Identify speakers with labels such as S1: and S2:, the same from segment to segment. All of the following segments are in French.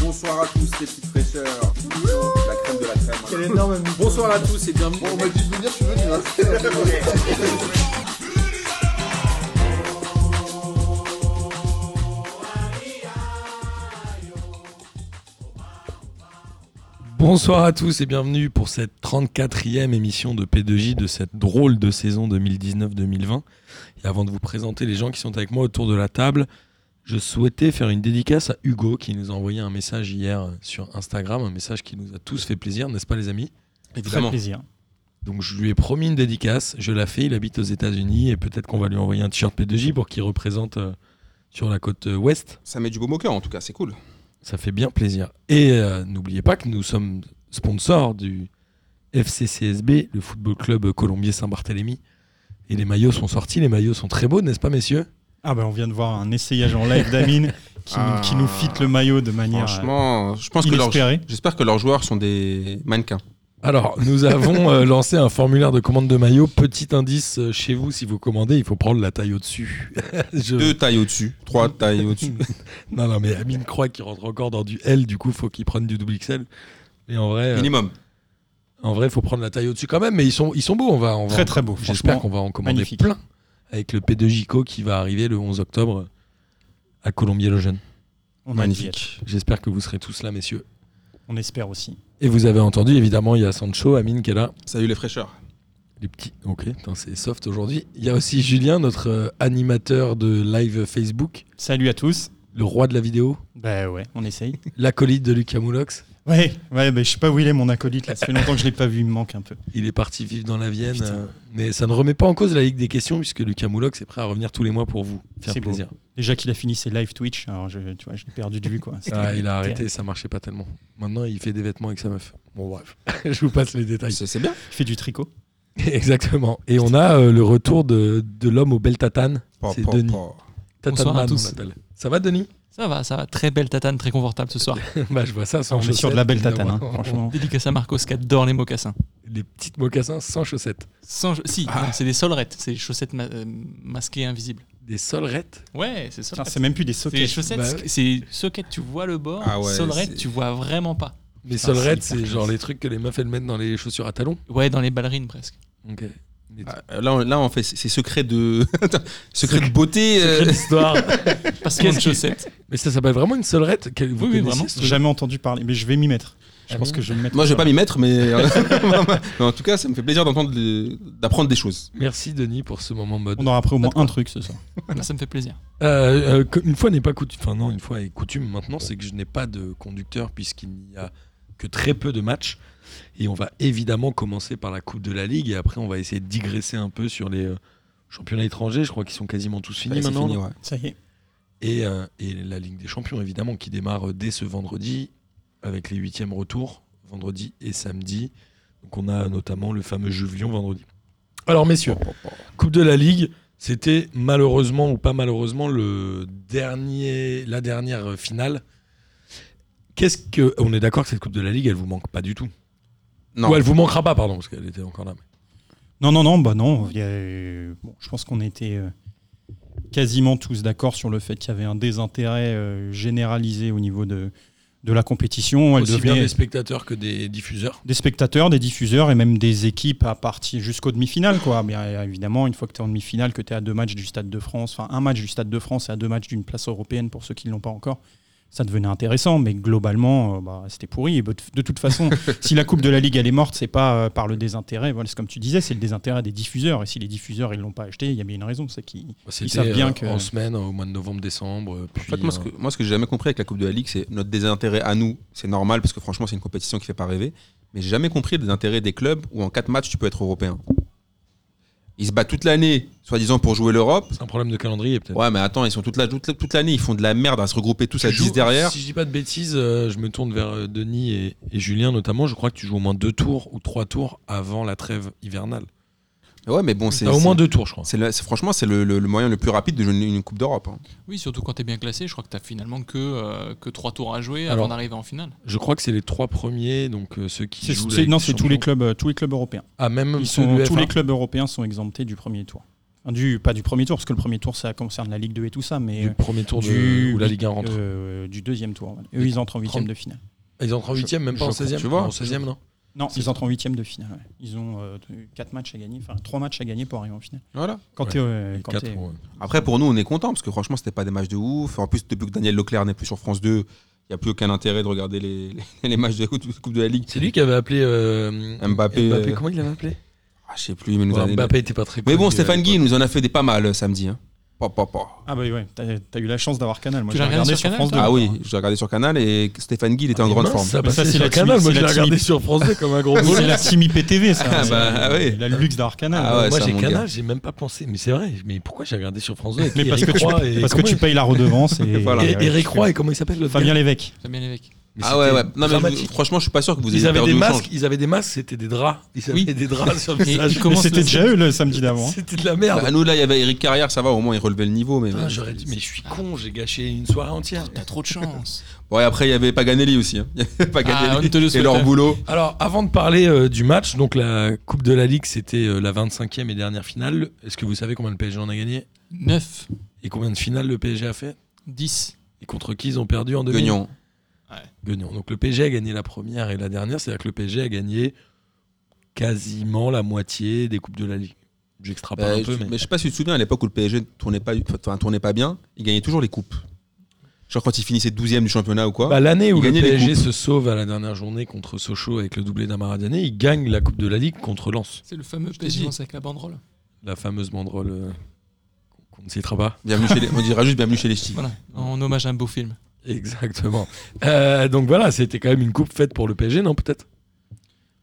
S1: bonsoir à tous les petites fraîcheurs. La crème de la crème.
S2: Quel énorme
S1: Bonsoir à tous et bienvenue.
S3: Bon, on m'a dit de venir, je suis venu. hein.
S4: Bonsoir à tous et bienvenue pour cette 34e émission de P2J de cette drôle de saison 2019-2020. Et avant de vous présenter les gens qui sont avec moi autour de la table, je souhaitais faire une dédicace à Hugo qui nous a envoyé un message hier sur Instagram, un message qui nous a tous fait plaisir, n'est-ce pas les amis
S2: Très plaisir.
S4: Donc je lui ai promis une dédicace, je l'ai fait, il habite aux États-Unis et peut-être qu'on va lui envoyer un t-shirt P2J pour qu'il représente euh, sur la côte euh, ouest.
S1: Ça met du baume au cœur en tout cas, c'est cool.
S4: Ça fait bien plaisir. Et euh, n'oubliez pas que nous sommes sponsors du FCCSB, le football club colombier Saint-Barthélemy. Et les maillots sont sortis, les maillots sont très beaux, n'est-ce pas, messieurs
S2: Ah ben on vient de voir un essayage en live d'Amine qui,
S1: Ah.
S2: qui nous fit le maillot de manière euh,
S1: Franchement, je pense que leurs-
S2: inespérée.
S1: j'espère que leurs joueurs sont des mannequins.
S4: Alors, nous avons euh, lancé un formulaire de commande de maillots. Petit indice euh, chez vous, si vous commandez, il faut prendre la taille au-dessus. Je-
S1: Deux tailles au-dessus, trois tailles au-dessus.
S4: Non, non, mais Amine croit qu'il rentre encore dans du L, du coup, faut qu'il prenne du double XL. Et en vrai, euh,
S1: Minimum.
S4: en vrai, faut prendre la taille au-dessus quand même. Mais ils sont, ils sont beaux. On va, on va
S2: Très très beau.
S4: J'espère
S2: franchement.
S4: qu'on va en commander
S2: magnifique.
S4: plein avec le P2JCO qui va arriver le 11 octobre à colombier le jeune
S2: On a dit être.
S1: Magnifique.
S4: J'espère que vous serez tous là, messieurs.
S2: On espère aussi.
S4: Et vous avez entendu, évidemment, il y a Sancho, Amine qui est là.
S1: Salut les fraîcheurs.
S4: Les petits. Ok, putain, c'est soft aujourd'hui. Il y a aussi Julien, notre euh, animateur de live Facebook,
S2: Salut à tous.
S4: le roi de la vidéo,
S2: Ben ouais, on essaye.
S4: l'acolyte de Lucas Moulox.
S2: Ouais, ouais, ben je sais pas où il est mon acolyte là. Ça fait longtemps que je l'ai pas vu, il me manque un peu.
S4: Il est parti vivre dans la Vienne.
S2: Putain.
S4: euh, mais ça ne remet pas en cause la Ligue des questions puisque Lucas Moulox est prêt à revenir tous les mois pour vous faire
S2: C'est beau.
S4: plaisir.
S2: Déjà qu'il a fini ses live Twitch, alors je, tu vois, je l'ai perdu de vue quoi. C'était-
S4: Ah, il a arrêté, ça marchait pas tellement. Maintenant, il fait des vêtements avec sa meuf. Bon, bref, je vous passe les détails.
S1: C'est c'est bien.
S2: Il fait du tricot.
S4: Exactement. Et on a euh, le retour de, de l'homme aux belles tatanes.
S1: Po,
S4: C'est
S1: po,
S4: Denis.
S1: po.
S4: Tatanman,
S5: Bonsoir à tous.
S4: on l'appelle. Ça va, Denis
S5: Ça va, ça va. Très belle tatane, très confortable ce soir.
S4: Bah, je vois ça sans
S2: On est sur de la belle tatane, hein,
S4: évidemment.
S2: franchement.
S5: Dédicace à Marcos qui adore les mocassins.
S4: Les petites mocassins sans chaussettes.
S5: Sans... Si,
S1: Ah.
S5: non, c'est des solerettes, c'est des chaussettes ma- euh, masquées invisibles.
S4: Des solerettes.
S5: Ouais, c'est
S2: Putain,
S5: solerettes.
S2: C'est même plus des
S5: C'est des
S2: sockets.
S5: chaussettes,
S4: Bah
S5: c'est-
S4: ouais.
S5: c'est socket, tu vois le bord.
S1: Ah ouais, c'est-
S5: solerettes, tu vois vraiment pas.
S4: Mais
S2: Putain,
S4: solerettes,
S2: c'est
S4: c'est
S2: hyper
S4: genre
S2: classe.
S4: les trucs que les meufs elles mettent dans les chaussures à talons.
S5: Ouais, dans les ballerines presque.
S4: Ok. Les
S1: Ah, Là, on, là, on fait ces secrets de secrets de beauté. euh,
S4: secrets d'histoire.
S5: Parce qu'il y a des chaussettes.
S4: Mais ça s'appelle vraiment une solerette. que- Vous
S5: Oui, oui,
S4: connaissez
S5: vraiment.
S4: ce truc
S2: Jamais entendu parler, mais je vais m'y mettre. Je
S4: Ah
S2: pense
S4: bon
S2: que je vais me mettre.
S1: Moi, je vais pas m'y mettre, mais... euh, mais en tout cas, ça me fait plaisir d'entendre, les- d'apprendre des choses.
S4: Merci Denis pour ce moment mode.
S2: On aura appris au moins un truc ce soir.
S5: Là, ça me fait plaisir.
S4: Euh, euh, co- une fois n'est pas coutume, enfin non, une fois est coutume maintenant, c'est que je n'ai pas de conducteur puisqu'il n'y a que très peu de matchs. Et on va évidemment commencer par la Coupe de la Ligue et après on va essayer de digresser un peu sur les euh, championnats étrangers. Je crois qu'ils sont quasiment tous finis
S1: Ouais, c'est
S4: maintenant.
S1: fini,
S4: là.
S1: ouais.
S2: Ça y est.
S4: et, euh, et la Ligue des Champions évidemment qui démarre euh, dès ce vendredi avec les huitièmes retours, vendredi et samedi. Donc on a notamment le fameux Juvion vendredi. Alors messieurs, Coupe de la Ligue, c'était malheureusement ou pas malheureusement le dernier, la dernière euh, finale. Qu'est-ce que on est d'accord que cette Coupe de la Ligue, elle vous manque pas du tout.
S1: Non.
S4: Ou elle vous manquera pas, pardon, parce qu'elle était encore là.
S2: Non, non, non, bah non. il y a, euh, bon, je pense qu'on était euh, quasiment tous d'accord sur le fait qu'il y avait un désintérêt euh, généralisé au niveau de, de la compétition. Elle
S4: Aussi bien
S2: devenait
S4: des spectateurs que des diffuseurs.
S2: des spectateurs, des diffuseurs et même des équipes à partir jusqu'aux demi-finales. Quoi. Mais euh, évidemment, une fois que tu es en demi-finale, que tu es à deux matchs du Stade de France, enfin un match du Stade de France et à deux matchs d'une place européenne pour ceux qui ne l'ont pas encore, ça devenait intéressant. Mais globalement, euh, bah, c'était pourri. Et bah, de toute façon, si la Coupe de la Ligue elle est morte, c'est pas euh, par le désintérêt. Voilà, c'est comme tu disais, c'est le désintérêt des diffuseurs. Et si les diffuseurs ils l'ont pas acheté, il y a bien une raison. C'est qu'ils
S4: C'était
S2: savent bien
S4: euh,
S2: que-
S4: en semaine, au mois de euh, novembre-décembre.
S1: En fait, moi, ce que, moi, ce que j'ai jamais compris avec la Coupe de la Ligue, c'est notre désintérêt à nous. C'est normal parce que franchement, c'est une compétition qui fait pas rêver. Mais j'ai jamais compris le désintérêt des clubs où en quatre matchs, tu peux être européen. Ils se battent toute l'année, soi-disant pour jouer l'Europe.
S4: c'est un problème de calendrier peut-être.
S1: Ouais, mais attends, ils sont toute l'année, toute, toute l'année, ils font de la merde à se regrouper tous à
S4: Tu joues-
S1: 10 derrière.
S4: Si je dis pas de bêtises, euh, je me tourne vers euh, Denis et, et Julien notamment. Je crois que tu joues au moins deux tours ou trois tours avant la trêve hivernale.
S1: Ouais, mais bon, c'est.
S4: T'as au moins
S1: c'est-
S4: deux tours, je crois.
S1: c'est le- c'est- franchement, c'est le, le- le moyen le plus rapide de jouer une, une Coupe d'Europe. hein.
S5: Oui, surtout quand t'es bien classé, je crois que t'as finalement que, euh, que trois tours à jouer
S4: Alors-
S5: avant d'arriver en finale.
S4: Je crois que c'est les trois premiers, donc euh, ceux qui
S2: c'est-
S4: jouent. la
S2: c'est-
S4: Ligue
S2: non,
S4: des
S2: c'est tous les
S4: Champions.
S2: clubs, euh, tous les clubs européens.
S4: Ah, même
S2: Ils
S4: ceux
S2: sont,
S4: de
S2: tous
S4: l'UEFA.
S2: les clubs européens sont exemptés du premier tour. du, pas du premier tour, parce que le premier tour, ça concerne la Ligue 2 et tout ça, mais
S4: Du euh, premier tour de-
S2: du-
S4: où la Ligue 1 rentre.
S2: euh, du deuxième tour. voilà. Eux, ils entrent en huitième de finale.
S4: Ils entrent en
S1: je-
S4: 8ème, même pas
S1: je
S4: en
S1: crois,
S4: 16ème.
S1: tu vois.
S4: en 16ème, non
S2: Non, ils entrent en huitième de finale. ouais. Ils ont euh, quatre matchs à gagner, enfin trois matchs à gagner pour arriver en finale.
S1: Voilà.
S2: Quand
S4: Ouais.
S2: t'es, euh, quand
S4: Quatre,
S2: t'es-
S4: ouais.
S1: Après, pour nous, on est content parce que franchement, c'était pas des matchs de ouf. En plus, depuis que Daniel Leclerc n'est plus sur France 2, il n'y a plus aucun intérêt de regarder les, les- les matchs de coupe, coupe de la Ligue.
S4: C'est lui qui avait appelé euh,
S1: Mbappé, euh,
S4: Comment il l'avait appelé
S1: Ah, je sais plus, mais nous
S4: Ouais,
S1: en a-
S4: Mbappé était pas très
S1: Mais
S4: connu euh,
S1: bon,
S4: à
S1: Stéphane Guy
S4: l'époque.
S1: nous en a fait des pas mal euh, samedi. Hein. Pa, pa, pa.
S2: Ah bah oui, ouais, t'as t'as eu la chance d'avoir Canal. Moi,
S5: Tu
S2: j'ai
S5: l'as regardé
S2: regardé
S5: sur
S2: sur
S5: Canal,
S2: France 2.
S5: toi
S1: Ah oui,
S2: encore, hein.
S1: je l'ai regardé sur Canal et Stéphane Guy, Ah, il était en grande
S4: Mince,
S1: forme.
S4: Ça
S2: Mais ça,
S4: passait
S2: c'est
S4: sur
S2: la
S4: Canal,
S2: team-
S4: moi
S2: c'est
S4: je
S2: la
S4: l'ai regardé
S2: team-
S4: sur France 2 comme un gros
S2: C'est
S4: boulot.
S2: la Simi PTV, ça.
S1: Ah
S2: c'est-
S1: bah, ah oui.
S2: Il a le luxe d'avoir Canal.
S1: Ah ouais,
S4: moi
S1: ça,
S4: j'ai
S1: mon
S4: Canal,
S1: gars.
S4: j'ai même pas pensé. Mais c'est vrai, mais pourquoi j'ai regardé sur France 2 avec
S2: Mais parce que,
S4: Eric
S2: tu,
S4: Roy et
S2: parce que
S4: comment
S2: tu payes la redevance. Et,
S1: Voilà.
S4: il-
S1: payes-
S4: Et Eric Roy et comment il s'appelle le
S2: Fabien Lévesque.
S5: J'aime bien l'évêque.
S1: Ah ouais, ouais. Non, mais vous- franchement, je suis pas sûr que vous ayez
S4: ils avaient
S1: perdu
S4: des
S1: au
S4: masques,
S1: change.
S4: ils avaient des masques, c'était des draps. Ils avaient
S5: Oui.
S4: des draps sur le
S5: Et
S4: visage.
S5: ils
S2: Mais
S5: Comment
S2: c'était
S5: le-
S2: déjà eux le samedi d'avant. hein.
S4: C'était de la merde.
S1: Bah, euh, nous, là, il y avait Eric Carrière, ça va, au moins, il relevait le niveau. Ah, Mais,
S4: Putain, J'aurais dit, mais je suis con, j'ai gâché une soirée entière.
S5: T'as trop de chance.
S1: Ouais, après, il y avait Paganelli aussi. hein. Il y avait
S5: Ah, on
S1: Paganelli
S5: te le
S1: et
S5: souhaite,
S1: leur
S5: hein.
S1: boulot.
S4: Alors, avant de parler euh, du match, donc la Coupe de la Ligue, c'était euh, la 25e et dernière finale. Est-ce que vous savez combien le PSG en a gagné
S5: 9,
S4: Et combien de finales le PSG a fait
S5: 10.
S4: Et contre qui ils ont perdu en 2000
S1: Guignon.
S4: Guignon. Donc le PSG a gagné la première et la dernière, c'est-à-dire que le PSG a gagné quasiment la moitié des Coupes de la Ligue. J'extrapole
S1: Bah,
S4: un peu,
S1: je-
S4: mais...
S1: Mais je sais pas si tu te souviens, à l'époque où le PSG tournait pas, enfin, tournait pas bien, il gagnait toujours les coupes. Genre quand il finissait 12ème du championnat ou quoi.
S4: Bah, L'année où
S1: Il
S4: le
S1: gagnait les
S4: PSG
S1: coupes.
S4: se sauve à la dernière journée contre Sochaux avec le doublé d'Amara Diané, il gagne la Coupe de la Ligue contre Lens.
S5: C'est le fameux
S4: t'ai
S5: PSG
S4: dit.
S5: lance avec la banderole.
S4: La fameuse banderole euh, qu'on ne citera pas.
S1: bienvenue chez les- on dira juste bienvenue chez les ch'tis.
S5: Voilà, en hommage à un beau film.
S4: Exactement. Euh, donc voilà, c'était quand même une coupe faite pour le PSG, non peut-être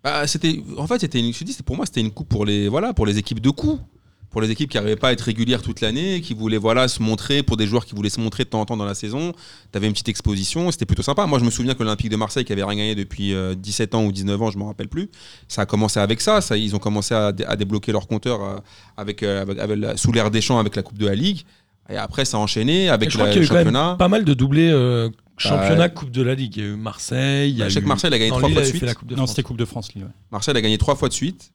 S1: Bah, c'était, en fait, c'était une, je te dis, c'est- pour moi, c'était une coupe pour les, voilà, pour les équipes de coups. Pour les équipes qui n'arrivaient pas à être régulières toute l'année, qui voulaient voilà, se montrer, pour des joueurs qui voulaient se montrer de temps en temps dans la saison, tu avais une petite exposition, c'était plutôt sympa. Moi, je me souviens que l'Olympique de Marseille, qui avait rien gagné depuis euh, 17 ans ou 19 ans, je ne m'en rappelle plus, ça a commencé avec ça. ça ils ont commencé à, dé- à débloquer leur compteur euh, avec, euh, avec- avec la- sous l'ère des champs avec la Coupe de la Ligue. Et après, ça a enchaîné
S4: Et
S1: avec
S4: Je crois
S1: la-
S4: qu'il
S1: le
S4: y a eu quand même
S1: championnat.
S4: pas mal de doublés euh, championnat Coupe de la Ligue. Il y a eu Marseille. Il y a
S1: Bah, je sais
S4: eu...
S1: que Marseille a gagné
S4: Non,
S1: trois
S4: Lille
S1: fois de
S4: avait
S1: suite.
S4: fait la Coupe de
S2: Non,
S4: France.
S2: c'était Coupe de France, Lille. ouais.
S1: Marseille a gagné trois fois de suite.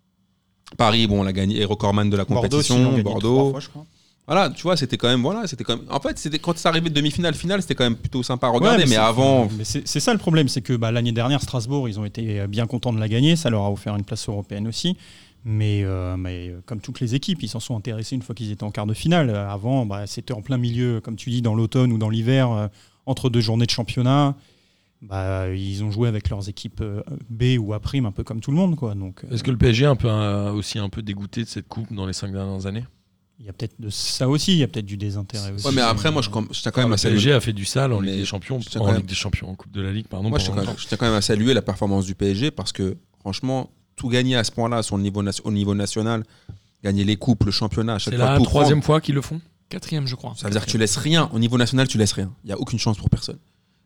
S1: Paris, bon, on l'a gagné, est recordman de la
S2: aussi,
S1: compétition.
S2: ils l'ont gagné trois
S1: Bordeaux.
S2: fois, je crois.
S1: Voilà, tu vois, c'était quand même. Voilà, c'était quand même. En fait, c'était quand c'est arrivé de demi-finale, finale, c'était quand même plutôt sympa à regarder.
S2: Ouais,
S1: mais,
S2: c'est-
S1: avant,
S2: mais c'est c'est ça le problème, c'est que bah, l'année dernière, Strasbourg, ils ont été euh, bien contents de la gagner, ça leur a offert une place européenne aussi. Mais, euh, mais euh, comme toutes les équipes, ils s'en sont intéressés une fois qu'ils étaient en quart de finale. Euh, Avant, bah, c'était en plein milieu, comme tu dis, dans l'automne ou dans l'hiver, euh, entre deux journées de championnat. Bah, ils ont joué avec leurs équipes euh, B ou A prime, un peu comme tout le monde. Quoi. Donc, euh,
S4: Est-ce que le PSG est un peu, euh, aussi un peu dégoûté de cette coupe dans les cinq dernières années
S2: il y a peut-être de ça aussi, il y a peut-être du désintérêt aussi. euh,
S1: ouais, mais après, moi, je, com- je tiens quand même
S4: Le
S1: à
S2: Ah,
S1: saluer.
S4: PSG a fait du sale en
S1: Mais
S4: Ligue des Champions,
S1: je tiens
S4: en
S1: quand même-
S4: Ligue des Champions, en Coupe de la Ligue, pardon.
S1: Moi, je tiens,
S4: pendant
S1: quand même,
S4: longtemps.
S1: je tiens quand même à saluer la performance du PSG parce que, franchement, tout gagner à ce point-là, à son niveau na- au niveau national, gagner les coupes, le championnat, à chaque
S4: C'est
S1: fois
S4: la
S1: tout
S4: troisième fois qu'ils le font.
S5: Quatrième, je crois.
S1: Ça veut dire que tu laisses rien. Au niveau national, tu laisses rien. Il n'y a aucune chance pour personne.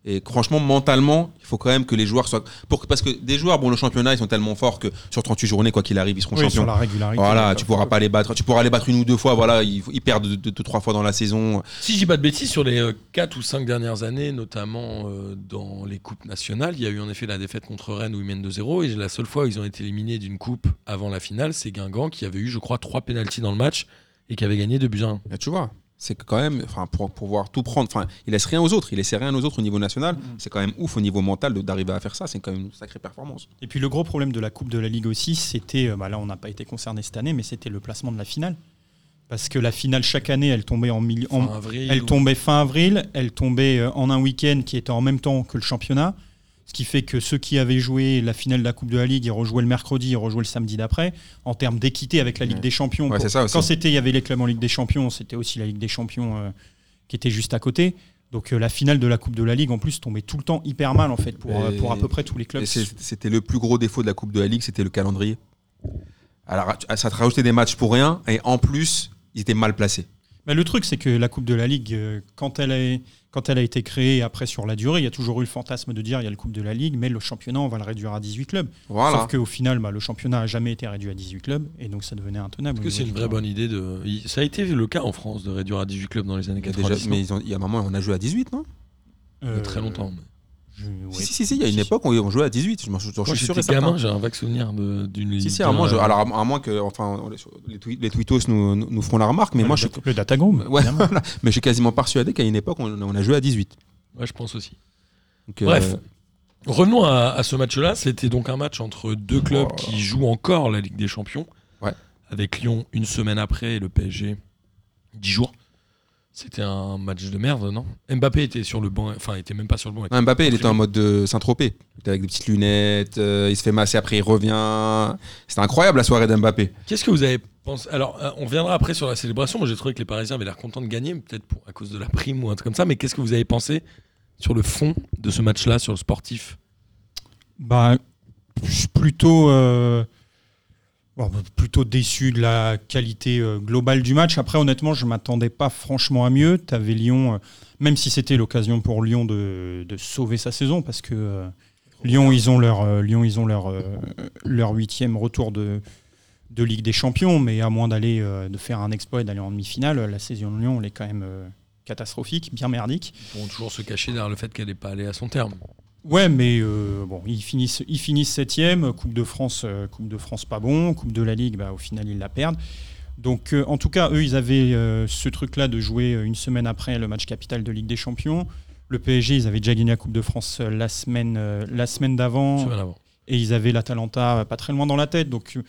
S1: Et franchement, mentalement, il faut quand même que les joueurs soient. Pour, que- parce que des joueurs, bon, le championnat, ils sont tellement forts que sur 38 journées, quoi qu'il arrive, ils seront
S2: Oui, sur
S1: champions.
S2: la régularité.
S1: Voilà, tu pourras pas les battre. Tu pourras les battre une ou deux fois. Voilà, ils, ils perdent deux, deux- deux, trois fois dans la saison.
S4: Si je dis pas de bêtises, sur les 4 ou 5 dernières années, notamment euh, dans les coupes nationales, il y a eu en effet la défaite contre Rennes où ils mènent 2-0. Et la seule fois où ils ont été éliminés d'une coupe avant la finale, c'est Guingamp qui avait eu, je crois, 3 pénalties dans le match et qui avait gagné 2 buts à 1.
S1: Là, tu vois, c'est que quand même, enfin, pour pour pouvoir tout prendre. Enfin, il laisse rien aux autres. Il laissait rien aux autres au niveau national. C'est quand même ouf au niveau mental de- d'arriver à faire ça. C'est quand même une sacrée performance.
S2: Et puis le gros problème de la Coupe de la Ligue aussi, c'était, euh, bah là on n'a pas été concerné cette année, mais c'était le placement de la finale. Parce que la finale chaque année, elle tombait en milieu, en-
S4: Fin avril,
S2: elle
S4: ou-
S2: tombait fin avril, elle tombait euh, en un week-end qui était en même temps que le championnat, ce qui fait que ceux qui avaient joué la finale de la Coupe de la Ligue, ils rejouaient le mercredi, ils rejouaient le samedi d'après. En termes d'équité avec la Ligue
S1: Ouais.
S2: des Champions,
S1: Ouais,
S2: pour-
S1: c'est ça aussi.
S2: quand c'était, il y avait les clubs en Ligue des Champions, c'était aussi la Ligue des Champions euh, qui était juste à côté. Donc euh, la finale de la Coupe de la Ligue en plus tombait tout le temps hyper mal en fait pour, euh,
S1: Et-
S2: pour à peu près tous les clubs.
S1: Et c'est- C'était le plus gros défaut de la Coupe de la Ligue, c'était le calendrier. Alors, ah, ça te rajoutait des matchs pour rien. Et en plus, ils étaient mal placés.
S2: Mais le truc, c'est que la Coupe de la Ligue, euh, quand elle, a, quand elle a été créée, et après sur la durée, il y a toujours eu le fantasme de dire il y a le Coupe de la Ligue, mais le championnat, on va le réduire à 18 clubs.
S1: Voilà.
S2: Sauf qu'au final, bah, le championnat n'a jamais été réduit à 18 clubs, et donc ça devenait intenable.
S4: Est-ce que c'est une vraie bonne idée de. il- Ça a été le cas en France de réduire à 18 clubs dans les années
S1: Il y a déjà-
S4: 90.
S1: mais ils ont- il y a un moment, on a joué à 18, non
S4: Il y
S2: Euh,
S4: a très longtemps. mais-
S2: Je- ouais.
S1: Si, si, si, il y a une époque où on jouait à 18. Je, m'en- je
S4: Quand
S1: suis sûr
S4: j'étais
S1: et certain.
S4: gamin, j'ai un vague souvenir de- d'une ligne.
S1: Si, si, à moins, je- alors à, à moins que enfin, les, twi- les twittos nous, nous, nous feront la remarque, mais moi, je, suis-
S2: le Datagome.
S1: ouais,
S2: évidemment.
S1: voilà. mais je suis quasiment persuadé qu'à une époque, on, on a joué à 18.
S4: Ouais, je pense aussi.
S1: Donc, euh,
S4: Bref. Revenons à, à ce match-là. C'était donc un match entre deux clubs
S1: Oh.
S4: qui jouent encore la Ligue des Champions.
S1: Ouais.
S4: Avec Lyon une semaine après et le PSG dix jours. C'était un match de merde, non Mbappé était sur le banc, enfin, était même pas sur le banc.
S1: Ouais, Mbappé, il était en mode de Saint-Tropez. Il était avec des petites lunettes, euh, il se fait masser, après il revient. C'était incroyable la soirée d'Mbappé.
S4: Qu'est-ce que vous avez pensé Alors, euh, on reviendra après sur la célébration. Moi, j'ai trouvé que les Parisiens avaient l'air contents de gagner, mais peut-être pour, à cause de la prime ou un truc comme ça. Mais qu'est-ce que vous avez pensé sur le fond de ce match-là, sur le sportif
S2: Bah, je suis plutôt, euh, bon, bah, plutôt déçu de la qualité euh, globale du match. Après, honnêtement, je m'attendais pas franchement à mieux. Tu avais Lyon, euh, même si c'était l'occasion pour Lyon de, de sauver sa saison, parce que euh, Lyon, ils ont leur, euh, Lyon, ils ont leur, euh, leur huitième retour de, de Ligue des Champions, mais à moins d'aller euh, de faire un exploit et d'aller en demi-finale, la saison de Lyon, elle est quand même euh, catastrophique, bien merdique.
S4: Ils pourront toujours se cacher derrière le fait qu'elle n'est pas allée à son terme.
S2: Ouais, mais euh, bon, ils finissent, ils finissent septième. Coupe de France, euh, Coupe de France pas bon. Coupe de la Ligue, bah, au final ils la perdent. Donc euh, en tout cas, eux, ils avaient euh, ce truc-là de jouer euh, une semaine après le match capital de Ligue des Champions. Le PSG, ils avaient déjà gagné la Coupe de France euh, la semaine, euh, la semaine d'avant,
S4: Semaine avant.
S2: et ils avaient l'Atalanta euh, pas très loin dans la tête. Donc euh,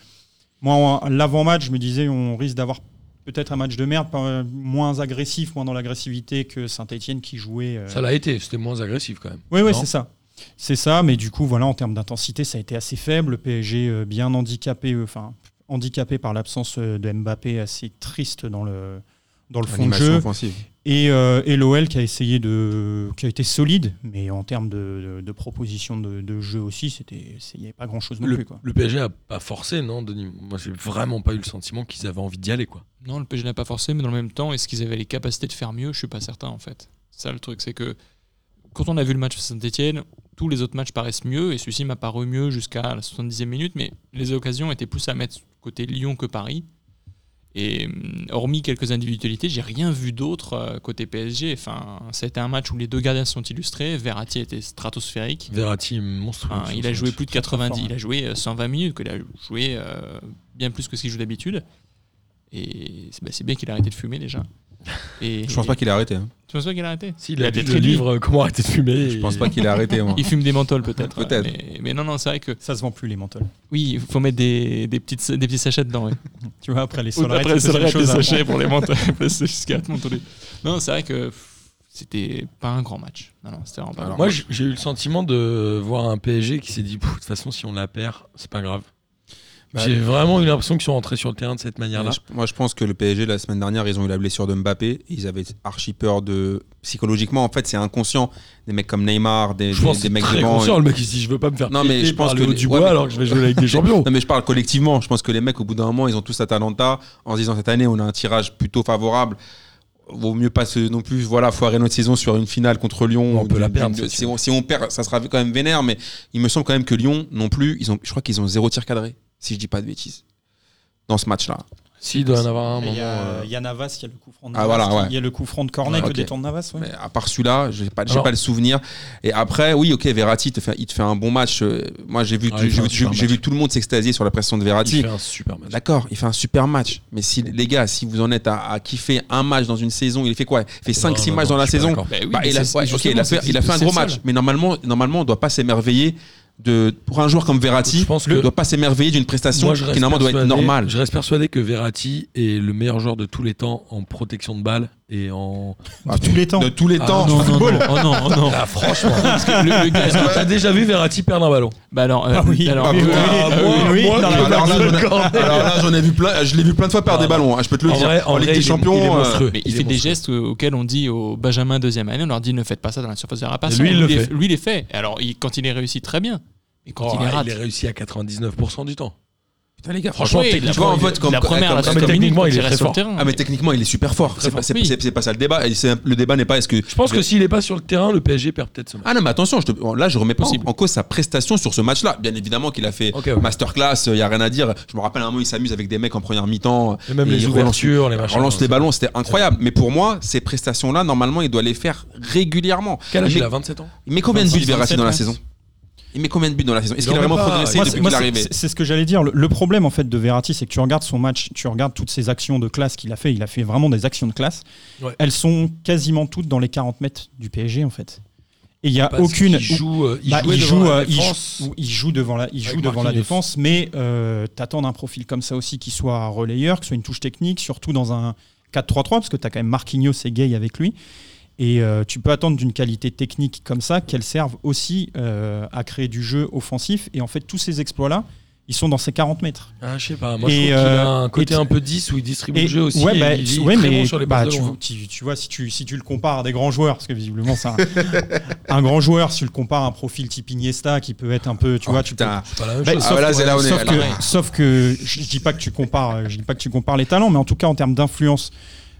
S2: moi, en- l'avant-match, je me disais, on risque d'avoir peut-être un match de merde, pas- euh, moins agressif, moins dans l'agressivité que Saint-Etienne qui jouait. euh,
S4: Ça l'a été, c'était moins agressif quand même.
S2: oui, oui,
S4: Non
S2: c'est ça. C'est ça, mais du coup, voilà, en termes d'intensité, ça a été assez faible. Le PSG euh, bien handicapé, euh, enfin handicapé par l'absence euh, de Mbappé, assez triste dans le dans le fond de
S1: Animation
S2: jeu.
S1: offensive.
S2: Et, euh, et l'OL qui a essayé de, qui a été solide, mais en termes de, de, de proposition de, de jeu aussi, c'était, c'est- il n'y avait pas grand chose non
S4: Le,
S2: plus quoi.
S4: le PSG a pas forcé, non, Denis Moi, j'ai vraiment pas eu le sentiment qu'ils avaient envie d'y aller, quoi.
S5: Non, le PSG n'a pas forcé, mais dans le même temps, est-ce qu'ils avaient les capacités de faire mieux Je suis pas certain en fait. Ça, le truc, c'est que quand on a vu le match Saint-Etienne, tous les autres matchs paraissent mieux, et celui-ci m'a paru mieux jusqu'à la 70e minute, mais les occasions étaient plus à mettre côté Lyon que Paris. Et hum, hormis quelques individualités, j'ai rien vu d'autre euh, côté PSG. Enfin, c'était un match où les deux gardiens se sont illustrés. Verratti était stratosphérique.
S4: Verratti, monstrueux.
S5: Hein,
S1: Ah,
S4: sur
S5: il
S4: ce
S5: a joué
S4: match.
S5: plus de
S2: fort,
S5: 90,
S2: hein.
S5: il a joué euh, 120 minutes, qu'il a joué euh, bien plus que ce qu'il joue d'habitude. Et c'est bah, c'est bien qu'il a arrêté de fumer déjà. Et,
S1: Je pense pas qu'il a arrêté. hein.
S5: Tu penses pas qu'il a arrêté
S4: Si, il a,
S5: des
S4: lu le
S5: traits de
S4: livre euh, Comment arrêter de fumer.
S1: Je pense pas qu'il a arrêté. moi.
S5: Il fume des menthols peut-être.
S1: Peut-être.
S5: Mais, mais non, non, c'est vrai que
S2: Ça se vend plus les mentales.
S5: oui, il faut mettre des, des, petites, des petits sachets dedans. ouais.
S2: Tu vois après les
S5: Ou
S2: solerettes,
S5: après,
S2: c'est
S5: Solrette,
S2: une chose
S5: des
S2: à
S1: hein.
S5: sachets pour les menthols. C'est jusqu'à te mentoler. Non, c'est vrai que pff, c'était pas un grand match. Non, non, c'était vraiment pas un
S1: Alors,
S5: grand
S4: Moi,
S5: match.
S4: j'ai j'ai eu le sentiment de voir un PSG qui s'est dit, Pouf, de toute façon, si on la perd, c'est pas grave.
S1: Bah,
S4: J'ai vraiment eu l'impression qu'ils sont rentrés sur le terrain de cette manière-là.
S1: Mais je- moi, je pense que le PSG, la semaine dernière, ils ont eu la blessure de Mbappé. Ils avaient archi peur de. Psychologiquement, en fait, c'est inconscient. Des mecs comme Neymar, des,
S4: Je pense
S1: des- des
S4: que c'est
S1: mecs
S4: très
S1: devant.
S4: conscient. Le mec, il se dit, je veux pas me faire
S1: Non, mais
S4: péter
S1: je pense
S4: par
S1: que
S4: Léo
S1: les-
S4: Dubois
S1: ouais, mais-
S4: alors que je vais jouer avec des champions.
S1: Non, mais je parle collectivement. Je pense que les mecs, au bout d'un moment, ils ont tous Atalanta en se disant cette année, on a un tirage plutôt favorable. Vaut mieux pas se- non plus voilà, foirer notre saison sur une finale contre Lyon.
S4: On
S1: ou
S4: peut la
S1: d'une-
S4: perdre,
S1: d'une-
S4: cette
S1: Si on, si on perd, ça sera quand même vénère, mais il me semble quand même que Lyon non plus, ils ont, je crois qu'ils ont zéro tir cadré, si je dis pas de bêtises, dans ce match-là.
S4: Si, il doit y en avoir un
S2: Et
S4: moment.
S2: Il y, a,
S4: euh,
S2: il y a Navas, il y a le coup franc de
S1: Ah,
S2: Navas,
S1: voilà,
S2: qui-
S1: ouais.
S2: il y a le coup franc de Cornet
S1: Ouais,
S2: que
S1: ok.
S2: détourne Navas. ouais.
S1: Mais à part celui-là, j'ai pas, j'ai
S4: Alors-
S1: pas le souvenir. Et après, oui, ok, Verratti, il te fait, il te fait un bon match. Euh, Moi, j'ai vu,
S4: Ah,
S1: j'ai
S4: il fait un
S1: vu,
S4: super
S1: j'ai vu
S4: match.
S1: tout le monde s'extasier sur la prestation de
S4: Il
S1: Verratti.
S4: fait un super match.
S1: D'accord, il fait un super match. Mais si les gars, si vous en êtes à, à kiffer un match dans une saison, il fait quoi Il fait 5-6
S4: Non,
S1: matchs
S4: non,
S1: dans la
S4: je suis pas
S1: saison.
S4: d'accord.
S5: Bah oui,
S1: Bah,
S5: mais
S1: il, a,
S5: c'est-
S1: ouais, ok,
S5: justement,
S1: il a fait,
S5: c'est-
S1: il a fait un
S5: c'est
S1: gros
S5: ça,
S1: match.
S5: là.
S1: Mais normalement, normalement, on doit pas s'émerveiller de pour un joueur comme Verratti,
S4: Je pense que-
S1: on doit pas s'émerveiller d'une prestation
S4: Moi, je
S1: qui
S4: reste
S1: normalement doit être
S4: persuadé-
S1: normale.
S4: Je reste persuadé que Verratti est le meilleur joueur de tous les temps en protection de balle et en.
S1: Ah,
S2: tous les temps.
S1: De tous les
S5: Ah,
S1: temps.
S5: non, non, non, oh non, oh non.
S4: Ah, franchement.
S5: Parce que le, le gars,
S4: Est-ce que t'as déjà vu Verratti perdre un ballon
S5: bah alors, euh,
S2: Ah oui.
S5: alors
S1: Ah,
S5: oui,
S1: putain,
S5: oui,
S1: ah,
S5: oui,
S1: moi,
S5: oui,
S2: oui,
S5: oui,
S2: dans la-
S5: oui,
S1: Alors là,
S5: oui,
S1: j'en ai- alors là, j'en ai vu plein, je l'ai vu plein de fois perdre des ballons. hein, je peux te le
S4: En
S1: dire.
S4: vrai- en
S1: en Ligue
S4: vrai,
S1: des
S4: il est-
S1: Champions,
S4: il est
S1: euh,
S4: monstrueux.
S5: Mais
S4: Il
S5: il,
S4: est
S5: fait des
S4: monstrueux.
S5: gestes euh, auxquels on dit aux Benjamin deuxième année, on leur dit ne faites pas ça dans la surface de
S4: Et
S5: réparation.
S4: lui, il le
S5: les-
S4: fait.
S5: lui, il les fait. Alors, il- quand il est réussi, très bien. Et quand
S4: Oh,
S5: il est
S4: ah,
S5: rate,
S4: il est réussi à 99% du temps.
S5: Putain, les gars, franchement,
S4: Franchement, techniquement,
S5: la,
S1: tu vois, en fait, comme-
S5: la première,
S1: comme-
S5: la
S1: comme-
S5: seconde minute,
S4: techniquement,
S5: quand
S4: il est
S5: reste
S4: très
S5: sur le
S4: fort.
S5: terrain.
S1: Ah, mais techniquement, il est super fort.
S5: Très
S1: C'est
S5: fort,
S1: pas, c'est-
S5: oui.
S1: c'est- c'est pas ça le débat. Et c'est- Le débat n'est pas est-ce que.
S4: Je pense que s'il est pas sur le terrain, le PSG perd peut-être ce match.
S1: Ah non, mais attention, je te- là, je remets pas en,
S5: Possible.
S1: en cause sa prestation sur ce match-là. Bien évidemment qu'il a fait
S2: Ah,
S4: Ok, ouais.
S1: masterclass, il n'y a rien à dire. Je me rappelle à un moment, il s'amuse avec des mecs en première mi-temps. euh,
S4: Et même
S1: Et
S4: les
S1: il relance-
S4: ouvertures, les machins.
S1: On lance les ballons, c'était incroyable. Mais pour moi, ces prestations-là, normalement, il doit les faire régulièrement.
S4: Quel âge
S1: mais,
S4: il a 27 ans
S1: mais combien de buts
S2: 26,
S1: Verratti dans la
S2: 27,
S1: saison Il met combien de buts dans la saison Est-ce
S4: Il
S1: qu'il a
S4: en met
S1: vraiment
S4: pas.
S1: progressé
S4: Moi,
S1: depuis
S2: Moi,
S1: qu'il est
S2: c'est-
S1: arrivé
S2: c'est- C'est ce que j'allais dire. Le, le problème en fait de Verratti, c'est que tu regardes son match, tu regardes toutes ses actions de classe qu'il a fait. Il a fait vraiment des actions de classe.
S4: Ouais.
S2: Elles sont quasiment toutes dans les 40 mètres du PSG en fait. Et il n'y a
S4: Parce
S2: aucune.
S4: Bah, qu'il joue, euh, il
S2: Bah,
S4: jouait
S2: il
S4: devant
S2: joue,
S4: la
S2: euh, il
S4: défense.
S2: joue- il joue devant la, il joue
S4: Avec
S2: devant la
S4: Marquinhos.
S2: défense, mais euh, t'attends d'un profil comme ça aussi qui soit relayeur, que ce soit une touche technique, surtout dans un 4-3-3, parce que t'as quand même Marquinhos et Gay avec lui. Et euh, tu peux attendre d'une qualité technique comme ça qu'elle serve aussi euh, à créer du jeu offensif. Et en fait, tous ces exploits-là, ils sont dans ces 40 mètres.
S4: Ah, je sais pas. Moi, je trouve
S2: Et,
S4: qu'il a
S2: euh,
S4: un côté
S2: et-
S4: un peu 10 où il distribue le jeu aussi.
S2: ouais,
S4: et
S2: bah,
S4: il est
S2: ouais,
S4: très
S2: mais
S4: bon sur les
S2: bah,
S4: passes de
S2: tu,
S4: loin.
S2: vois- tu- tu vois, si tu, si tu le compares à des grands joueurs, parce que visiblement, c'est un, un grand joueur, si tu le compares à un profil type Iniesta qui peut être un peu, tu
S1: Oh,
S2: vois, tu peux,
S1: putain.
S4: C'est pas la même
S2: Bah,
S4: chose.
S1: Ah, voilà, c'est là où on est.
S2: sauf
S1: là.
S2: que, sauf que je je dis pas que tu compares, euh, je dis pas que tu compares les talents, mais en tout cas en termes d'influence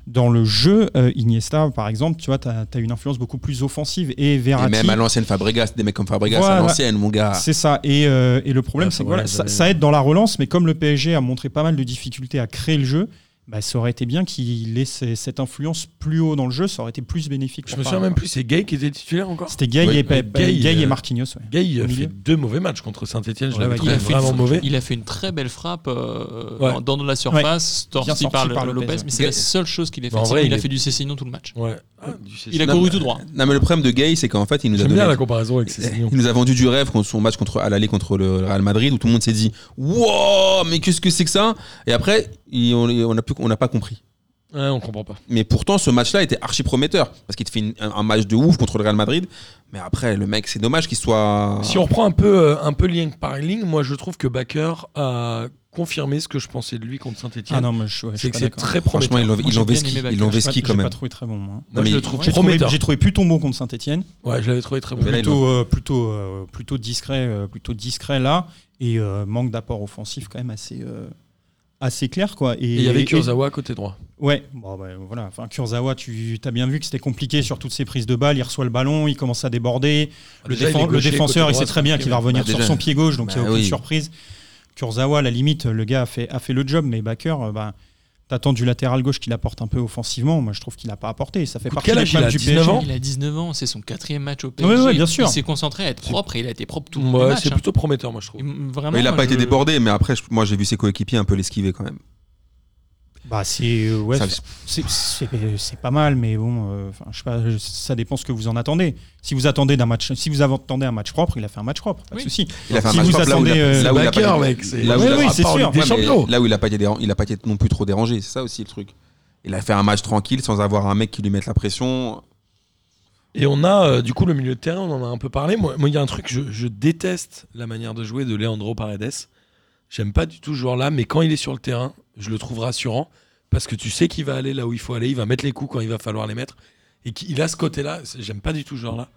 S2: dans le jeu, euh, Iniesta par exemple, tu vois, t'as as une influence beaucoup plus offensive et
S1: Et
S2: Verratti.
S1: même à l'ancienne Fabregas, des mecs comme Fabregas à
S2: Voilà.
S1: l'ancienne, mon gars.
S2: C'est ça. Et, euh, et le
S4: Ah,
S2: problème,
S4: Ouais,
S2: c'est que
S4: voilà,
S2: voilà, ça,
S4: j'avais-
S2: ça aide dans la relance, mais comme le PSG a montré pas mal de difficultés à créer le jeu, bah, ça aurait été bien qu'il ait ces- cette influence plus haut dans le jeu, ça aurait été plus bénéfique.
S4: Je
S2: pour
S4: me
S2: pas-
S4: souviens même plus, c'est Gay qui était titulaire encore
S2: C'était Gay,
S1: Oui,
S2: et, Pep-
S4: Gay,
S2: Gay
S4: euh,
S2: et Marquinhos. ouais.
S4: Gay il a
S2: Au
S4: fait
S2: milieu.
S4: deux mauvais matchs contre Saint-Etienne, je
S2: Ouais,
S4: l'avais
S2: ouais,
S5: Il
S4: trouvé
S5: a, fait une,
S4: vraiment mauvais.
S5: il a fait une très belle frappe euh,
S4: Ouais.
S5: en- dans de la surface, sorti
S2: sorti
S5: par,
S2: par
S5: le-
S2: Lopez,
S5: Lopez,
S2: ouais.
S5: mais c'est la seule chose qu'il a fait.
S4: en
S5: C'est
S4: vrai,
S5: qu'il
S4: il
S5: a
S4: est-
S5: fait du Cessignon tout le match.
S4: Ouais.
S5: Il a
S1: Non,
S5: couru
S1: mais-
S5: tout droit.
S1: Non, mais le problème de Gay, c'est qu'en fait, il nous a
S4: J'aime
S1: donné.
S4: bien la comparaison avec Cessignon.
S1: Il Eh, nous a vendu du rêve contre son match contre, à l'aller contre le Real Madrid où tout le monde s'est dit Wow, mais qu'est-ce que c'est que ça Et après, il- on on n'a plus- on n'a pas compris.
S4: Ouais, on comprend pas.
S1: Mais pourtant, ce match-là était archi prometteur parce qu'il te fait une- un, un match de ouf contre le Real Madrid. Mais après, le mec, c'est dommage qu'il soit.
S4: Si on reprend un peu, euh, un peu lien par ligne, moi je trouve que Baker a confirmé ce que je pensais de lui contre Saint-Etienne.
S2: Ah non, mais je, ouais, je
S4: c'est
S2: suis
S4: que
S2: pas
S4: c'est
S2: d'accord.
S4: très
S1: Franchement,
S4: prometteur.
S1: ils l'ont-
S5: Moi,
S1: ils
S5: j'ai
S1: l'ont
S5: bien
S1: vesqui-
S5: aimé Baker.
S1: ils l'ont
S2: Je sais pas-
S1: vesqui quand
S2: j'ai
S1: même.
S2: pas trouvé très bon. moi.
S1: Non, mais
S4: je le
S1: il-
S4: trouve
S2: J'ai trouvé,
S4: prometteur.
S2: j'ai trouvé plus tombon contre Saint-Etienne.
S4: Ouais, je l'avais trouvé très bon.
S1: Mais là, ils
S2: plutôt, euh, plutôt, euh, plutôt discret, euh, plutôt discret là, et euh, manque d'apport offensif quand même assez, euh, assez clair quoi. Et,
S4: Et il y avait
S2: et-
S4: Kurzawa côté droit.
S2: ouais, bon, bah, voilà. Enfin, Kurzawa, tu as bien vu que c'était compliqué sur toutes ses prises de balles. Il reçoit le ballon, il commence à déborder. Le,
S4: Bah, Déjà, il est
S2: défen- le
S4: gaucher,
S2: défenseur,
S4: côté
S2: il sait
S4: droit,
S2: très bien
S4: c'est
S2: qu'il va revenir
S1: Bah,
S2: sur
S1: déjà.
S2: son pied gauche, donc il n'y
S1: Bah
S2: a aucune
S1: oui.
S2: surprise. Kurzawa, à la limite, le gars a fait, a fait le job, mais Baker, euh, bah, t'attends du latéral gauche qu'il apporte un peu offensivement. Moi, je trouve qu'il n'a pas apporté. Ça fait
S4: Écoute,
S2: partie
S4: quel
S2: des
S4: âge il
S2: problèmes
S4: a
S2: du
S4: 19
S2: PSG.
S4: ans
S5: Il a 19 ans, c'est son quatrième match au
S2: Ouais,
S5: PSG.
S2: ouais, bien sûr.
S5: Il s'est concentré à être propre et il a été propre tout le
S4: Ouais,
S5: match.
S4: c'est
S5: hein.
S4: plutôt prometteur, moi je trouve.
S5: Et m- Vraiment,
S1: Mais il n'a
S5: moi,
S1: pas été
S5: je-
S1: débordé, mais après, je- moi, j'ai vu ses coéquipiers un peu l'esquiver quand même.
S2: Bah, c'est euh, ouais,
S1: Ça-
S2: C'est- C'est c'est pas mal, mais bon, euh, enfin, je sais pas, je- ça dépend ce que vous en attendez. Si vous attendez d'un match, si vous attendez un match propre, il a fait un match propre, pas
S5: Oui.
S2: de souci.
S1: il a fait un
S2: Si
S1: match
S2: vous
S1: propre là où il a-
S2: attendez, euh,
S1: là où il a
S4: Baker,
S1: pas été-
S4: mec, c'est
S1: là où
S2: Ouais,
S1: il a-
S2: oui,
S1: à
S2: c'est
S1: part
S2: sûr.
S1: Ligue des
S4: Ouais, mais-
S1: Champions. Là où il a pas été déran- il a pas été non plus trop dérangé, c'est ça aussi le truc. Il a fait un match tranquille sans avoir un mec qui lui mette la pression.
S4: Et on a, euh, du coup, le milieu de terrain, on en a un peu parlé. Moi, moi, il y a un truc, je, je déteste la manière de jouer de Leandro Paredes. J'aime pas du tout ce joueur-là, mais quand il est sur le terrain, je le trouve rassurant parce que tu sais qu'il va aller là où il faut aller, il va mettre les coups quand il va falloir les mettre. Et qu'il a ce côté-là, c'est- j'aime pas du tout ce genre-là.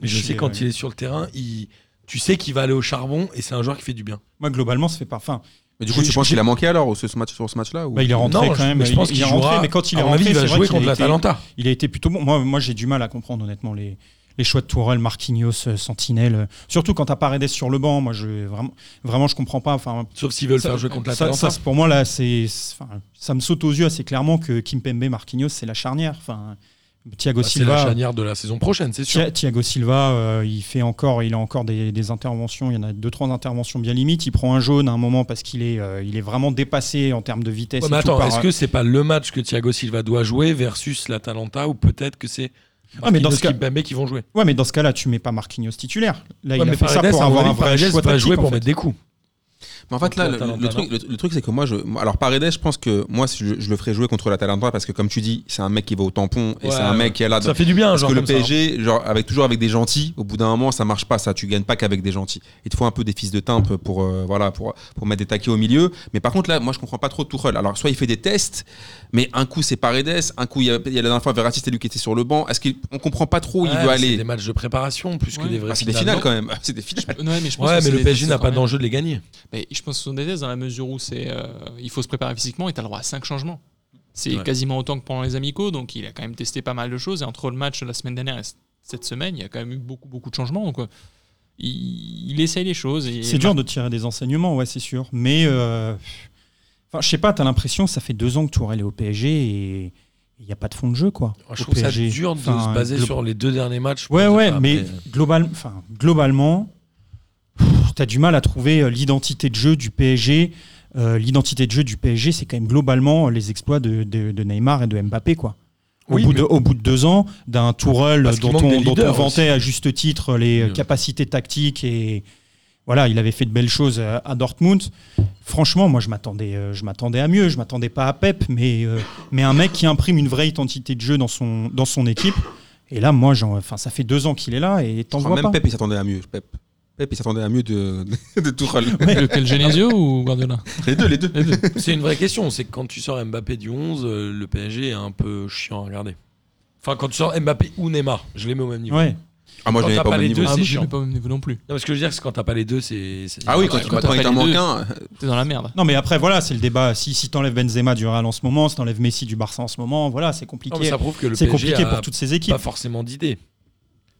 S4: Mais je
S2: Je
S4: sais
S2: suis,
S4: quand
S2: ouais.
S4: il est sur le terrain, il, tu sais qu'il va aller au charbon et c'est un joueur qui fait du bien.
S2: Moi, globalement, ça fait pas. Enfin,
S1: Mais du coup,
S2: Je-
S1: tu penses
S2: je-
S1: qu'il a manqué alors au- ce- ce match- sur ce match-là ou-
S2: bah, il est rentré
S4: Non,
S2: quand même.
S4: mais je
S2: il-
S4: pense
S2: il,
S4: qu'il
S2: est rentré,
S4: jouera-
S2: mais quand il est
S4: à mon avis,
S2: rentré,
S4: il va
S2: c'est vrai
S4: jouer
S2: qu'il a
S4: contre
S2: été-
S4: l'Atalanta.
S2: Il a été plutôt bon. Moi, moi j'ai du mal à comprendre, honnêtement, les, les choix de Tourelle, Marquinhos, euh, Sentinelle. euh, Surtout quand t'as Paredes sur le banc, moi, je, vraiment, vraiment, je comprends pas. Enfin,
S4: Sauf s'ils veulent
S2: Ça-
S4: faire jouer contre
S2: Ça,
S4: l'Atalanta.
S2: ça, pour moi, là, c'est, c'est- enfin, ça me saute aux yeux assez clairement que Kimpembe, Marquinhos, c'est la charnière. Enfin, Thiago
S4: Bah, C'est
S2: Silva.
S4: la charnière de la saison prochaine, c'est sûr.
S2: Thi- Thiago Silva, euh, il fait encore, il a encore des, des interventions. Il y en a deux, trois interventions bien limites. Il prend un jaune à un moment parce qu'il est, euh, il est vraiment dépassé en termes de vitesse.
S4: Ouais,
S2: et
S4: mais
S2: tout
S4: attends,
S2: par-
S4: est-ce que c'est pas le match que Thiago Silva doit jouer versus l'Atalanta ou peut-être que c'est
S2: Ah, mais dans ce cas-
S4: Kimpembe qui vont jouer
S2: Ouais, mais dans ce cas-là, tu mets pas Marquinhos titulaire. Là,
S4: Ouais,
S2: il
S4: mais
S2: a fait ça
S4: Paredes, à
S2: pour
S4: mon
S2: avoir un
S4: avis,
S2: vrai
S4: Paredes
S2: choix
S4: va
S2: tactique,
S4: jouer
S2: en
S4: pour
S2: fait.
S4: mettre des coups.
S1: Mais en fait, là, le,
S4: Contre
S1: le truc, le, le truc, c'est que moi, je, moi- alors Paredes, je pense que moi, si je, je le ferais jouer contre l'Atalanta parce que, comme tu dis, c'est un mec qui va au tampon et
S4: Ouais,
S1: c'est un mec qui est là.
S4: Ça fait du bien, un
S1: parce
S4: genre
S1: que le
S4: comme ça, hein.
S1: PSG, genre, avec, toujours avec des gentils, au bout d'un moment, ça marche pas, ça. Tu gagnes pas qu'avec des gentils. Il te faut un peu des fils de timbre pour, euh, voilà, pour, pour mettre des taquets au milieu. Mais par contre, là, moi, je comprends pas trop Tourelle. Alors, soit il fait des tests, mais un coup, c'est Paredes, un coup, il y a, il y a la dernière fois, Verratti, c'était lui qui était sur le banc. Est-ce qu'on comprend pas trop où
S4: Ouais,
S1: il veut
S4: mais C'est
S1: aller
S4: des matchs de préparation plus que
S5: Ouais.
S4: des vrais
S1: Ah, C'est des finales quand même. C'est des finales.
S5: Ouais, mais je pense
S4: Ouais,
S5: que
S4: mais
S5: c'est
S4: le
S5: des-
S4: PSG
S5: c'est
S4: n'a
S5: quand
S4: pas
S5: même-
S4: d'enjeu de les gagner.
S5: Mais je je pense que ce sont des tests dans la mesure où c'est, euh, il faut se préparer physiquement et tu as le droit à 5 changements. C'est
S4: Ouais.
S5: quasiment autant que pendant les amicaux, donc il a quand même testé pas mal de choses. Et entre le match de la semaine dernière et c- cette semaine, il y a quand même eu beaucoup, beaucoup de changements. Donc, euh, il, il essaye les choses. et-
S2: C'est dur de tirer des enseignements, ouais, c'est sûr. Mais, euh, enfin, je sais pas, t'as l'impression, ça fait deux ans que Tourelle est au PSG et il n'y a pas de fond de jeu, quoi.
S4: Oh, Je
S2: au
S4: trouve ça
S2: PSG.
S4: dur de
S2: Enfin,
S4: se baser
S2: glo-
S4: sur les deux derniers matchs.
S2: Ouais,
S4: Enfin,
S2: ouais,
S4: après,
S2: mais global, enfin, globalement, pff, t'as du mal à trouver euh, l'identité de jeu du PSG. Euh, l'identité de jeu du PSG, c'est quand même globalement euh, les exploits de, de- de Neymar et de Mbappé, quoi. Au,
S4: Oui,
S2: bout
S4: mais-
S2: de, au bout de deux ans, d'un Tourelle
S4: Parce qu'il
S2: dont,
S4: manque des
S2: on, dont on
S4: leaders
S2: vantait à juste titre les euh,
S4: Oui.
S2: capacités tactiques et voilà, il avait fait de belles choses euh, à Dortmund. Franchement, moi, je m'attendais, euh, je m'attendais à mieux. Je m'attendais pas à Pep, mais euh, mais un mec qui imprime une vraie identité de jeu dans son dans son équipe. Et là, moi, j'en- enfin, ça fait deux ans qu'il est là et t'en
S1: Enfin,
S2: vois
S1: même
S2: pas.
S1: Pep, il s'attendait à mieux. Pep, Pep il s'attendait à mieux de, de Tourelle.
S5: Lequel Genesio ou Guardiola
S1: Les deux, les deux.
S5: Les deux.
S4: C'est une vraie question. C'est que quand tu sors Mbappé du 11, euh, le PSG est un peu chiant à regarder. Enfin, quand tu sors Mbappé ou Neymar, je les mets au même niveau.
S2: Ouais.
S1: Ah, moi, je
S4: Quand
S1: l'avais
S4: t'as
S1: pas au
S4: pas
S1: même
S4: les
S1: niveau.
S4: deux,
S5: Ah,
S4: c'est
S5: mais je
S4: chiant.
S5: l'ai pas au même niveau non plus.
S4: Non, mais ce que je veux dire, c'est que quand t'as pas les deux, c'est. c'est-
S1: Ah oui, quand,
S5: Ouais,
S1: il-
S5: quand
S1: quand
S5: t'as
S1: il
S5: pas
S1: t'en manque
S5: les deux.
S1: un.
S5: T'es dans la merde.
S2: Non, mais après, voilà, c'est le débat. Si si t'enlèves Benzema du Real en ce moment, si t'enlèves Messi du Barça en ce moment, voilà, c'est
S4: Non, mais
S2: compliqué.
S4: ça prouve que le
S2: C'est
S4: PSG
S2: compliqué
S4: a
S2: pour toutes ces équipes.
S4: pas forcément d'idées.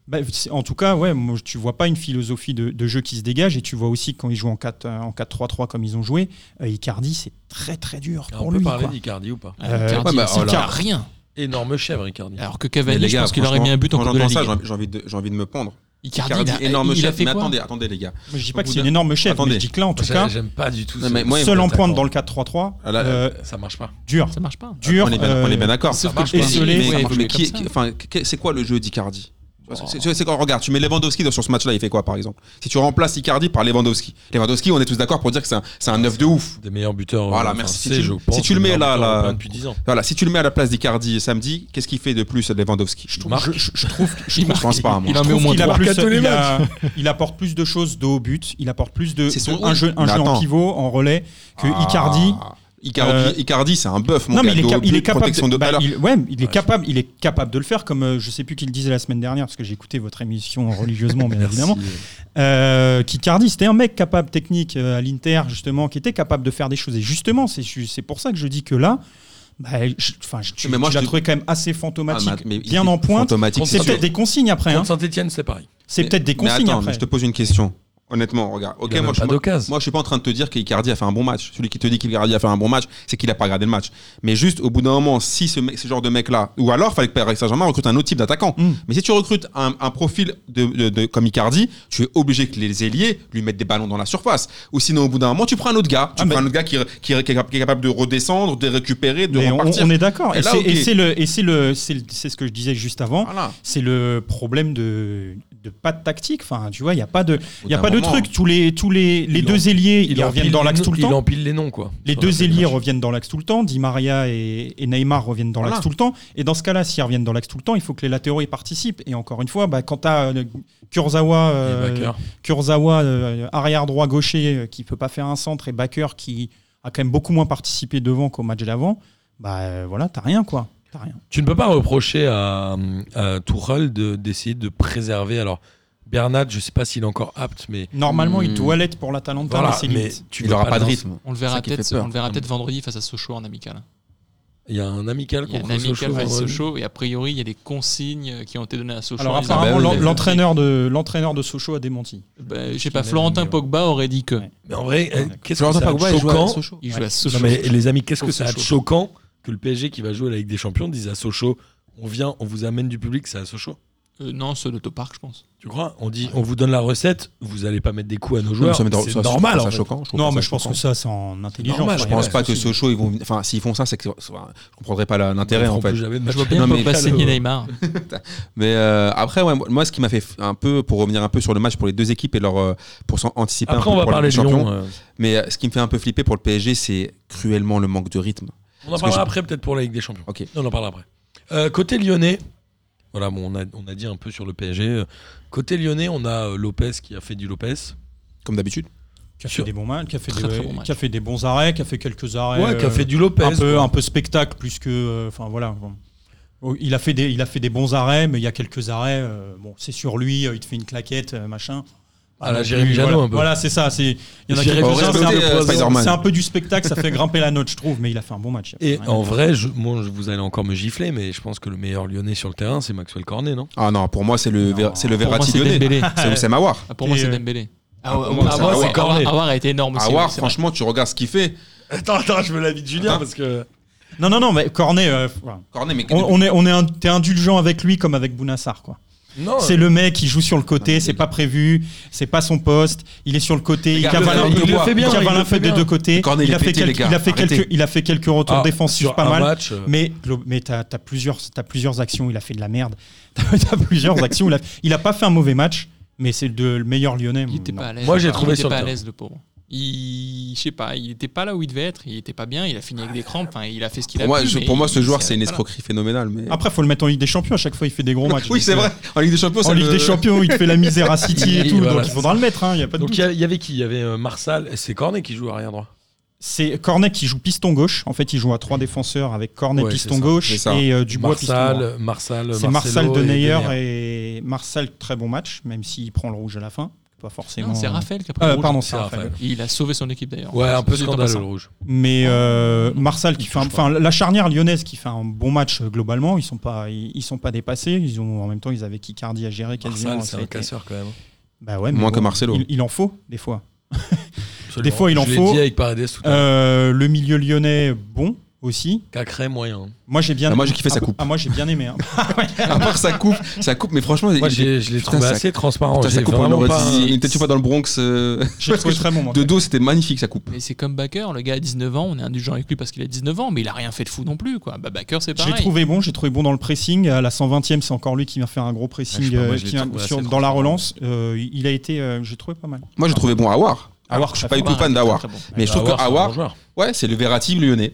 S2: Bah, c'est- en tout cas, ouais, moi, tu vois pas une philosophie de, de jeu qui se dégage et tu vois aussi que quand ils jouent en 4 euh, en 4-3-3 comme ils ont joué, euh, Icardi c'est très très dur
S4: Ah,
S2: pour
S4: On peut
S2: lui.
S4: parler
S2: quoi.
S4: d'Icardi ou pas Ah,
S2: Euh,
S5: Ah, Icardi,
S1: ouais, bah,
S5: c'est
S1: oh là.
S5: qu'il y a rien.
S4: Énorme chèvre, Icardi.
S5: Alors que
S1: Mais
S5: Cavani, je pense qu'il aurait mis un but en
S1: quand
S5: Coupe de la
S1: j'entends ça,
S5: Ligue.
S1: j'ai j'ai envie de, j'ai envie de me pendre.
S5: Icardi,
S1: Icardi,
S5: il a-
S1: énorme
S5: il a
S1: chef.
S5: fait
S1: Mais
S5: quoi
S1: attendez, attendez, les gars.
S2: Moi, je dis
S1: Au
S2: pas que
S1: bout
S2: c'est une
S1: d'un-
S2: énorme chèvre, mais
S1: Attendez.
S2: je dis que là en tout
S4: Moi,
S2: cas,
S4: j'a- J'aime pas du tout
S1: Non,
S4: ce-
S1: mais moi,
S4: cet
S2: seul en
S4: attaquant.
S2: pointe dans le 4-3-3,
S1: Ah là,
S2: euh,
S4: Ça marche pas.
S2: dur,
S5: Ça marche pas.
S2: dur.
S1: Ah, on
S2: euh,
S1: est bien, on est bien d'accord.
S5: Sauf
S4: ça
S5: que
S4: marche
S5: le
S2: pas.
S5: PSG,
S2: Isolé,
S5: ouais,
S1: mais
S5: il
S1: mais
S5: faut jouer
S1: qui,
S5: comme
S1: qui-
S5: ça.
S1: enfin, que- c'est quoi le jeu d'Icardi Tu vois,
S5: Oh.
S1: c'est- c'est- C'est quand regarde, tu mets Lewandowski dans- sur ce match-là, il fait quoi par exemple Si tu remplaces Icardi par Lewandowski, Lewandowski, on est tous d'accord pour dire que c'est un- c'est un neuf de ouf.
S4: Des meilleurs buteurs.
S1: Voilà,
S4: euh,
S1: merci.
S4: français,
S1: Si tu-
S4: je
S1: si
S4: pense,
S1: tu le
S4: des
S1: mets là,
S4: meilleurs buteurs
S1: là-
S4: européens depuis 10 ans.
S1: Voilà, si tu le mets à la place d'Icardi samedi, qu'est-ce qu'il fait de plus Lewandowski
S4: Je trouve.
S2: Je, je- je trouve, que- je
S5: Il
S1: Je
S2: trouve
S1: pense pas, moi.
S5: Il en met au
S2: qu'il
S5: moins
S2: a
S5: trois.
S2: plus-
S4: à tous les
S2: il a- il apporte plus de choses de haut but, il apporte plus de
S1: C'est son-
S2: un jeu, un
S1: Mais
S2: jeu en
S1: attends.
S2: pivot, en relais que
S1: Ah,
S2: Icardi.
S1: Icardi,
S2: Euh,
S1: Icardi, c'est un bœuf, mon
S2: Non mais
S1: gars.
S2: il est,
S1: Dos
S2: cap-
S1: au
S2: il est
S1: but,
S2: capable.
S1: protection
S2: de,
S1: de
S2: bah,
S1: valeur.
S2: il, ouais, il est
S4: Ouais,
S2: capable, il est capable de le faire. Comme euh, je sais plus qui le disait la semaine dernière, parce que j'ai écouté votre émission religieusement, bien
S4: Merci.
S2: évidemment. Euh, Kikardi, c'était un mec capable technique euh, à l'Inter, justement, qui était capable de faire des choses. Et justement, c'est ju- c'est pour ça que je dis que là, bah, je, enfin, je, tu,
S1: Mais moi,
S2: tu
S1: je
S2: l'as
S1: te-
S2: trouvé quand même assez
S1: Ah,
S2: fantomatique,
S1: mais- mais il
S2: bien
S1: est
S2: en pointe.
S1: fantomatique,
S2: C'est
S1: sûr.
S2: peut-être des consignes après. hein.
S4: Contre Saint-Etienne, c'est pareil.
S2: C'est
S1: Mais-
S2: peut-être des
S1: mais
S2: consignes
S1: attends,
S2: après.
S1: mais je te pose une question. Honnêtement, regarde. Ok,
S4: Il a
S1: moi
S4: même
S1: je,
S4: pas
S1: moi,
S4: d'occasion.
S1: moi, je suis pas en train de te dire qu'Icardi a fait un bon match. Celui qui te dit qu'Icardi a fait un bon match, c'est qu'il a pas regardé le match. Mais juste au bout d'un moment, si ce, mec- ce genre de mec-là, ou alors fallait que Paris Saint-Germain recrute un autre type d'attaquant.
S2: Mm.
S1: Mais si tu recrutes un, un profil de, de- de- comme Icardi, tu es obligé que les ailiers lui mettent des ballons dans la surface. Ou sinon, au bout d'un moment, tu prends un autre gars. Tu prends
S2: Ah, mais-
S1: un autre gars qui, qui- qui est capable de redescendre, de récupérer, de
S2: Mais on,
S1: repartir.
S2: on est d'accord.
S1: Et
S2: Et,
S1: là,
S2: c'est
S1: ok.
S2: et c'est le, et c'est le, c'est le- c'est ce que je disais juste avant.
S1: Voilà.
S2: C'est le problème de, de pas de tactique. Enfin, tu vois, il n'y a pas de,
S1: Au bout
S2: y a
S1: d'un
S2: pas de
S1: moment,
S2: truc. Tous les, tous les, les
S4: Il
S2: deux ailiers, ils
S4: empile
S2: reviennent dans
S4: les
S2: l'axe
S4: noms-
S2: tout le temps.
S4: Il empile les noms, quoi.
S2: Les
S4: Sur la
S2: deux
S4: feuille de
S2: ailiers
S4: match.
S2: reviennent dans l'axe tout le temps. Di Maria et, et Neymar reviennent dans
S1: Voilà.
S2: l'axe tout le temps. Et dans ce cas-là, s'ils reviennent dans l'axe tout le temps, il faut que les latéraux y participent. Et encore une fois, bah, quand tu as Kurzawa, euh,
S4: Et Bakker.
S2: Kurzawa euh, arrière droit gaucher euh, qui peut pas faire un centre et Bakker qui a quand même beaucoup moins participé devant qu'au match d'avant, bah euh, voilà, t'as rien quoi. T'as rien.
S4: Tu ne peux pas reprocher à, à Tuchel de- d'essayer de préserver. Alors, Bernat, je sais pas s'il est encore apte, mais.
S2: Normalement,
S1: Hmm.
S2: il doit l'être pour l'Atalanta,
S4: Voilà,
S2: mais c'est
S4: mais
S2: limite.
S4: tu
S1: Il
S4: peux
S1: aura pas de
S4: lancer-
S1: rythme.
S5: On le
S1: ça
S5: verra
S1: qui fait
S5: peut-être
S1: peur.
S5: on le verra peut-être vendredi face à Sochaux en amical.
S4: Il y a un amical
S5: Il y a un
S4: contre
S5: amical
S4: Sochaux. euh,
S5: face à
S4: vendredi.
S5: Sochaux et a priori il y a des consignes qui ont été données à Sochaux.
S2: Alors
S5: Ils ont-
S2: apparemment,
S1: bah
S2: l'en-
S1: oui.
S2: l'entraîneur de l'entraîneur de Sochaux a démenti.
S5: Bah, je sais pas, Florentin Pogba aurait dit que
S2: Ouais.
S4: Mais en vrai, euh,
S2: Ouais.
S4: qu'est-ce que ça a de choquant
S5: il joue à
S4: Non,
S5: Sochaux.
S4: mais les amis, qu'est-ce que
S5: Sauf
S4: ça a de
S5: Sochaux.
S4: choquant que le PSG qui va jouer à la Ligue des Champions dise à Sochaux on vient, on vous amène du public, c'est à Sochaux
S5: Euh, non, ceux d'Autopark, je pense.
S4: Tu crois On dit on vous donne la recette, vous allez pas mettre des coups à nos joueurs.
S1: Ça m'étonne-
S4: C'est
S1: ça- ça-
S4: normal.
S1: ça
S4: en fait.
S1: choquant. trouve
S2: Non,
S1: pas
S2: mais
S1: ça
S2: je pense
S1: choquant.
S2: que ça, c'est en intelligence.
S4: normal,
S1: Je
S4: Ouais,
S1: pense
S4: ouais,
S1: pas que
S4: c'est possible.
S1: Sochaux, ils vont. Enfin, s'ils font ça, c'est que. c'est- Je comprendrais pas la- l'intérêt, en
S4: On
S1: fait.
S4: peut jamais de
S5: Je
S4: match.
S5: vois bien
S1: Non, mais-
S5: Pogba saigner Neymar.
S1: Mais euh, après, ouais, moi- moi, ce qui m'a fait f- un peu, pour revenir un peu sur le match pour les deux équipes et leur. euh, pour s'en anticiper un
S4: Après,
S1: peu
S4: on va
S1: pour la
S4: parler
S1: Ligue
S4: de
S1: des
S2: hein.
S4: Lyon.
S1: Champions.
S4: euh.
S1: Mais euh, ce qui me fait un peu flipper pour le PSG, c'est cruellement le manque de rythme.
S4: On en
S1: que je-
S4: parlera après, peut-être pour la Ligue des Champions.
S1: Ok.
S4: On en parlera après. Euh, côté lyonnais, voilà, bon, on, a, on a dit un peu sur le PSG. Euh, Côté lyonnais, on a euh, Lopez qui a fait du Lopez.
S1: Comme d'habitude.
S2: Qui a fait
S4: Sur-
S2: des bons matchs, qui a fait,
S5: Très,
S2: des,
S5: très bons
S2: qui a
S5: matchs.
S2: fait des bons arrêts, qui a fait quelques arrêts.
S4: Ouais, qui a
S2: euh,
S4: fait du Lopez.
S2: un peu,
S4: quoi.
S2: un peu spectacle plus que. euh, Enfin voilà. bon. Oh, Il a, fait des, il a fait des bons arrêts, mais il y a quelques arrêts. euh, bon, c'est sur lui, euh, il te fait une claquette, euh, machin.
S4: À Ah, la Jérémy Janot,
S2: voilà.
S4: un peu.
S2: Voilà, c'est ça. c'est- Il y en a
S4: Jérémy
S2: quelques-uns,
S1: Janot,
S2: c'est un peu-
S1: euh, Spider-Man.
S2: c'est un peu du spectacle, ça fait grimper la note, je trouve, mais il a fait un bon match.
S4: Et
S2: Ouais.
S4: en vrai, je, moi, je- vous allez encore me gifler, mais je pense que le meilleur Lyonnais sur le terrain, c'est Maxwell Cornet, non
S1: Ah non, pour moi, c'est le,
S2: Non.
S1: Ver- c'est le
S5: Pour moi,
S1: Verratti
S5: c'est
S1: lyonnais.
S5: Dembélé.
S1: C'est c'est Mawar.
S5: Ah, Pour moi,
S2: Et,
S5: c'est
S2: euh,
S5: Dembélé.
S1: Ah, ouais, moi, c'est
S5: Awar,
S1: Awar.
S5: c'est- Awar- Awar a été énorme aussi.
S1: Awar,
S5: oui, c'est vrai.
S1: franchement, tu regardes ce qu'il fait.
S4: Attends, attends, je veux l'avis de
S1: Julien,
S4: parce que.
S2: Non, non, non, mais Cornet, euh, voilà.
S1: Cornet, mais.
S2: on, on est, on est un- t'es indulgent avec lui comme avec Bounassar, quoi.
S4: Non, euh,
S2: C'est le mec qui joue sur le
S1: Non, mais
S2: côté, c'est
S1: il-
S2: pas prévu, c'est pas son poste, il est sur le côté, il
S1: Regarde,
S2: cavale un
S1: il le
S2: peu,
S1: fait
S4: bien,
S2: il cavale
S4: il le
S2: un peu
S4: fait
S2: des
S4: bien.
S2: deux côtés,
S1: Cornet, il
S2: il
S1: est
S2: a fait
S1: pété, les
S2: quelques-
S1: gars,
S2: il a fait
S1: arrêtez.
S2: quelques- il a fait quelques retours
S4: Ah,
S2: défensifs
S4: sur
S2: pas
S4: un
S2: mal.
S4: match, euh,
S2: Mais, glo- mais t'as as plusieurs, t'as plusieurs actions, il a fait de la merde. T'as t'as plusieurs actions, il a, il a pas fait un mauvais match, mais c'est de le meilleur Lyonnais.
S5: Il était
S2: non.
S5: pas à l'aise.
S4: Moi, j'ai
S5: Il
S4: trouvé
S5: était
S4: sur le
S5: pas à
S4: terrain.
S5: l'aise, le pauvre. Il, je sais pas, il était pas là où il devait être. Il était pas bien. Il a fini avec des crampes. Enfin, il a fait ce qu'il a
S1: Pour moi,
S5: pu,
S1: je-
S5: mais
S1: pour moi, ce
S5: il-
S1: joueur, c'est une
S5: voilà.
S1: escroquerie phénoménale. mais-
S2: Après, faut le mettre en Ligue des Champions, à chaque fois il fait des gros matchs.
S1: Oui,
S2: Donc,
S1: c'est
S2: euh,
S1: vrai. En Ligue des Champions,
S2: En
S1: c'est
S2: Ligue
S1: le-
S2: des Champions, il te fait la misère à City et
S4: Il-
S2: tout,
S4: voilà.
S2: donc il faudra le mettre, hein, il y a pas de
S4: Donc
S2: doute.
S4: il y, a- il y avait qui Il y avait euh, Marsal, c'est Cornet qui joue arrière droit.
S2: C'est Cornet qui joue piston gauche. En fait, il joue à trois défenseurs avec Cornet
S4: Ouais,
S2: piston
S4: c'est ça,
S2: gauche
S1: c'est ça.
S2: et euh, Dubois piston droit.
S4: Marsal, Marsal,
S2: C'est
S4: Marcelo
S2: Marcel de
S4: et
S2: Neuer et, Marcel, très bon match, même s'il prend le rouge à la fin. Pas forcément.
S5: Non, c'est Raphaël qui a pris le
S2: Euh,
S5: rouge.
S2: pardon,
S4: C'est
S2: c'est Raphaël.
S4: Raphaël.
S5: Il a sauvé son équipe d'ailleurs.
S4: Ouais, un peu
S5: Soit en
S4: scandaleux le
S5: passant.
S4: rouge.
S2: Mais euh, Marcel qui
S4: Il
S2: fait, un-
S4: touche pas.
S2: enfin la charnière lyonnaise qui fait un bon match euh, globalement. Ils sont pas, ils, ils sont pas dépassés. Ils ont en même temps ils avaient Kikardi à gérer quasiment.
S4: Marsal,
S2: ça
S4: c'est
S2: a
S4: un
S2: été-
S4: casseur quand même. hein.
S2: Bah ouais, mais
S1: Moins que Marcelo.
S2: Il, il en faut des fois.
S4: Absolument.
S2: Des fois, il en
S4: je l'ai
S2: faut.
S4: dit avec Paredes tout à l'heure.
S2: Euh, le milieu lyonnais bon aussi.
S4: Cacré hein. moyen.
S2: Moi j'ai bien.
S1: Ah, moi, j'ai kiffé sa
S2: Ah,
S1: coupe.
S2: ah, moi j'ai bien aimé. hein.
S1: À part sa coupe, sa coupe, mais franchement,
S4: Moi,
S1: il-
S4: j'ai- je l'ai
S1: Putain,
S4: trouvé
S1: ça-
S4: assez transparent.
S1: putain,
S4: J'ai
S1: sa coupe, on
S4: vraiment
S1: l'aurait
S4: pas-
S1: dit. Il était une fois dans le Bronx. euh,
S2: J'ai trouvé très bon. moi.
S1: De dos, c'était magnifique sa coupe.
S5: Mais c'est comme Baker, le gars a 19 ans, on est indulgent avec lui parce qu'il a 19 ans, mais il a rien fait de fou non plus. Quoi. Bah, Baker, c'est
S2: J'ai
S5: pareil.
S2: trouvé bon, j'ai trouvé bon dans le pressing. À la 120e, c'est encore lui qui vient faire un gros pressing
S4: Ah, je sais pas, moi,
S2: euh,
S4: je l'ai
S2: qui vient-
S4: trouvé
S2: sur-
S4: assez
S2: dans la
S4: transparent.
S2: relance. Euh, il a été, euh, j'ai trouvé pas mal.
S1: Moi, j'ai trouvé bon Awar.
S2: Awar,
S1: je suis
S2: ça
S1: pas
S2: fait
S1: du tout
S5: Awar
S1: fan
S5: est très,
S1: d'Awar.
S5: très bon.
S1: Mais je trouve
S4: Ah,
S1: que
S4: Awar, c'est un bon
S1: Awar,
S4: joueur.
S1: ouais, c'est le Verratti lyonnais.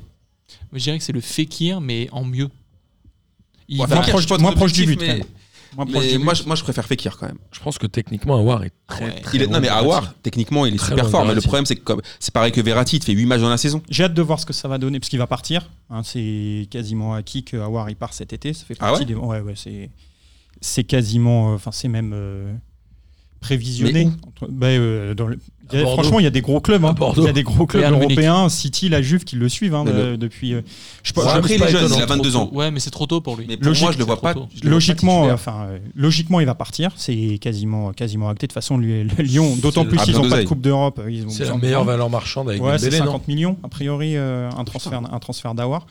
S5: Mais je dirais que c'est le Fekir, mais en mieux. Il
S1: Ouais,
S5: va-
S2: Moins
S1: Fekir,
S2: proche-
S1: je pense,
S2: moins
S1: de
S2: proche du but,
S1: l'objectif,
S2: quand même. Moi,
S1: Mais,
S2: proche
S1: mais
S2: du but.
S1: moi, je, moi, je préfère Fekir quand même.
S4: Je pense que techniquement, Awar est très,
S5: Ouais.
S4: très
S1: Il est-
S4: bon
S1: non, mais
S4: là-dessus.
S1: Awar, techniquement, il est
S4: Très
S1: super
S4: bon
S1: fort. Mais le
S4: Verratti.
S1: problème, c'est que comme- c'est pareil que Verratti, il te fait 8 matchs dans la saison.
S2: J'ai hâte de voir ce que ça va donner parce qu'il va partir. hein, c'est quasiment acquis que Awar il part cet été. Ça fait
S1: Ah
S2: partie
S1: ouais
S2: des. Ouais, ouais, c'est c'est quasiment, euh, enfin c'est même euh, prévisionné.
S1: Mais
S2: Entre- bah, euh, dans le- il y a-
S4: À Bordeaux.
S2: franchement, il y a des gros clubs. hein.
S4: À Bordeaux.
S2: Il y a des gros
S5: Et à
S2: clubs
S5: Munich.
S2: européens, City, la Juve qui le suivent hein,
S1: Mais le-
S2: de- depuis. euh, je,
S1: Bon,
S2: je-
S1: après, il est
S4: pas
S1: jeune, il
S4: étonnant,
S1: a 22 ans.
S5: Ouais, mais c'est trop tôt pour lui.
S1: Mais pour moi, je le vois
S5: c'est
S1: pas.
S5: trop tôt.
S1: je le vois pas
S2: Logiquement,
S1: titulaire.
S2: enfin, euh, logiquement, il va partir. C'est quasiment, euh, quasiment acté. De toute façon, lui- le Lyon, d'autant
S4: le-
S2: plus
S1: Ah,
S2: qu'ils
S1: bien
S2: n'ont pas de
S1: d'oseille.
S2: Coupe d'Europe. euh, ils ont
S4: C'est
S2: besoin
S4: la
S2: de
S4: meilleure
S2: prendre.
S4: valeur marchande avec
S2: Ouais, c'est
S4: Dembélé, non
S2: 50 millions, a priori, euh, un transfert, un transfert d'Awar.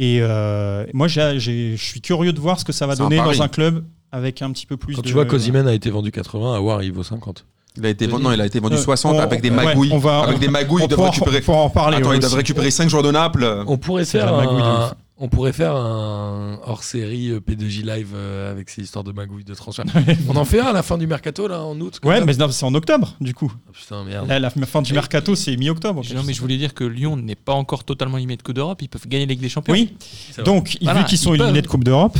S2: Et euh, moi, j'ai- j'ai- je suis curieux de voir ce que ça va
S1: C'est un
S2: donner
S1: pari.
S2: dans un club avec un petit peu plus
S4: Quand
S2: de.
S4: tu vois Cosimène a été vendu 80, Awar il vaut 50.
S1: Il a été vendu, non, il a été vendu
S2: Euh,
S1: 60
S2: on-
S1: avec des
S2: ouais,
S1: magouilles.
S2: on va-
S1: avec des magouilles,
S2: on
S1: ils doivent
S2: pourra-
S1: récupérer.
S2: on pourra en parler.
S1: Attends,
S2: ouais,
S1: ils doivent
S2: aussi.
S1: récupérer 5 joueurs de Naples.
S4: On pourrait
S2: C'est
S4: faire
S2: la magouille de ouf.
S4: un, on pourrait faire un hors série P2J live euh, avec ces histoires de magouilles de transfert. on en fait un à la fin du mercato là en août. comme
S2: Ouais,
S4: ça
S2: mais non, c'est en octobre, du coup.
S4: Ah, putain merde.
S2: Là, la fin du
S5: Et-
S2: mercato, c'est mi-octobre.
S5: Non, mais je voulais dire que Lyon n'est pas encore totalement éliminé de Coupe d'Europe. Ils peuvent gagner la Ligue des Champions.
S2: Oui,
S4: vrai.
S2: donc,
S5: Voilà,
S2: vu qu'ils sont
S5: ils peuvent.
S2: éliminés de Coupe d'Europe,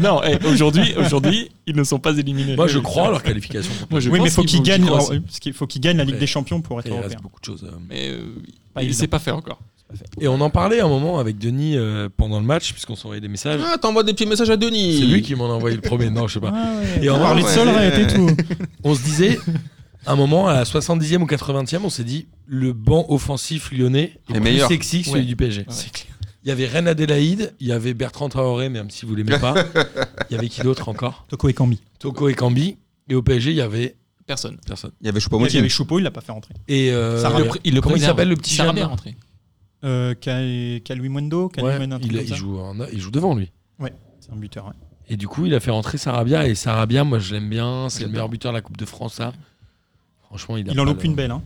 S5: non, eh, aujourd'hui, aujourd'hui, ils ne sont pas éliminés.
S4: Moi je crois à leur qualification.
S5: Moi, je
S2: oui,
S5: pense
S2: mais faut
S5: qu'ils
S2: qu'ils
S5: vont-
S2: gagnent,
S5: j'y crois.
S2: alors, parce qu'il faut qu'ils gagnent la Ligue
S4: Ouais.
S2: des Champions pour être
S4: Après, il reste
S2: européen.
S4: beaucoup de choses. euh.
S5: Mais euh,
S2: Pas
S5: il ne
S2: évident.
S5: sait pas faire encore.
S4: Et on en parlait à un moment avec Denis euh, pendant le match puisqu'on s'envoyait des messages.
S1: Ah, t'envoies des petits messages à Denis.
S4: C'est lui qui m'en a envoyé le premier. Non je sais pas.
S2: Ah ouais,
S4: Et
S2: on
S4: on-
S2: parlait de
S1: ouais.
S2: Solred et tout.
S4: On se disait à un moment à la 70e ou 80e on s'est dit le banc offensif lyonnais
S1: Est
S4: est, plus
S1: meilleur.
S4: sexy que celui
S5: Ouais.
S4: du PSG.
S5: C'est clair.
S4: Il y avait Reine Adélaïde, il y avait Bertrand Traoré même si vous l'aimez pas. Il y avait qui d'autre encore?
S2: Toko et Cambi.
S4: Toko et Cambi. Et au PSG, il y avait
S5: Personne.
S4: personne.
S1: Il y avait Choupa
S2: Il y avait
S1: Moting.
S2: Choupeau, il l'a pas fait rentrer.
S4: Et euh,
S2: Ça
S5: Il le pr- il le
S4: comment il
S5: préserve.
S4: s'appelle le petit
S5: Sarabia
S4: Germain
S5: est rentré.
S2: Euh, Ka- Kalui Mwendo, Kalui
S4: Ouais,
S2: Mwendo, un truc
S4: il,
S2: comme
S4: il
S2: ça.
S4: joue en- il joue devant lui.
S2: C'est un buteur. ouais.
S4: Et du coup, il a fait rentrer Sarabia. Et Sarabia, moi, je l'aime bien. C'est le
S5: J'adore.
S4: meilleur buteur de la Coupe de France. Ça. Franchement, il a
S2: Il en
S4: pas
S2: loupe
S4: le-
S2: une belle. Hein.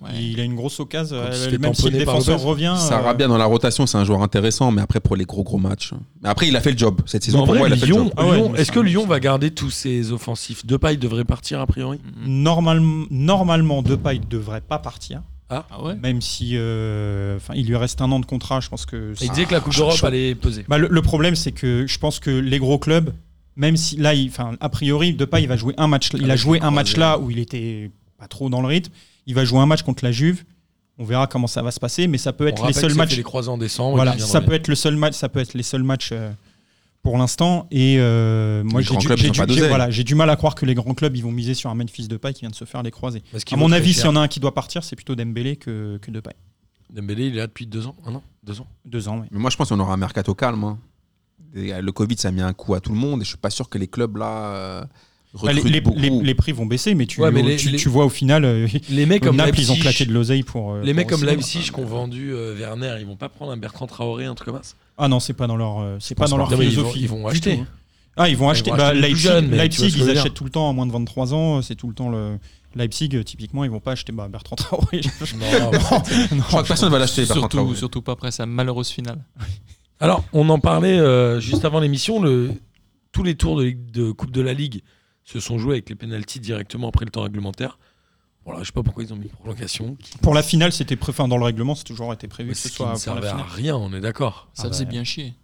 S5: Ouais.
S2: Il a une grosse occasion.
S4: Quand il se
S2: euh,
S4: fait
S2: Même si le
S4: tamponner par
S2: défenseur
S4: Lopez.
S2: revient. euh,
S1: Sarabia dans la rotation, c'est un joueur intéressant, mais après pour les gros gros matchs. Mais après, il a fait le job cette
S4: Mais
S1: saison.
S4: en
S1: Pour
S4: vrai,
S1: moi, il a fait le
S4: Lyon,
S1: job.
S2: Ah ouais,
S4: Lyon-
S2: mais
S4: est-ce
S2: c'est
S4: que
S2: un-
S4: Lyon va garder tous ses offensifs Depay devrait partir a priori.
S2: Normalement, normalement, Depay ne devrait pas partir,
S5: Ah ouais
S2: même si euh, enfin, il lui reste un an de contrat. Je pense que.
S4: Il disait que la
S5: Ah,
S4: Coupe d'Europe allait peser.
S2: Bah, le, le problème, c'est que je pense que les gros clubs, même si là, il- enfin, a priori, Depay, il va jouer un match. Il a
S4: Avec
S2: joué
S4: les
S2: un match là
S4: croisés.
S2: où il était pas trop dans le rythme. Il va jouer un match contre la Juve. On verra comment ça va se passer, mais ça peut
S4: On
S2: être les
S4: rappelle que
S2: seuls
S4: ça
S2: matchs.
S4: fait les croisés en décembre. et
S2: Voilà,
S4: qu'il
S2: ça
S4: viendrait.
S2: peut être le seul match, ça peut être les seuls matchs euh, pour l'instant. Et euh, moi,
S1: Les
S2: j'ai
S1: grands
S2: du,
S1: clubs
S2: j'ai
S1: sont
S2: du-
S1: pas
S2: j'ai-
S1: d'oseille.
S2: voilà, j'ai du mal à croire que les grands clubs ils vont miser sur un Memphis Depay qui vient de se faire les croisés.
S4: Parce qu'il
S2: À
S4: vaut
S2: mon
S4: très
S2: avis,
S4: cher.
S2: s'il y en a un qui doit partir, c'est plutôt Dembélé que, que Depay.
S4: Dembélé, il est là depuis deux ans. Un an Deux ans
S2: Deux ans, ouais.
S1: Mais moi, je pense qu'on aura un mercato calme. hein. Et, euh, Le Covid, ça a mis un coup à tout le monde et je suis pas sûr que les clubs là euh,
S2: Bah, les,
S1: recrutent
S2: les-
S1: beaucoup.
S2: les- les prix vont baisser, mais tu,
S4: Ouais, mais les-
S2: tu,
S4: les-
S2: tu vois au final, euh,
S4: Les mecs comme
S2: Naples, ils ont
S4: Leipzig-
S2: claqué de l'oseille pour. euh,
S4: Les
S2: pour
S4: mecs comme
S2: Osimhen.
S4: Leipzig qui ont vendu euh, Werner, ils vont pas prendre un Bertrand Traoré, un truc comme ça.
S2: Ah non, c'est pas dans leur, euh, c'est pas
S4: pense
S2: dans
S4: pas.
S2: leur
S4: Non, mais ils
S2: philosophie.
S4: vont- ils vont
S2: du
S4: acheter.
S2: tout, hein. Ah, ils vont acheter.
S4: vont
S2: bah,
S4: acheter les plus
S2: Leipzig,
S4: jeunes, mais tu vois
S2: Leipzig,
S4: ce que je
S2: ils
S4: veux dire.
S2: achètent tout le temps à moins de 23 ans. C'est tout le temps le Leipzig. euh, Typiquement, ils vont pas acheter bah, Bertrand Traoré. je- non,
S1: Je crois que personne va l'acheter. par contre, là,
S5: Surtout,
S1: ouais.
S5: surtout pas après sa malheureuse finale.
S4: Ah Alors, on en parlait euh, juste avant l'émission. Le... Tous les tours de, Ligue- de Coupe de la Ligue se sont joués avec les pénalties directement après le temps réglementaire. Voilà, je sais pas pourquoi ils ont mis une prolongation. Qui,
S2: Pour la finale, c'était pré... enfin, dans le règlement, c'est toujours été prévu que
S4: ce
S2: ce
S4: qui
S2: soit
S4: ne
S2: pour la
S4: servait à
S2: finale.
S4: rien, on est d'accord.
S5: Ça
S2: Ah
S5: faisait
S2: ouais.
S5: bien chier.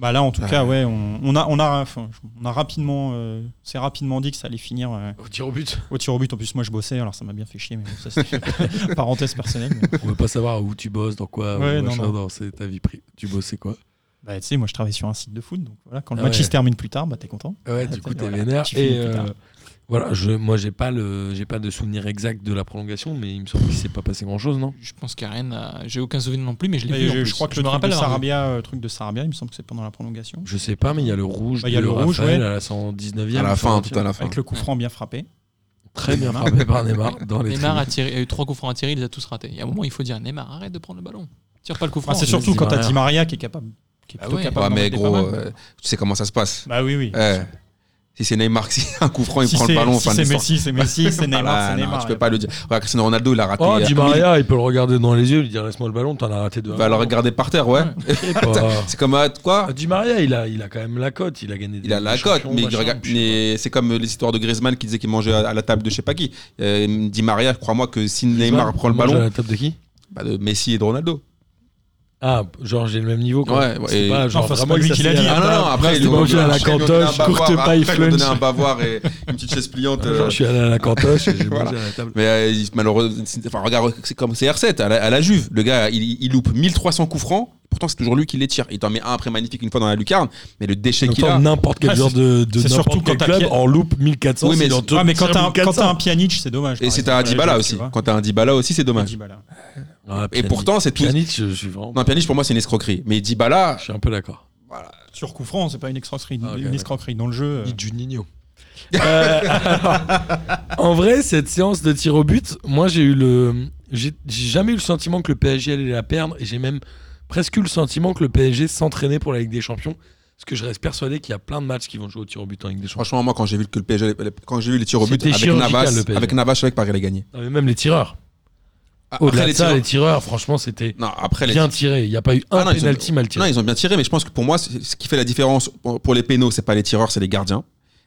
S2: Bah là, en tout
S1: Ah
S2: cas, ouais, on, on a, on a, enfin, on a rapidement, euh, c'est rapidement dit que ça allait finir euh,
S4: Au tir au but.
S2: au tir au but. En plus, moi, je bossais, alors ça m'a bien fait chier. Mais bon, ça, c'est parenthèse personnelle. mais-
S4: on veut pas savoir où tu bosses, dans quoi,
S2: Ouais,
S4: ou
S2: non,
S4: machin,
S2: non.
S4: c'est ta vie privée. Tu bosses, c'est quoi
S2: Bah, tu sais, moi, je travaille sur un site de foot, donc voilà. Quand le
S4: Ah
S2: match
S4: ouais.
S2: il se termine plus tard, bah t'es content.
S4: Ouais,
S2: Ah,
S4: du coup,
S2: t'as-
S4: t'es
S2: voilà,
S4: vénère.
S2: tu finis
S4: Et
S2: plus
S4: euh,
S2: tard.
S4: voilà, je, moi, j'ai pas le, j'ai pas de souvenir exact de la prolongation, mais il me semble qu'il s'est pas passé grand chose, non
S5: Je pense qu'il n'y a rien à... J'ai aucun souvenir non plus, mais je l'ai
S2: Bah,
S5: vu. en
S2: je,
S5: plus.
S2: je crois que
S5: je
S2: le
S5: me
S2: truc
S5: rappelle
S2: de,
S5: avoir vu.
S2: Sarabia, euh, truc de Sarabia, il me semble que c'est pendant la prolongation.
S4: Je sais pas, mais il y a le rouge.
S2: Bah, il y a
S4: de
S2: le rouge,
S4: Raphaël
S2: ouais.
S4: à la 119e.
S1: À la fin,
S4: 120e.
S1: tout à la fin.
S2: Avec le coup franc bien frappé.
S4: Très bien
S2: Neymar.
S4: frappé par Neymar dans les
S5: Neymar
S4: tribunes.
S5: a, tiré, a eu trois coups francs à tirer, il les a tous ratés. Il y a un moment, il faut dire Neymar, arrête de prendre le ballon. Tire pas le coup
S2: Ah,
S5: franc.
S2: c'est
S4: Di
S2: surtout quand t'as
S4: Maria.
S2: Di Maria qui est capable. Qui est
S5: Bah
S2: plutôt
S5: ouais.
S2: capable
S1: Ouais,
S2: d'en
S1: mais
S2: mettre des
S1: gros,
S2: pas mal.
S1: euh, tu sais comment ça se passe.
S2: Bah oui, oui.
S1: Eh, Si c'est Neymar, si un coup franc, il
S2: Si
S1: prend le
S2: c'est-
S1: ballon.
S2: si
S1: fin de
S2: c'est
S1: l'histoire.
S2: Messi, c'est Messi, c'est
S1: Ah
S2: Neymar,
S1: là,
S2: c'est
S1: non,
S2: Neymar.
S1: Tu peux pas le dire. Regarde, Cristiano Ronaldo, il a raté.
S4: Oh,
S1: euh,
S4: Di Maria, il peut le regarder dans les yeux, il dire laisse-moi le ballon, t'en as raté deux.
S1: Il va le regarder par terre, ouais.
S4: Je sais pas.
S1: C'est comme, ah, quoi
S4: Ah, Di Maria, il a, il a quand même la cote, il a gagné.
S1: Il a la cote, mais, il regarde- mais c'est comme les histoires de Griezmann qui disait qu'il mangeait à à la table de je sais pas qui. Euh, Di Maria, crois-moi que si Neymar prend le
S4: À
S1: ballon,
S4: la table de qui
S1: bah, de Messi et de Ronaldo.
S4: Ah, genre j'ai le même niveau. Quoi.
S1: Ouais, ouais,
S4: C'est
S1: et-
S4: pas genre
S2: Non, enfin, c'est
S4: vraiment
S2: pas lui
S4: il
S2: qui
S4: s'assied
S2: l'a
S4: à
S2: dit,
S4: la
S1: Ah non,
S4: table.
S1: non, après,
S4: il est mangé à la
S1: ils lui ont donné un
S4: cantoche,
S1: bavoir,
S4: courte
S1: après,
S4: paille
S1: ils lui ont donné un
S4: flunch.
S1: bavoir et une petite chaise pliante. euh.
S4: Genre, je suis allé à la cantoche et j'ai
S1: Voilà.
S4: mangé à la table.
S1: Mais euh, il- malheureusement, c'est- enfin, regarde, c'est comme CR7 à la, à la Juve. Le gars, il, il loupe 1300 coups francs. Pourtant, c'est toujours lui qui les tire. Il t'en met un après magnifique une fois dans la lucarne, mais le déchet
S4: Donc,
S1: qu'il a.
S4: n'importe quel
S2: Ah,
S4: genre
S2: c'est-
S4: de, de
S2: c'est surtout
S4: n'importe quel
S2: quand t'as
S4: club
S2: Pierre-
S4: en loupe 1400.
S1: Oui, mais
S4: il en
S1: c'est-
S4: te
S2: Ah, mais quand
S4: tire
S2: t'as un, quand
S4: 1400.
S2: t'as un Pjanic, c'est dommage.
S1: Et
S2: par
S1: c'est
S2: exemple.
S1: un Dybala
S2: Ouais,
S1: aussi.
S2: tu vois.
S1: Quand t'as un Dybala aussi, c'est dommage.
S2: Dybala.
S4: Ah,
S1: Et
S4: Pjanic-
S1: pourtant, c'est tout.
S4: Pjanic, je je suis vraiment.
S1: Non, Pjanic pour moi, c'est une escroquerie. Mais Dybala,
S4: Je suis un peu d'accord.
S2: Sur coup franc, c'est pas une escroquerie.
S4: Ah, ok,
S2: une escroquerie dans le jeu. euh,
S4: Ni Juninho. Euh, en vrai, cette séance de tir au but, moi j'ai eu le, j'ai j'ai jamais eu le sentiment que le PSG allait la perdre et j'ai même presque eu le sentiment que le PSG s'entraînait pour la Ligue des Champions. Parce que je reste persuadé qu'il y a plein de matchs qui vont jouer au tir au but en Ligue des Champions.
S1: franchement, moi, quand j'ai vu que le PSG, quand j'ai vu les tirs au but
S4: C'était
S1: avec
S4: chirurgical,
S1: Navas,
S4: le PSG.
S1: avec Navas, je savais que Paris allait gagner.
S4: Non, mais même les tireurs.
S1: Ah,
S4: Au-delà
S1: Après
S4: de
S1: les
S4: ça,
S1: tirs,
S4: les tireurs, franchement, c'était
S1: non, après les
S4: bien tiré. Il n'y a pas eu
S1: Ah
S4: un
S1: non, ils ont-
S4: penalty mal
S1: Non,
S4: tiré.
S1: ils ont bien tiré, mais je pense que pour moi, c'est- ce qui fait la différence pour pour les pénaux, c'est pas les tireurs, c'est les gardiens.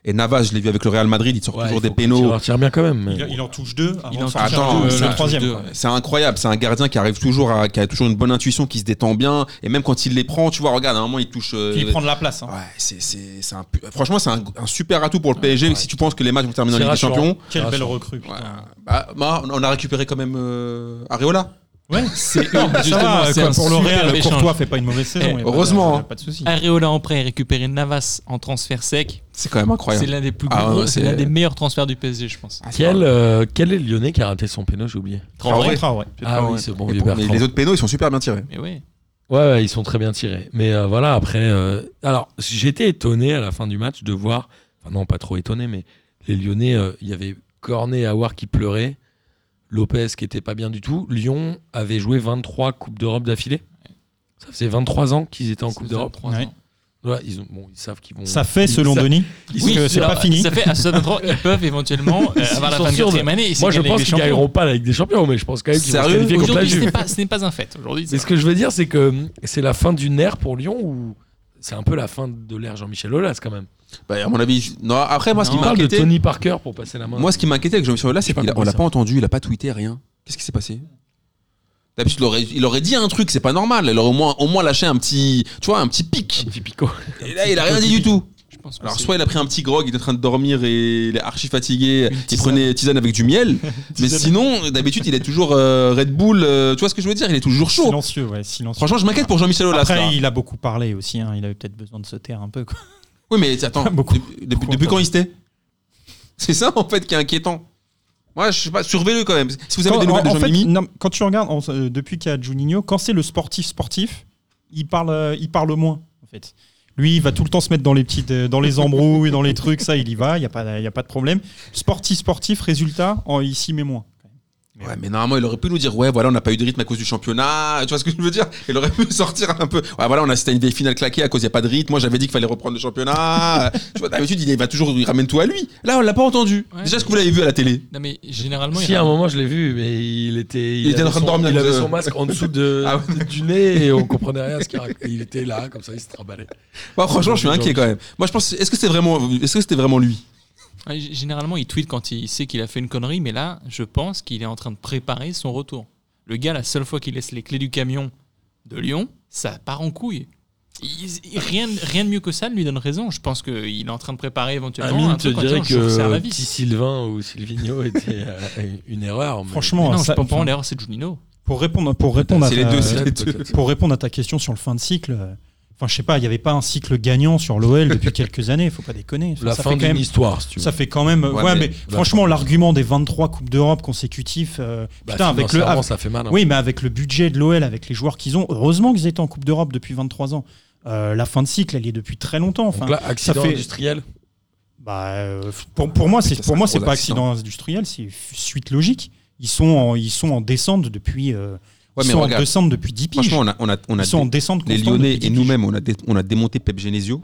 S1: Et Navas, je l'ai vu avec le Real Madrid, il sort
S4: Ouais, il
S1: toujours
S4: faut
S1: des
S4: que les tireurs
S1: pénaux.
S4: tirent bien quand même. mais-
S2: Il, il en touche deux. avant
S5: Il
S2: de
S5: en
S2: sortir
S1: touche
S2: le-
S1: deux,
S2: le,
S1: ouais.
S2: troisième.
S5: Deux,
S2: quoi.
S5: ouais.
S1: C'est incroyable, c'est un gardien qui arrive toujours à, qui a toujours une bonne intuition, qui se détend bien, et même quand il les prend, tu vois, regarde, à un moment il touche. euh,
S2: Puis il prend de la place. hein.
S1: Ouais, c'est, c'est, c'est un, pu- franchement, c'est un, un super atout pour le PSG. Si tu penses que les matchs vont terminer en
S4: C'est
S1: Ligue des
S4: rassurant.
S1: Champions,
S2: Quelle
S4: Ah,
S2: belle
S4: ça-
S2: recrue.
S1: ouais,
S2: putain.
S1: bah, bah, on a récupéré quand même euh, Areola.
S2: Ouais, c'est non, mais
S5: justement,
S2: ça va,
S5: c'est
S2: quoi,
S5: un
S2: pour le
S5: super
S2: Real,
S5: échange.
S2: Courtois fait pas une mauvaise saison.
S5: Eh,
S2: y a pas de-
S1: heureusement,
S2: y a
S1: hein.
S2: Pas de souci.
S5: Areola en prêt a récupéré Navas en transfert sec.
S1: C'est quand même
S5: C'est
S1: incroyable.
S5: l'un des plus
S1: Ah,
S5: gros-
S1: ouais,
S5: c'est
S1: c'est-
S5: l'un des meilleurs transferts du PSG, je pense.
S1: Ah, c'est
S4: Quel,
S1: pas-
S4: euh, quel est le Lyonnais qui a raté son péno J'ai oublié.
S1: Traoré.
S2: Traoré.
S4: Ah oui, c'est bon
S1: Et
S4: vieux
S1: pour- mais
S4: Bertrand.
S1: les autres pénaux, ils sont super bien tirés.
S5: Mais ouais.
S4: Ouais, ouais, ils sont très bien tirés. Mais euh, voilà, après. euh, alors, j'étais étonné à la fin du match de voir. Enfin, non, pas trop étonné, mais les Lyonnais, euh, il y avait Cornet et Aouar qui pleurait. Lopez qui était pas bien du tout. Lyon avait joué 23 Coupes d'Europe d'affilée. Ça faisait 23 ans qu'ils étaient en Coupe
S5: Ça fait
S4: d'Europe.
S5: trois
S2: Ouais.
S5: ans.
S4: Voilà, ils, ont- bon, ils savent qu'ils vont.
S2: Ça fait,
S4: ils
S2: selon
S4: savent-
S2: Denis,
S4: ils
S2: Oui, que c'est
S5: alors,
S2: pas fini.
S5: Ça fait à 63, ils peuvent éventuellement euh, avoir la
S4: sont
S5: fin de
S4: sûrs de-
S5: quatrième année. et
S4: Moi,
S5: c'est
S4: je
S5: gagner
S4: pense
S5: les
S4: qu'ils
S5: champions.
S4: gagneront pas la Ligue des Champions, mais je pense quand même qu'ils vont se
S1: Sérieux
S4: qualifier contre la
S5: Aujourd'hui, ce
S4: Juve.
S5: n'est pas, ce n'est pas un fait. Aujourd'hui,
S4: Mais
S5: c'est
S4: ce que je veux dire, c'est que hum, c'est la fin d'une ère pour Lyon ou c'est un peu la fin de l'ère Jean-Michel Aulas quand même.
S1: Bah, à mon avis, je- non, après, moi, ce qui
S4: On
S1: m'a
S4: parle de
S1: inquiété,
S4: Tony Parker pour passer la main.
S1: moi, ce qui m'inquiétait avec Jean-Michel Aulas,
S4: J'ai
S1: c'est
S4: pas
S1: qu'on
S4: compris
S1: l'a
S4: ça.
S1: pas entendu, il a pas tweeté, rien. Qu'est-ce qui s'est passé D'habitude, il aurait, il aurait dit un truc, c'est pas normal. Il aurait au moins, au moins lâché un petit, tu vois, un petit pic.
S4: un petit picot.
S1: Et là, il a rien dit du tout.
S2: je
S5: pense que
S1: Alors,
S5: Ah, c'est
S1: soit il a pris un petit grog, il est en train de dormir et il est archi fatigué,
S5: Une
S1: il
S5: tisane.
S1: prenait tisane avec du miel. mais
S5: Tisane.
S1: sinon, d'habitude, il est toujours euh, Red Bull. euh, tu vois ce que je veux dire Il est toujours chaud.
S2: Silencieux, ouais, silencieux.
S1: Franchement, je m'inquiète pour Jean-Michel Aulas. là.
S2: Après, il a beaucoup parlé aussi. hein, Il avait peut-être besoin de se taire un peu. quoi.
S1: Oui, mais attends,
S2: Beaucoup.
S1: depuis- depuis, depuis quand il se tait C'est ça, en fait, qui est inquiétant. Moi, je sais pas, surveillez-le quand même. Si vous avez
S2: Quand-
S1: des nouvelles
S2: en-
S1: de
S2: en fait,
S1: Jean-Mimi,
S2: non, mais quand tu regardes, en- euh, depuis qu'il y a Juninho, quand c'est le sportif sportif, il parle, euh, il parle moins, en fait. Lui, il va tout le temps se mettre dans les petites, euh, dans les embrouilles, dans les trucs, ça, il y va, il n'y a, pas- il y a pas de problème. Sportif sportif, résultat, en, il s'y met moins.
S1: ouais, mais normalement, il aurait pu nous dire Ouais, voilà, on n'a pas eu de rythme à cause du championnat. Tu vois ce que je veux dire Il aurait pu sortir un peu. Ouais, voilà, on a assisté à une vieille finale claquée à cause il n'y a pas de rythme. Moi, j'avais dit qu'il fallait reprendre le championnat. tu vois, d'habitude, il va toujours, il ramène tout à lui. Là, on l'a pas entendu.
S5: Ouais.
S1: Déjà, est-ce que vous l'avez vu à la télé
S5: Non, mais généralement,
S4: Si,
S5: il
S4: à un
S5: ramène-
S4: moment, je l'ai vu, mais il était.
S1: Il était
S4: avait
S1: en train de
S4: son-
S1: dormir,
S4: Il avait
S1: euh.
S4: son masque en dessous de,
S1: Ah ouais.
S4: du nez et on comprenait rien à ce qu'il racontait. Il était là, comme ça, il se trimballait.
S1: Bah, Franchement, je suis
S4: Jean-Michel
S1: inquiet quand même. Moi, je pense Est-ce que c'était vraiment, est-ce que c'était vraiment lui
S5: Ouais, g- Généralement, il tweet quand il sait qu'il a fait une connerie, mais là, je pense qu'il est en train de préparer son retour. Le gars, la seule fois qu'il laisse les clés du camion de Lyon, ça part en couille. Il- il- rien, rien de mieux que ça ne lui donne raison. Je pense qu'il est en train de préparer éventuellement
S4: Amine
S5: un
S4: te
S5: truc en
S4: dirait
S5: disant, je resserre
S4: que
S5: la vie.
S4: petit Sylvain ou Silvino était euh, une erreur. mais-
S2: Franchement,
S5: non,
S2: ça-
S5: je pense pas
S2: enfin,
S5: l'erreur, c'est Junino.
S2: pour répondre, pour répondre à
S1: C'est les
S2: ta-
S1: deux, c'est les
S4: euh, peut-être,
S1: deux.
S4: peut-être.
S2: pour répondre à ta question sur le fin de cycle. euh, Enfin, je sais pas, il n'y avait pas un cycle gagnant sur l'OL depuis quelques années, faut pas déconner. Enfin,
S4: La
S2: ça
S4: fin
S2: fait quand
S4: d'une
S2: même
S4: histoire, si tu veux.
S2: Ça fait quand même.
S1: Ouais,
S2: Ouais,
S1: mais-
S2: mais, franchement, l'argument des 23 Coupes d'Europe consécutifs. euh,
S4: Bah,
S2: putain, avec le.
S4: financièrement,
S2: avec-
S4: ça fait mal. hein.
S2: oui, mais avec le budget de l'OL, avec les joueurs qu'ils ont, heureusement qu'ils étaient en Coupe d'Europe depuis 23 ans. Euh, la fin de cycle, elle y est depuis très longtemps. Enfin,
S4: Donc là, accident
S2: fait-
S4: industriel.
S2: bah, euh, pour, pour moi, c'est
S1: Putain,
S2: pour
S1: c'est
S2: moi
S1: un
S2: c'est
S1: gros
S2: pas
S1: accident.
S2: accident industriel, c'est f- suite logique. Ils sont en, ils sont en descente depuis. euh,
S1: Ouais,
S2: ils
S1: mais
S2: sont en
S1: regarde.
S2: descente depuis 10 piges.
S1: Franchement, on a, on a, on a
S2: ils sont en descente
S1: les
S2: constante
S1: Lyonnais
S2: depuis 10
S1: et
S2: piges.
S1: nous-mêmes, on a, dé- on a démonté Pep Genesio.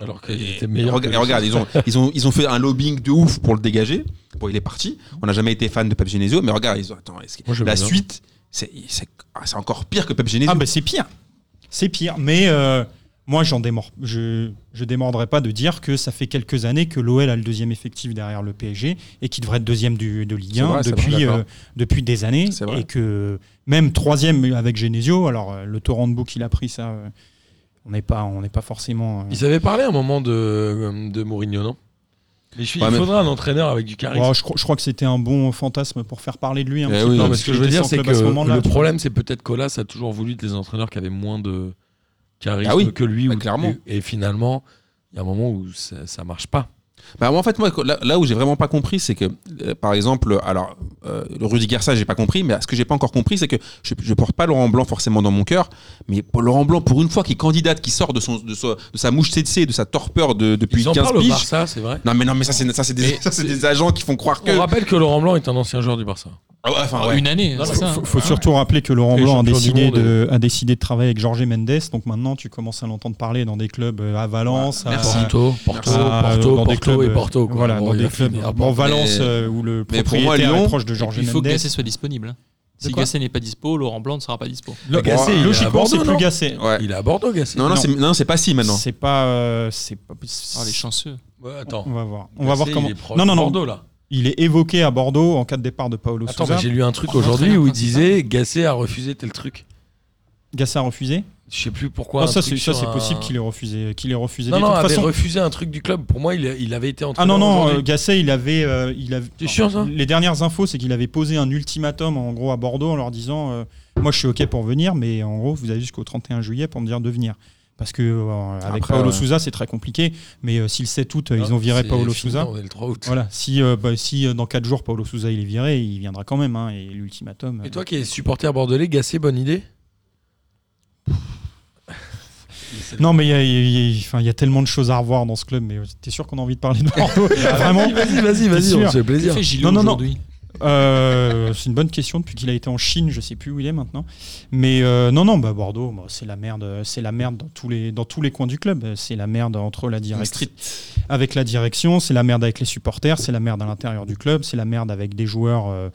S4: Alors qu'il était
S1: Et
S4: meilleur.
S1: rega-
S4: que-
S1: et regarde, ils ont, ils, ont, ils ont fait un lobbying de ouf pour le dégager. Bon, il est parti. On n'a jamais été fan de Pep Genesio, mais regarde, ils ont, attends, est-ce que-
S4: Moi, j'aime
S1: la
S4: bien.
S1: suite, c'est c'est- ah, c'est encore pire que Pep Genesio.
S2: Ah bah c'est pire. C'est pire. Mais euh, moi, j'en démords. Je je démordrai pas de dire que ça fait quelques années que l'OL a le deuxième effectif derrière le PSG et qui devrait être deuxième du, de Ligue
S1: C'est
S2: 1
S1: vrai, c'est vrai,
S2: depuis,
S1: d'accord.
S2: euh, depuis des années.
S1: C'est vrai.
S2: Et que même troisième avec Genesio, alors euh, le torrent de boue qu'il a pris, ça, euh, on n'est pas, on n'est pas forcément... euh,
S4: Ils avaient parlé à un moment de, de Mourinho, non Mais je suis-
S1: Ouais,
S4: Il
S1: mais-
S4: faudra un entraîneur avec du charisme.
S2: oh, je, crois, je crois que c'était un bon fantasme pour faire parler de lui. Un
S1: Eh oui.
S2: petit peu,
S1: Non,
S4: Non, mais
S2: parce
S4: ce que
S2: qu'il
S4: je veux
S2: était
S4: dire,
S2: sans
S4: c'est
S2: club
S4: que
S2: à ce moment-là,
S4: le
S2: tu vois.
S4: problème, c'est peut-être qu'Olas a toujours voulu des entraîneurs qui avaient moins de charisme
S1: Ah oui,
S4: que lui.
S1: bah
S4: ou-
S1: clairement.
S4: Et, et finalement, il y a un moment où ça, ça marche pas.
S1: Bah, moi, en fait, moi, là, là où j'ai vraiment pas compris, c'est que, euh, par exemple, alors, euh, le Rudy Garcia, j'ai pas compris, mais ce que j'ai pas encore compris, c'est que je, je porte pas Laurent Blanc forcément dans mon cœur, mais pour Laurent Blanc, pour une fois, qui candidate, qui sort de, son, de, sa- de sa mouche CC, de sa torpeur de, depuis
S4: Ils en
S1: 15
S4: parlent au
S1: piges.
S4: Barça, c'est vrai.
S1: Non, mais, non, mais ça, c'est ça, c'est des,
S4: Mais
S1: ça, c'est des agents qui font croire que.
S4: On rappelle que Laurent Blanc est un ancien joueur du Barça.
S1: Ah ouais, enfin,
S5: En
S1: ouais.
S5: Une année,
S4: Non,
S5: c'est
S4: mais
S5: ça.
S2: Faut, faut surtout rappeler que Laurent
S4: Ah, Et
S2: Blanc a
S4: champion du
S2: décidé,
S4: monde,
S2: de, a décidé de travailler avec Jorge Mendes. Donc maintenant, tu commences à l'entendre parler dans des clubs euh, à Valence,
S1: Voilà,
S2: à-
S1: merci.
S4: Porto, Porto,
S2: à-
S4: Porto,
S2: dans des
S4: Porto
S2: clubs, euh,
S4: et Porto. quoi.
S2: Voilà,
S4: Bon,
S2: dans
S4: il
S2: des
S4: va
S2: clubs.
S4: finir
S2: Bon,
S4: par-
S2: Valence,
S1: Mais-
S2: euh, où le
S1: mais pour
S2: propriétaire
S1: moi, Lyon-
S2: est proche de
S5: Et
S2: Jorge
S5: puis, il faut que
S2: Mendes.
S5: Gasset soit disponible. hein.
S2: De
S5: Si
S2: quoi
S5: Gasset n'est pas dispo, Laurent Blanc ne sera pas dispo.
S2: Le-
S4: Bah, Gasset, il est à
S2: Logiquement,
S4: Bordeaux,
S2: c'est
S4: non
S2: plus Gasset.
S1: Ouais.
S4: Il est à Bordeaux, Gasset.
S1: Non, non,
S2: Non.
S1: c'est- non, c'est pas si maintenant.
S2: C'est pas, euh, c'est pas.
S4: Ah,
S5: Oh, les chanceux.
S4: Ouais, attends.
S2: On va voir. On va voir
S4: Gasset,
S2: comment.
S4: il est proche
S2: Non, non,
S4: de
S2: non.
S4: Bordeaux, là.
S2: Il est évoqué à Bordeaux en cas de départ de Paolo
S4: Attends,
S2: Souza.
S4: mais j'ai lu un truc
S5: En
S4: aujourd'hui où il
S5: entraîneur
S4: disait Gasset a refusé tel truc.
S2: Gasset a refusé.
S4: Je sais plus pourquoi.
S2: Ah,
S4: un
S2: ça,
S4: truc
S2: c'est
S4: sur
S2: ça, c'est
S4: un-
S2: possible qu'il ait refusé. Qu'il ait refusé.
S4: Non,
S2: De
S4: non,
S2: toute
S4: avait
S2: façon-
S4: refusé un truc du club. Pour moi, il, il avait été
S2: Ah
S4: entraîneur.
S2: non, non,
S4: aujourd'hui.
S2: euh, Gasset, il avait. euh, il avait
S4: T'es sûr, ça
S2: Les dernières infos, c'est qu'il avait posé un ultimatum en gros à Bordeaux en leur disant euh, Moi je suis OK pour venir, mais en gros, vous avez jusqu'au 31 juillet pour me dire de venir. Parce que euh, avec
S1: Après,
S2: Paolo
S1: ouais.
S2: Souza, c'est très compliqué, mais euh, s'il sait tout, ils ont viré
S4: C'est
S2: Paolo
S4: fini,
S2: Souza.
S4: On est le 3 août.
S2: Voilà, si, euh, bah, si euh, dans 4 jours Paolo Souza il est viré, il viendra quand même, hein, et l'ultimatum. euh,
S4: Et toi qui es supporter bordelais, Gassé, bonne idée
S2: Non, mais il y a- il y, a- il y a- enfin, il y a tellement de choses à revoir dans ce club, mais euh, t'es sûr qu'on a envie de parler de Bordeaux Vraiment
S4: Vas-y, vas-y, vas-y,
S2: sûr.
S4: on se fait
S5: Que
S4: plaisir.
S5: fait Gillot
S2: Non, non, non.
S5: aujourd'hui
S2: Euh, c'est une bonne question depuis qu'il a été en Chine, je sais plus où il est maintenant. Mais euh, non, non, bah Bordeaux, bah, c'est la merde, euh, c'est la merde dans tous les dans tous les coins du club. Euh, C'est la merde entre la direction, avec la direction, c'est la merde avec les supporters, c'est la merde à l'intérieur du club, c'est la merde avec des joueurs, euh,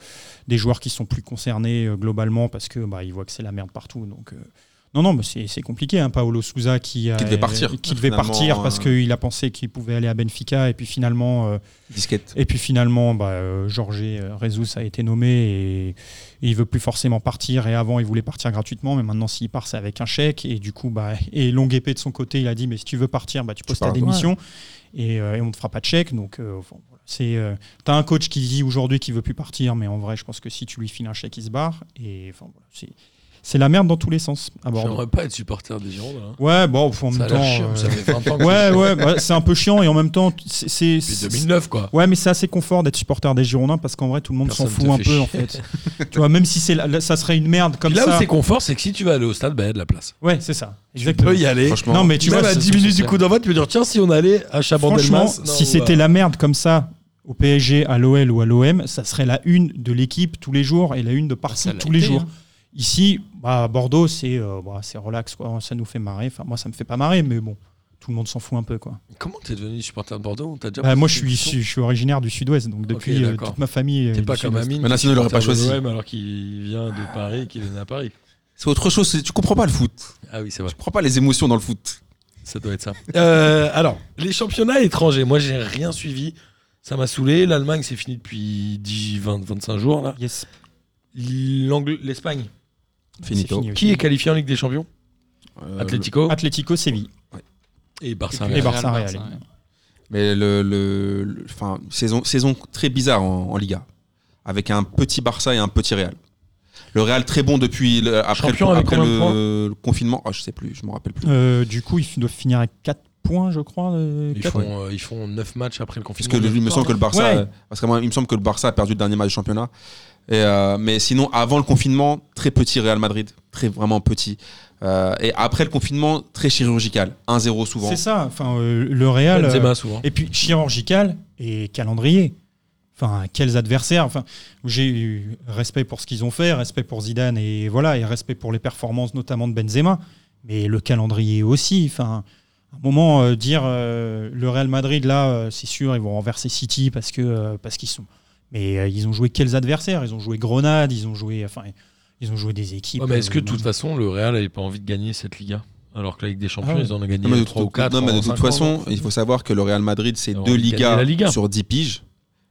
S2: des joueurs qui sont plus concernés euh, globalement parce que bah ils voient que c'est la merde partout. Donc euh, non, Non, non, mais c'est c'est compliqué. Hein, Paolo Souza qui, a-
S1: Qui devait partir.
S2: Qui devait partir
S1: Finalement,
S2: parce
S1: euh,
S2: qu'il a pensé qu'il pouvait aller à Benfica. Et puis finalement, euh,
S1: Disquette.
S2: et puis finalement bah, euh, Jorge euh, Rezus a été nommé et, et il veut plus forcément partir. Et avant, il voulait partir gratuitement. Mais maintenant, s'il part, c'est avec un chèque. Et du coup, bah, et Longuepé de son côté, il a dit Mais si tu veux partir, bah, tu postes ta
S1: pars.
S2: démission et, euh, et on te fera pas de chèque. Donc, euh, enfin, voilà. c'est. euh, T'as un coach qui dit aujourd'hui qu'il veut plus partir, mais en vrai, je pense que si tu lui files un chèque, il se barre. Et enfin, voilà, c'est- c'est la merde dans tous les sens à Bordeaux.
S4: J'aimerais pas être supporter des Girondins. hein.
S2: Ouais, bon, en
S4: Ça
S2: même
S4: a l'air
S2: temps.
S4: chiant,
S2: euh,
S4: ça fait 20 ans que
S2: Ouais, ouais, bah, c'est un peu chiant et en même temps, c'est- c'est.
S4: Depuis
S2: c'est-
S4: 2009, quoi.
S2: Ouais, mais c'est assez confort d'être supporter des Girondins parce qu'en vrai, tout le monde s'en
S4: Personne
S2: fout
S4: te
S2: un
S4: fait
S2: peu,
S4: chier.
S2: en fait. tu vois, même si c'est la- la- ça serait une merde comme
S4: Puis là
S2: ça.
S4: où c'est confort, c'est que si tu vas aller au stade, bah, il y a de la place.
S2: Ouais, c'est ça.
S4: Tu
S2: Exactement.
S4: peux y aller.
S1: Franchement,
S2: Non, mais tu
S4: Même
S2: vois,
S4: à
S2: c'est-
S4: 10 minutes du coup d'envoi, tu peux dire tiens, si on allait à
S2: Franchement,
S4: Chabon-Delmas.
S2: si c'était la merde comme ça au PSG, à l'OL ou à l'OM, ça serait la une de l'équipe tous les jours et la une de
S4: Bah,
S2: partout
S5: Ça l'a
S2: tous les
S5: été,
S2: jours.
S5: hein.
S2: Ici, bah, à Bordeaux, c'est euh, bah, c'est relax, quoi. ça nous fait marrer. Enfin, moi, ça me fait pas marrer, mais bon, tout le monde s'en fout un peu. Quoi.
S4: Comment t'es devenu supporter de Bordeaux On t'a déjà
S2: Bah,
S4: posé
S2: moi, je
S4: cette
S2: suis, je,
S4: question
S2: suis- je suis originaire du sud-ouest, donc depuis euh,
S4: d'accord.
S2: toute ma famille. euh,
S4: T'es
S2: du
S4: pas comme
S2: Sud-Ouest.
S4: Amine.
S1: Mais
S4: qui est
S1: sinon, il aurait pas
S4: supporter de
S1: choisi.
S4: l'OM alors qu'il vient de Paris, qu'il est né à Paris.
S1: C'est autre chose, c'est- tu comprends pas le foot.
S4: Ah oui, c'est vrai.
S1: Tu comprends pas les émotions dans le foot.
S4: Ça doit être ça. Euh, alors, les championnats étrangers, moi j'ai rien suivi. Ça m'a saoulé. L'Allemagne, c'est fini depuis 10, 20, 25 jours. là.
S2: Yes,
S4: L'Angle- L'Espagne.
S2: c'est
S1: Finito.
S2: fini aussi.
S4: Qui est qualifié en Ligue des Champions
S1: Euh,
S4: Atlético
S2: Atlético Séville.
S4: et Barça.
S2: Et
S4: Real.
S2: Barça, Real.
S5: Barça, ouais.
S1: Mais le, le- le- enfin, saison, saison très bizarre en, en Liga, avec un petit Barça et un petit Real. Le Real très bon depuis le, après,
S4: Champion
S1: le,
S4: avec
S1: après
S4: combien de
S1: le-
S4: points
S1: le confinement. Oh, je sais plus, je me rappelle plus.
S2: Euh, du coup, ils doivent finir à 4 points, je crois. euh,
S4: Ils
S2: quatre-
S4: font, euh, ils font 9 matchs après le
S1: Parce
S4: confinement.
S1: que le- il me semble que le Barça,
S2: Ouais.
S1: euh, parce que moi, il me semble que le Barça a perdu le dernier match du championnat. Et, euh, mais sinon, avant le confinement, très petit Real Madrid, très vraiment petit. Euh, et après le confinement, très chirurgical, 1-0 souvent.
S2: C'est ça. Enfin, euh, le Real. euh,
S4: Benzema souvent.
S2: Et puis chirurgical et calendrier. Enfin, quels adversaires. Enfin, j'ai eu respect pour ce qu'ils ont fait, respect pour Zidane et voilà, et respect pour les performances notamment de Benzema, mais le calendrier aussi. Enfin, à un moment euh, dire euh, le Real Madrid là, euh, c'est sûr, ils vont renverser City parce que euh, parce qu'ils sont. Mais euh, ils ont joué quels adversaires Ils ont joué Grenade, ils ont joué. Enfin, ils ont joué des équipes.
S4: Ouais, mais est-ce que
S2: euh,
S4: de toute façon, le Real n'avait pas envie de gagner cette Liga Alors que la Ligue des Champions,
S2: Ah ouais.
S4: ils en ont
S1: Non, mais
S4: gagné
S1: de,
S4: 3
S1: toute-
S4: ou 4.
S1: non, mais de toute façon, il faut savoir que le Real Madrid, c'est
S4: Ils ont
S1: deux
S4: envie de gagner
S1: Ligas
S4: la Liga.
S1: sur 10 piges.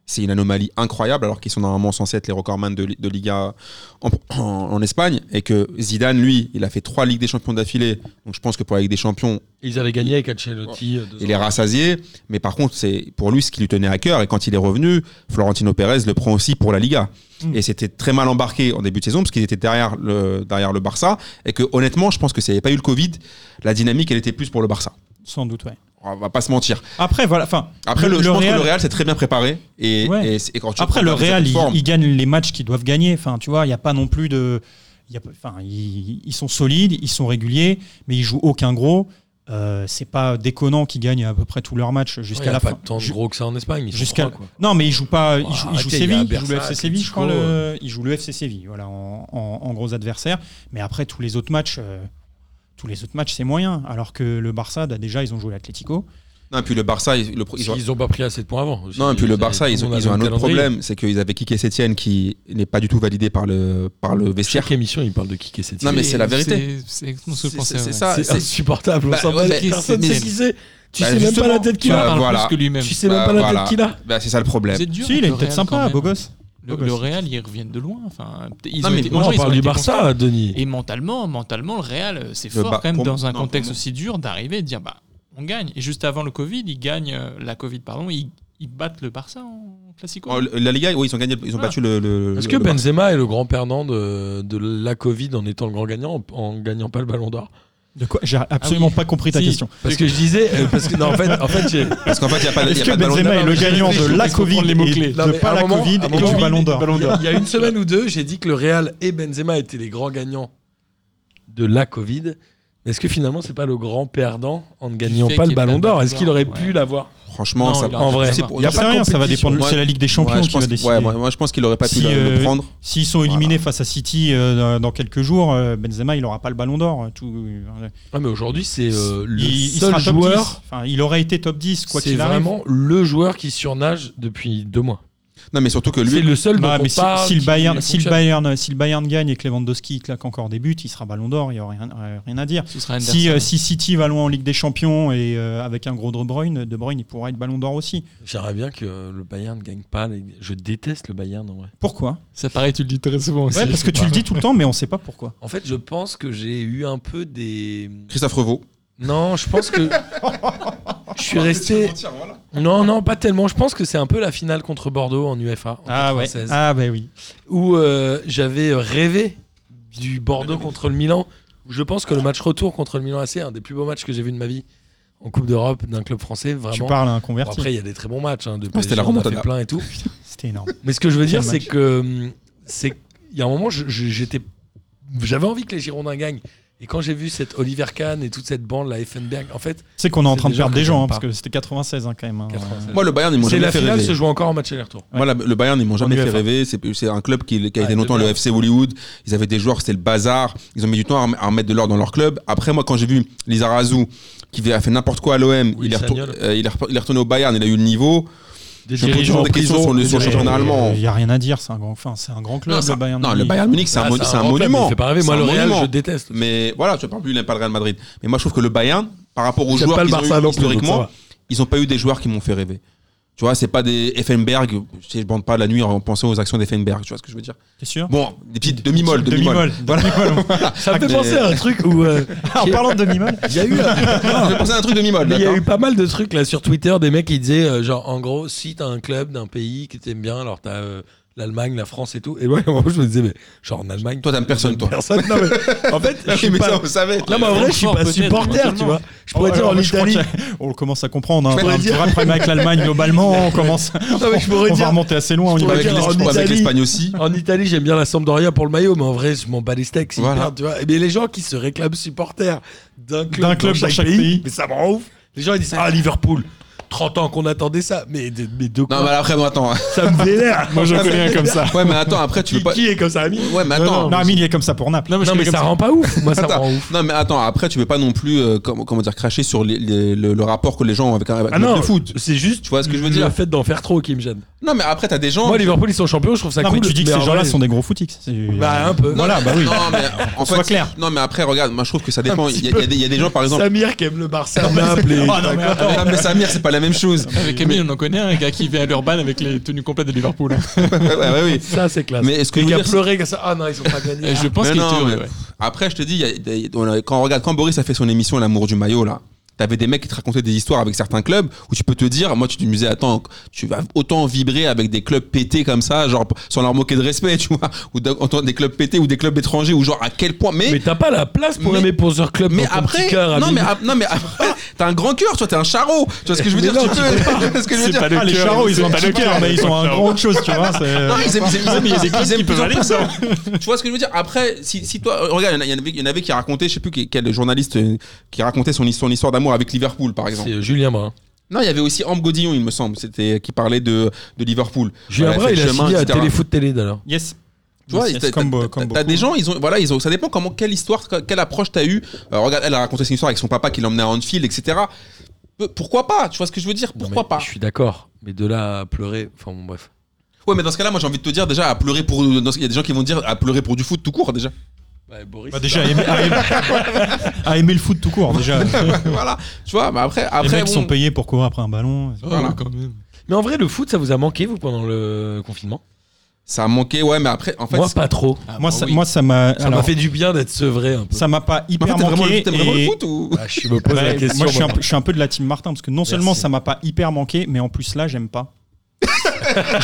S1: C'est une anomalie incroyable, alors qu'ils sont normalement censés être les recordman de, li- de Liga en, en- en Espagne. Et que Zidane, lui, il a fait trois Ligues des Champions d'affilée. Donc je pense que pour la Ligue des Champions,
S4: Ils avaient gagné avec Ancelotti. euh, deux
S1: il est
S4: ans.
S1: rassasié. Mais par contre, c'est pour lui ce qui lui tenait à cœur. Et quand il est revenu, Florentino Pérez le prend aussi pour la Liga.
S2: Mm.
S1: Et c'était très mal embarqué en début de saison, parce qu'il était derrière le, derrière le Barça. Et que honnêtement, je pense que s'il n'y avait pas eu le Covid, la dynamique, elle était plus pour le Barça.
S2: sans doute, ouais.
S1: On va pas se mentir.
S2: Après, voilà. Enfin,
S1: Après, le, je pense que
S2: Real-
S1: le Real, c'est très bien préparé. Et,
S2: Ouais.
S1: et, c'est- et quand tu
S2: Après, le
S1: compares
S2: Real,
S1: cette
S2: ils,
S1: forme,
S2: ils gagnent les matchs qu'ils doivent gagner. Enfin, tu vois, il n'y a pas non plus de. il y a pas- enfin, ils, ils sont solides, ils sont réguliers, mais ils jouent aucun gros. Euh, c'est pas déconnant qu'ils gagnent à peu près tous leurs matchs
S4: Ouais,
S2: jusqu'à
S4: il y a
S2: la
S4: pas
S2: fin.
S4: tant de
S2: Ju-
S4: gros que ça en Espagne. ils sont
S2: jusqu'à-
S4: trois, quoi.
S2: Non, mais ils jouent pas. Ils jouent, ils jouent
S4: arrêtez, il y a
S2: Séville, ils
S4: Bersa,
S2: jouent le FC Séville, je crois.
S4: Atletico,
S2: Le, ils jouent le FC Séville, voilà, en, en- en gros adversaire. Mais après, tous les autres matchs. euh, tous les autres matchs, c'est moyen. Alors que le Barça, bah, déjà, ils ont joué l'Atlético.
S1: Non, et puis le Barça, ils, le pro- ils ont-
S4: Ils n'ont pas pris assez de points avant.
S1: non, et puis le
S4: avaient-
S1: Barça, ils
S4: tout le
S1: ont,
S4: monde
S1: ils ont un
S4: avait le
S1: autre
S4: calendrier.
S1: problème, c'est qu'ils avaient kické Sétienne qui n'est pas du tout validé par le, par le vestiaire.
S4: Chaque émission, ils parlent de qui cette
S1: Non, mais c'est la vérité.
S5: C'est- C'est exactement ce que je
S1: C'est-
S5: pensais.
S1: c'est- c'est
S5: ouais.
S1: ça.
S4: C'est
S1: c'est-
S4: insupportable. on
S1: Bah,
S4: s'en
S1: ouais,
S4: bat,
S1: mais-
S4: personne ne
S5: mais-
S4: sait qui c'est. Tu
S1: Bah,
S4: sais même pas
S1: justement,
S4: la tête
S5: Tu
S4: qu'il
S5: en
S1: Bah,
S4: a.
S5: parles
S1: voilà.
S5: plus que lui-même.
S4: Tu sais même
S1: Bah,
S4: pas la
S1: voilà.
S4: tête qu'il a.
S1: Bah, c'est ça le problème.
S5: C'est dur.
S2: Si, il
S5: avec
S2: est
S5: le
S2: peut-être
S5: Real,
S2: sympa,
S5: quand même.
S2: beau gosse.
S5: Le,
S2: Beau
S5: le
S2: gosse.
S5: Real, ils reviennent de loin. Enfin, ils
S1: Non,
S5: ont
S1: mais
S5: été-
S1: moi,
S5: non,
S4: On
S5: ils ont
S4: parle
S5: été
S4: du Barça,
S5: constants.
S4: Denis.
S5: Et mentalement, mentalement, le Real, euh, c'est
S1: Le
S5: fort
S1: Bar-
S5: quand même
S1: pour-
S5: dans un
S1: non,
S5: contexte
S1: pour moi.
S5: aussi dur d'arriver et de dire bah on gagne. Et juste avant le Covid, ils gagnent euh, la Covid, pardon, ils, ils battent le Barça en classico.
S1: Oh, le- la Liga, oui, ils ont, gagné, ils ont
S5: Ah.
S1: battu le. le
S4: Est-ce
S1: le-
S4: que
S1: le Barça.
S4: Benzema est le grand perdant de, de la Covid en étant le grand gagnant, en, en gagnant pas le ballon d'or
S2: De quoi J'ai absolument
S5: oui.
S2: pas compris ta
S4: Ah Si,
S2: question.
S4: Parce que je disais, euh, parce que non, en fait, en fait, j'ai-
S1: Parce qu'en fait, il n'y a pas de. il y
S2: Est-ce
S1: a
S2: que
S1: pas de ballon
S2: Benzema
S1: d'or.
S2: est le gagnant de la
S5: laisse comprendre
S2: Covid
S5: les
S2: et
S5: mots-clés.
S4: Non, mais
S2: de pas
S4: à
S2: la
S4: un moment-
S2: Covid
S4: à un
S2: et
S4: moment,
S2: du Ballon
S4: il y
S2: d'Or
S4: a- il y a une semaine ou deux, j'ai dit que le Real et Benzema étaient les grands gagnants de la Covid. Est-ce que finalement, c'est pas le grand perdant en ne gagnant
S5: fait
S4: pas
S5: qu'il
S4: le
S5: y a
S4: ballon
S5: pas le
S4: d'or
S5: Ballon
S4: Est-ce qu'il aurait
S5: d'Or,
S4: pu
S5: ouais.
S4: l'avoir
S1: Franchement,
S5: Non,
S1: ça.
S5: il a-
S1: en vrai,
S5: il a-
S1: c'est pour-
S2: Il y a
S1: pas de
S2: pas rien, ça va
S1: compétition.
S2: dépendre.
S1: Ouais,
S2: C'est la Ligue des Champions
S1: ouais, je
S2: qui va
S1: pense-
S2: décider.
S1: ouais, moi, moi, je pense qu'il aurait pas pu
S2: Si,
S1: le- le
S2: euh,
S1: prendre.
S2: S'ils sont éliminés face à City euh, dans quelques jours, euh, Benzema il aura pas le Ballon d'or. Tout, euh,
S4: Ouais, mais aujourd'hui, c'est euh, le
S2: il, il
S4: seul
S2: sera top
S4: joueur.
S2: 10. Enfin, il aurait été top 10 quoi
S4: C'est
S2: qu'il arrive.
S4: vraiment le joueur qui surnage depuis deux mois.
S1: Non, mais surtout que
S4: C'est
S1: lui,
S4: le seul dont
S2: Bah,
S4: on
S2: mais si,
S4: parle
S2: si le
S4: qui
S2: Bayern, si, le
S4: fonctionne.
S2: Bayern, si le Bayern gagne et que Lewandowski claque encore des buts, il sera ballon d'or, il n'y aura rien, euh, rien à dire.
S5: Ce sera Henderson.
S2: Si, euh, si City va loin en Ligue des Champions et euh, avec un gros De Bruyne, De Bruyne il pourra être ballon d'or aussi.
S4: J'aimerais bien que euh, le Bayern ne gagne pas. les- Je déteste le Bayern en vrai.
S2: Pourquoi
S5: Ça paraît, tu le dis très souvent aussi.
S2: Ouais, parce que tu le dis tout le temps, mais on ne sait pas pourquoi.
S4: En fait, je pense que j'ai eu un peu des.
S1: Christophe Revaux.
S4: Non, je pense que. je suis resté. Non, non, pas tellement. Je pense que c'est un peu la finale contre Bordeaux en UEFA. en 96,
S2: Ah bah oui.
S4: Où euh, j'avais rêvé du Bordeaux contre le Milan. Je pense que le match retour contre le Milan AC est un des plus beaux matchs que j'ai vu de ma vie en Coupe d'Europe d'un club français.
S2: Tu
S4: Vraiment.
S2: parles à un
S4: Bon,
S2: converti.
S4: après, il y a des très bons matchs. Hein, de
S1: Ah, c'était la
S4: PSG, on a fait
S1: remontada.
S4: plein et tout.
S2: C'était énorme.
S4: Mais ce que je veux dire,
S2: Quel
S4: c'est
S2: match.
S4: que hum, c'est il y a un moment, je- je- j'étais, j'avais envie que les Girondins gagnent. Et quand j'ai vu cette Oliver Kahn et toute cette bande, la Effenberg, en fait,
S2: C'est qu'on est en
S4: C'est
S2: train de
S4: déjà
S2: perdre
S4: que
S2: des
S4: j'aime
S2: gens, hein,
S4: pas.
S2: parce que c'était 96 hein, quand même. hein.
S4: 96.
S1: Moi, le Bayern, ils m'ont
S4: c'est
S1: jamais
S4: la
S1: fait
S4: finale
S1: rêver.
S4: se joue encore en match aller-retour.
S1: Moi, la- le Bayern, ils m'ont jamais fait
S4: UEFA.
S1: rêver. C'est c'est un club qui, qui a
S4: Ouais,
S1: été longtemps
S4: de
S1: le
S4: merde.
S1: FC Hollywood. Ils avaient des joueurs, c'était le bazar. Ils ont mis du temps à rem- à remettre de l'or dans leur club. Après, moi, quand j'ai vu Lizarazu, qui a fait n'importe quoi à l'OM,
S4: Oui,
S1: il, est
S4: c'est
S1: retour-
S4: Agnol.
S1: euh, il est retour- il est retourné au Bayern, il a eu le niveau.
S4: Des
S1: Je me pose toujours des questions sur le, sur le
S2: Mais,
S1: championnat allemand.
S2: euh, Il n'y a rien à dire, c'est un grand, enfin, c'est un grand club
S1: Non, ça-
S2: le Bayern.
S1: non, le
S2: Munich.
S1: Bayern Munich, c'est
S4: Ah,
S1: un, mon- c'est un monument.
S4: C'est pas rêver.
S1: C'est
S4: Moi,
S1: un
S4: le Real,
S1: monument.
S4: je déteste.
S1: Mais voilà, tu vois, par exemple, lui, il n'aime pas le Real Madrid. Mais moi, je trouve que le Bayern, par rapport aux
S4: J'aime
S1: joueurs
S4: pas le
S1: qu'ils ont
S4: Barça
S1: eu
S4: non plus, donc ça
S1: historiquement,
S4: va.
S1: ils n'ont pas eu des joueurs qui m'ont fait rêver. Tu vois, c'est pas des Effenberg. Je sais, je bande pas la nuit en pensant aux actions d'Effenberg. Tu vois ce que je veux dire
S2: T'es sûr
S1: Bon, des petites demi-molles. Demi-molles.
S2: Voilà.
S4: Ça me fait
S1: Ah, Mais-
S4: penser Ah, à un truc où euh,
S2: en parlant de demi-molle,
S4: il y a eu un-
S1: Ah. Je pensais à un truc demi-molle.
S4: Mais il y a
S1: d'accord.
S4: eu pas mal de trucs là sur Twitter, des mecs qui disaient euh, genre en gros si t'as un club d'un pays que t'aimes bien, alors t'as euh, l'Allemagne, la France et tout. Et moi, à un moment, je me disais mais genre en Allemagne, euh,
S1: Toi, t'aimes personne, toi.
S4: personne. Non, mais, en fait, je suis
S1: Mais
S4: pas-
S1: ça, on savait.
S4: Non, mais en vrai, je suis
S5: Francfort,
S4: pas
S5: peut-être,
S4: supporter, tu
S5: éventuellement.
S4: vois. Je pourrais dire en
S2: moi, je crois
S4: Italie.
S2: qu'il y a- On commence à comprendre.
S4: Je
S2: Hein. On a un
S4: pourrais
S2: petit
S4: dire-
S2: vrai problème avec l'Allemagne globalement. On commence.
S4: Non, mais je pourrais
S2: on va
S4: dire.
S2: remonter assez loin au niveau
S4: pourrais
S1: Avec
S2: de
S4: dire en
S1: l'Espagne-
S4: Italie.
S1: avec l'Espagne aussi.
S4: En Italie, j'aime bien la Sampdoria pour le maillot, mais en vrai, je m'en bats les steaks. s'ils
S1: Voilà.
S4: perdent, tu vois. Mais les gens qui se réclament supporters d'un club,
S2: D'un
S4: dans
S2: club dans
S4: chaque,
S2: chaque
S4: pays,
S2: pays.
S4: mais ça me rend ouf. Les gens, ils disent Ah, Liverpool, 30 ans qu'on attendait ça. Mais de, mais de quoi
S1: Non, mais après, bon, attends.
S4: Ça me vénère.
S2: Moi, j'en connais un comme ça.
S1: Ouais, mais attends, après, tu
S4: qui,
S1: peux pas.
S4: qui est comme ça, ami
S1: Ouais, mais attends.
S2: Non, Amine, il est comme ça pour Naples.
S4: Non, mais ça rend pas ouf. Moi, ça me
S1: Attends.
S4: rend ouf.
S1: Non mais attends, après tu peux pas non plus euh, comment, comment dire cracher sur les- les- le, le rapport que les gens ont avec, avec
S4: Ah
S1: le
S4: non,
S1: foot.
S4: c'est juste.
S1: Tu vois ce que je veux
S4: Le
S1: dire
S4: fait d'en faire trop qui me gêne.
S1: Non mais après t'as des gens.
S4: Moi, Liverpool, ils sont champions, je trouve ça
S2: Non, mais
S4: cool.
S2: tu dis que
S4: en
S2: ces gens-là
S4: vrai,
S2: sont des gros footix. C'est-
S4: Bah, un peu.
S1: Non,
S2: Voilà, bah oui.
S1: Non mais en fait,
S2: Sois clair.
S1: Non mais après regarde, moi je trouve que ça
S4: Un
S1: dépend.
S4: petit
S1: Il y, a- il y
S4: peu.
S1: a des- il y a des gens par exemple.
S4: Samir qui aime le Barça, Naples et-
S2: Ah, non, mais attends.
S1: Ah, mais Samir c'est pas la même chose.
S5: Avec Camille, on en connaît un, un gars qui vient à l'Urban avec les tenues complètes de Liverpool.
S1: Ouais, ouais, ouais, oui.
S4: Ça, c'est classe.
S1: Mais est-ce que
S4: Et
S1: vous
S4: qui a
S1: dire-
S4: pleuré, qui a ça. Ah non, ils ont pas gagné.
S5: Et je pense
S1: Mais
S5: qu'il
S1: non,
S5: était heureux,
S1: mais-
S5: ouais.
S1: Après je te dis, il y a- il y a- on a- quand on regarde quand Boris a fait son émission L'amour du maillot là. T'avais des mecs qui te racontaient des histoires avec certains clubs où tu peux te dire, moi tu te disais, attends, tu vas autant vibrer avec des clubs pétés comme ça, genre sans leur moquer de respect, tu vois, ou d'un- entendre des clubs pétés ou des clubs étrangers, ou genre à quel point. Mais,
S4: Mais t'as pas la place pour
S1: Mais-
S4: aimer pour Club Club.
S1: Mais
S4: dans ton
S1: après,
S4: petit cœur,
S1: non
S4: ami.
S1: mais, ap- non mais après, t'as un grand cœur, toi t'es un charreau. Tu vois ce que je veux
S4: Mais
S1: dire
S4: non,
S1: Tu
S4: tu
S1: peux. tu vois ce que je veux dire
S2: Ah, les charros, ils ont pas le cœur, mais ils ont un grand chose, tu vois. c'est-
S1: Non, ils aiment, ils aiment- ils aiment- ils aiment plutôt pas ça.
S2: ça.
S1: Tu vois ce que je veux dire Après, si, si toi, euh, regarde, il y en a- il y en avait- il y, en avait qui racontait, je sais plus qui- quel journaliste euh, qui racontait son histoire, son histoire d'amour avec Liverpool, par exemple.
S4: C'est euh, Julien Brun.
S1: Non, il y avait aussi Ambre Godillon, il me semble, c'était qui parlait de, de Liverpool.
S4: Julien
S1: Voilà,
S4: Brun,
S1: fait
S4: il
S1: le
S4: a
S1: chemin,
S4: signé à
S1: etc.
S4: Téléfoot Télé d'ailleurs.
S2: Yes.
S1: Tu vois,
S2: Yes,
S1: t'as-
S2: yes, comme
S1: t'as-
S2: beau-
S1: t'as
S2: comme
S1: t'as
S2: beaucoup.
S1: des gens, ils ont, voilà, ils ont, ça dépend comment, quelle histoire, quelle approche t'as eu. Euh, regarde, elle a raconté son histoire avec son papa qui l'emmenait à Anfield, etc. Peu- Pourquoi pas Tu vois ce que je veux dire Pourquoi
S4: Mais
S1: pas
S4: Je suis d'accord. Mais de là à pleurer. Enfin bon, bref.
S1: Ouais, mais dans ce cas-là, moi j'ai envie de te dire déjà à pleurer pour. dans ce- Il y a des gens qui vont dire à pleurer pour du foot tout court déjà.
S4: Boris.
S5: Ah,
S2: Bah, déjà, à aimer, à aimer- à aimer ah, le foot tout court, déjà.
S1: voilà, tu vois, mais après,
S2: les
S1: après
S2: mecs sont
S1: bon, Ah,
S2: payés pour courir après un ballon.
S1: Voilà.
S5: Oh, quand même.
S4: Mais en vrai, le foot, ça vous a manqué, vous, pendant le confinement
S1: ça a manqué, ouais, mais après, en fait,
S4: Moi,
S1: c'est-
S4: pas trop.
S5: Ah,
S2: moi,
S5: bah
S2: ça,
S5: oui.
S2: moi, ça m'a.
S4: Ça
S2: alors,
S4: m'a fait du bien d'être sevré un peu.
S2: Ça m'a pas
S1: mais en
S2: hyper
S1: fait, t'aimes vraiment,
S2: manqué.
S1: t'aimes vraiment
S2: et-
S1: le foot ou
S4: Bah, je me pose
S2: Ouais,
S4: la question.
S2: moi, je suis, un
S4: maintenant.
S2: peu, je suis un peu de la team Martin parce que non seulement ça m'a pas hyper manqué, mais en plus là, j'aime pas.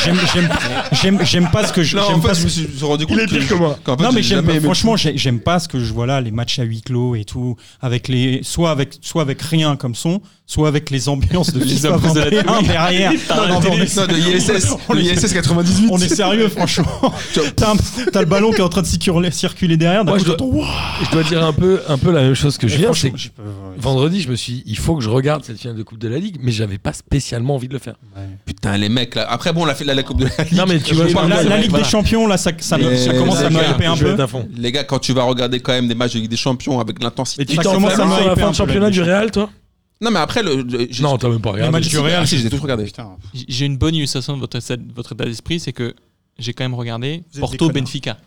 S2: j'aime, j'aime, j'aime, j'aime pas ce que je.
S1: Non,
S2: j'aime
S1: en fait,
S2: pas
S1: je
S2: ce-
S1: me suis je me suis rendu compte.
S4: est pire que moi.
S1: qu'en fait,
S2: non mais
S1: j'ai
S2: j'aime,
S1: jamais aimé le
S2: franchement j'ai- j'aime pas ce que je vois là les matchs à huis clos et tout avec les soit avec soit avec rien comme son soit avec les ambiances de
S5: Les
S2: FIFA
S5: ambiances de la
S2: 21
S5: télé.
S2: derrière
S1: foot. Non,
S2: Non, mais on
S1: de-
S2: est-
S1: non, de ISS,
S2: on
S1: de
S2: est-
S1: ISS 98.
S2: on est sérieux franchement
S1: Tu vois,
S2: t'as, un- t'as le ballon qui est en train de circuler, circuler derrière d'un
S4: Moi,
S2: coup,
S4: je dois-
S2: t'entends, Wouah
S4: Je dois dire un peu, un peu la même chose que
S2: Et
S4: Julien. C'est
S2: franchement,
S4: que
S2: je peux-
S4: vendredi, je me suis dit, il faut que je regarde cette finale de Coupe de la Ligue, mais j'avais pas spécialement envie de le faire.
S1: Putain, les mecs là. Après, bon, on a fait la, la Coupe de la Ligue.
S4: Non, mais tu
S1: Je
S4: vois,
S1: vous parle
S2: la,
S1: de-
S2: la Ligue
S4: Voilà.
S2: des Champions là ça, ça, me-
S1: Mais-
S2: ça commence à me
S1: D'accord.
S2: hyper un
S4: Je vais
S2: peu
S4: être à fond.
S1: Les gars, quand tu vas regarder quand même des matchs de Ligue des Champions avec l'intensité.
S4: Mais tu
S2: Ça
S4: t'en
S2: commence
S4: commences
S2: à me
S4: sur la
S2: hyper
S4: fin de
S2: un peu, la
S4: championnat
S2: Ligue
S4: du
S2: des
S4: Real, toi
S1: Non, mais après, le, le- j'ai-
S4: Non, t'as même pas
S2: Les
S4: regardé.
S2: matchs du
S1: si,
S2: Real,
S1: ah, si, je les ai tous regardés.
S2: Putain,
S5: J- J'ai une bonne illustration de votre, état- de votre état d'esprit, c'est que j'ai quand même regardé
S2: Vous êtes
S5: Porto
S2: des connards.
S5: Benfica.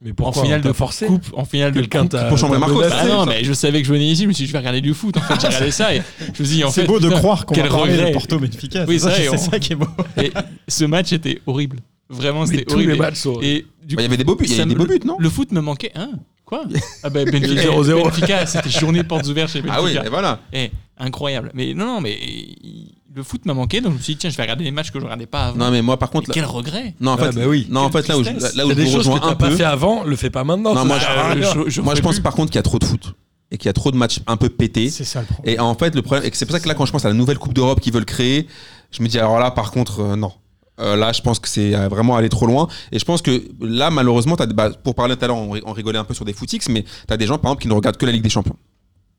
S4: Mais pourquoi
S5: en finale
S4: T'as
S5: de
S4: forcé
S5: Coupe, en finale de
S4: Quelqu'un
S5: coupe.
S4: t'a.
S1: pour chambrer
S4: t'a
S1: Marcos.
S5: Bah
S4: menacé
S5: non, mais je savais que je venais ici, je me suis dit, je vais regarder du foot. En fait, j'ai regardé ça et je me suis dit, en
S2: c'est
S5: fait,
S2: beau de
S5: putain,
S2: croire qu'on
S5: quel
S2: va parler de
S5: regret.
S2: Porto Benfica.
S5: Oui,
S2: c'est ça,
S5: ça, et
S2: c'est
S5: on-
S2: ça qui est beau.
S5: Et ce match était horrible. Vraiment,
S4: Mais
S5: c'était
S4: tous
S5: horrible.
S4: les matchs sont.
S5: Et du
S1: Bah, Il y avait des beaux buts, il y
S5: Ça
S1: avait des
S5: me-
S1: beaux buts, non
S5: Le foot me manquait. Hein Quoi Ah ben Benfica,
S4: 0-0.
S5: Benfica, c'était journée portes ouvertes chez Benfica.
S1: Ah oui, et voilà.
S5: Eh, incroyable. Mais non, non, mais il- le foot m'a manqué, donc je me suis dit, tiens, je vais regarder les matchs que je regardais pas avant.
S1: Non, mais moi, par contre.
S5: Mais
S1: là-
S5: Quel regret
S1: Non, en
S4: Ah,
S1: fait,
S4: bah oui.
S1: non, en fait là où je,
S5: tristesse.
S1: là où
S4: T'as
S1: je
S4: des
S1: vous
S4: choses que
S1: rejoins
S4: t'as
S1: un
S4: pas
S1: peu.
S4: fait avant, le fais pas maintenant.
S1: Non,
S4: ça
S1: moi,
S4: sert
S1: je-
S4: à rien.
S1: Moi, je pense par contre qu'il y a trop de foot et qu'il y a trop de matchs un peu pétés.
S2: C'est ça le problème.
S1: Et en fait, le problème, et que c'est pour ça que là, quand je pense à la nouvelle Coupe d'Europe qu'ils veulent créer, je me dis alors là, par contre, euh, non. Euh, là, je pense que c'est euh, vraiment aller trop loin. Et je pense que là, malheureusement, t'as des- bah, pour parler tout à l'heure, on, ri- on rigolait un peu sur des footix, mais t'as des gens, par exemple, qui ne regardent que la Ligue des Champions.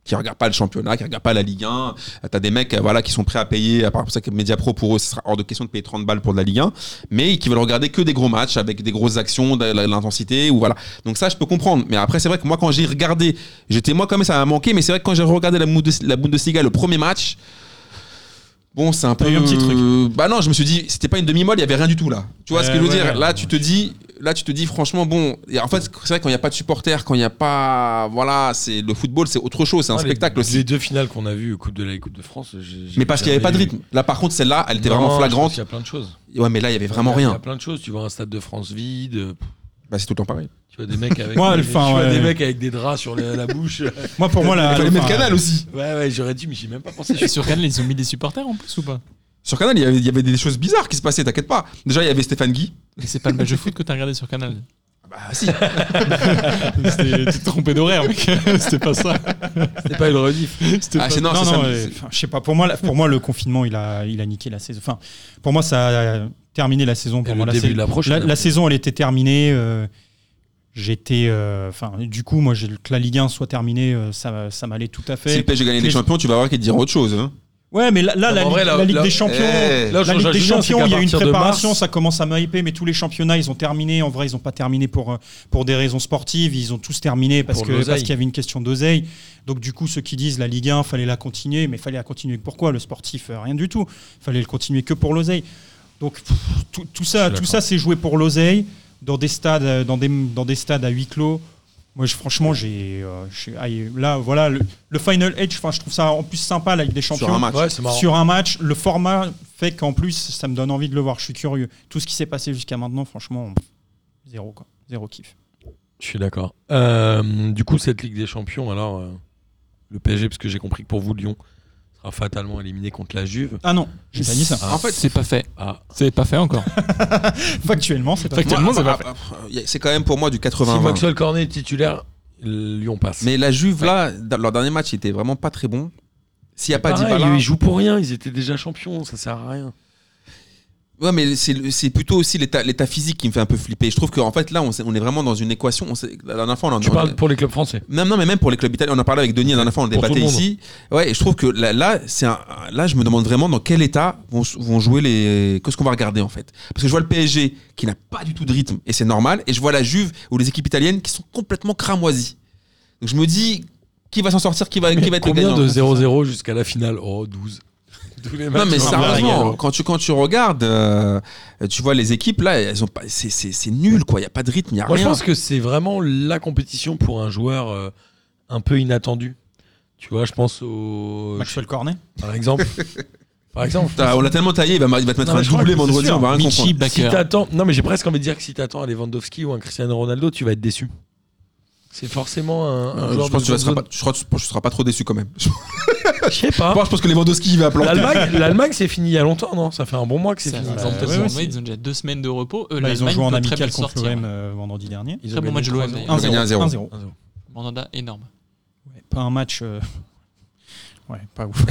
S1: Qui regardent pas le championnat, qui regardent pas la Ligue 1. Euh, T'as des mecs euh, voilà, qui sont prêts à payer, à part pour ça que Mediapro, pour eux, ce sera hors de question de payer 30 balles pour de la Ligue 1, mais qui veulent regarder que des gros matchs avec des grosses actions, de la- de l'intensité, ou voilà. Donc ça, je peux comprendre. Mais après, c'est vrai que moi, quand j'ai regardé, j'étais moi comme ça m'a manqué, mais c'est vrai que quand j'ai regardé la, Bundes- la Bundesliga, le premier match, bon, c'est un
S2: T'as
S1: peu.
S2: eu un petit truc.
S1: Bah non, je me suis dit, c'était pas une demi-molle, il y avait rien du tout là. Tu vois
S2: Euh,
S1: ce que je veux
S2: ouais,
S1: dire
S2: ouais.
S1: Là, Ah, tu te dis, là, tu te dis, franchement, bon. et en fait, c'est vrai quand il n'y a pas de supporters, quand il n'y a pas, voilà, c'est le football, c'est autre chose, c'est un
S4: Ah, les-
S1: spectacle aussi.
S4: Les deux finales qu'on a vues, Coupe de la Coupe de France. j'ai- j'ai
S1: Mais parce qu'il n'y avait pas de
S4: jamais
S1: rythme. Là, par contre, celle-là, elle
S4: eu.
S1: était
S4: Non,
S1: vraiment
S4: je pense qu'il
S1: flagrante.
S4: y a plein de choses.
S1: Ouais, mais là, il y avait vraiment
S4: Il y a- Il y a
S1: rien.
S4: plein de choses. Tu vois un stade de France vide. euh,
S1: Bah, c'est tout le temps pareil.
S4: Tu vois des mecs avec.
S2: Moi,
S4: des,
S2: enfin,
S4: tu vois
S2: ouais.
S4: des mecs avec des draps sur la, la bouche. ouais,
S2: Moi, pour moi, la.
S1: Il fallait mettre
S2: Oh enfin,
S1: Canal aussi.
S4: ouais, j'aurais dit, mais j'ai même pas pensé.
S5: Et sur Canal, ils ont mis des supporters en plus ou pas
S1: Sur Canal, il y avait, il y avait des choses bizarres qui se passaient, t'inquiète pas. Déjà, il y avait Stéphane Guy.
S5: Mais c'est pas le match de foot que t'as regardé sur Canal.
S1: Bah, si.
S5: C'était t'es trompé d'horaire, mec. C'était pas ça.
S4: C'était pas une rediff.
S5: C'était
S1: Ah,
S5: pas-
S1: c'est non,
S2: Non,
S1: c'est
S2: non,
S1: ça.
S2: ouais, enfin, je sais pas. Pour moi, la- pour moi, le confinement, il a, il a niqué la saison. Enfin, pour moi, ça a terminé la saison. Pour
S4: Et
S2: moi,
S4: le
S2: la
S4: début
S2: saison-
S4: de la prochaine.
S2: La, la saison, elle était terminée. euh, J'étais, euh, enfin, du coup, moi, j'ai- que la Ligue 1 soit terminée, euh, ça, ça m'allait tout à
S1: Si le
S2: fait.
S1: PSG gagnait des
S2: les-
S1: champions, tu vas voir qu'ils te diront autre chose. hein.
S2: Ouais, mais là, là,
S4: Non,
S2: la,
S4: en
S2: Ligue-
S4: vrai, là-
S2: la Ligue
S4: là-
S2: des Champions,
S1: Eh,
S4: là où je
S2: la Ligue
S4: rejoins
S2: des
S4: Julien, c'est
S2: Champions,
S4: qu'à
S2: il y a eu une
S4: partir de
S2: préparation,
S4: mars-
S2: ça commence à m'hyper, mais tous les championnats, ils ont terminé. En vrai, ils n'ont pas terminé pour, euh, pour des raisons sportives, ils ont tous terminé parce
S4: Pour
S2: que-
S4: l'oseille.
S2: parce qu'il y avait une question d'oseille. Donc, du coup, ceux qui disent la Ligue 1, fallait la continuer, mais fallait la continuer pourquoi Le sportif, euh, rien du tout. fallait le continuer que pour l'oseille. Donc, pff, tout, tout
S4: Je
S2: ça,
S4: suis
S2: tout
S4: d'accord.
S2: ça c'est joué pour l'oseille, dans, des stades, euh, dans, des, dans des stades à huis clos. Moi, je, franchement, j'ai. euh, je suis- aïe, là, voilà, le, le Final Edge, enfin, je trouve ça en plus sympa, la Ligue des Champions
S1: Sur un match.
S4: Ouais, c'est marrant.
S2: sur un match. Le format fait qu'en plus, ça me donne envie de le voir. Je suis curieux. Tout ce qui s'est passé jusqu'à maintenant, franchement, zéro quoi. Zéro kiff.
S4: Je suis d'accord. Euh, du coup, cette Ligue des Champions, alors, euh, le PSG, parce que j'ai compris que pour vous, Lyon sera fatalement éliminé contre la Juve.
S2: Ah non, j'ai pas dit ça.
S4: Ah.
S1: En fait,
S5: c'est pas fait.
S4: Ah,
S5: C'est pas fait encore.
S2: Factuellement, c'est pas
S5: Fact-
S1: moi,
S5: Actuellement, c'est pas
S1: ah, ah, ah, c'est quand même pour moi du
S4: si
S1: 80
S4: Maxwell Cornet est titulaire, Lyon passe.
S1: Mais la Juve, là, dans leur dernier match, il était vraiment pas très bon. S'il n'y a pas
S4: Pareil,
S1: Dybala.
S4: ils jouent pour rien, ils étaient déjà champions, ça sert à rien.
S1: Ouais, mais c'est le- c'est plutôt aussi l'état l'état physique qui me fait un peu flipper. Je trouve qu'en fait, là, on, s'est- on est vraiment dans une équation. On s'est- la dernière fois, on en
S4: Tu
S1: on-
S4: parles pour les clubs français.
S1: Non, non, mais même pour les clubs italiens, on en parlait avec Denis la dernière fois, on le
S4: Pour tout
S1: débattait
S4: le monde.
S1: ici. Ouais, et je trouve que là, là, c'est un- là, je me demande vraiment dans quel état vont, vont jouer les. Qu'est-ce qu'on va regarder en fait Parce que je vois le PSG qui n'a pas du tout de rythme, et c'est normal, et je vois la Juve ou les équipes italiennes qui sont complètement cramoisies. Donc je me dis, qui va s'en sortir Qui va, qui va être le
S4: Combien
S1: gagnant
S4: de 0-0 jusqu'à la finale Oh, 12. Tous les
S1: non
S4: matchs,
S1: mais
S4: on va
S2: blague,
S1: sérieusement,
S2: alors.
S1: quand tu quand tu regardes, euh, tu vois les équipes là, elles ont pas, c'est c'est c'est nul quoi. Il y a pas de rythme, il y a
S4: Moi, je
S1: rien.
S4: pense que c'est vraiment la compétition pour un joueur euh, un peu inattendu. Tu vois, je pense au.
S2: Maxwell Cornet.
S4: Par exemple. Par exemple.
S1: Putain, On l'a tellement taillé, il va, mar- il va te mettre
S4: Non, mais
S1: un
S4: je crois
S1: doublé
S4: que c'est
S1: vendredi,
S4: sûr.
S1: on va rien
S5: Michi
S1: comprendre.
S5: Baker.
S4: Si t'attends, non mais j'ai presque envie de dire que si t'attends un Lewandowski ou un Cristiano Ronaldo, tu vas être déçu. C'est forcément un, un
S1: Euh,
S4: joueur
S1: je pense
S4: de
S1: que tu vas- seras
S4: seconde
S1: pas, tu seras, tu seras pas trop déçu quand même. Je
S4: zone. Je sais pas.
S1: Moi, je pense que Lewandowski il va planter.
S4: L'Allemagne, l'Allemagne, c'est fini il y a longtemps, non Ça fait un bon mois que c'est
S5: Ça,
S4: fini.
S5: ils,
S2: Bah,
S5: ont peut-être
S2: ouais, ouais,
S5: ouais, Bah, ils ont déjà deux semaines de repos. Eux,
S2: Là, Bah, ils ont
S5: l'Allemagne
S2: jouer en
S5: peut très bien
S2: amical contre
S5: sortir.
S2: l'OM euh, vendredi dernier.
S4: Ils ont
S5: Très bon
S4: gagné
S5: match de l'OM,
S4: 3-0.
S5: d'ailleurs.
S1: ont gagné 1-0.
S2: 1-0.
S5: Mandanda énorme.
S2: Ouais, Pas un match. euh, Ouais, pas ouf.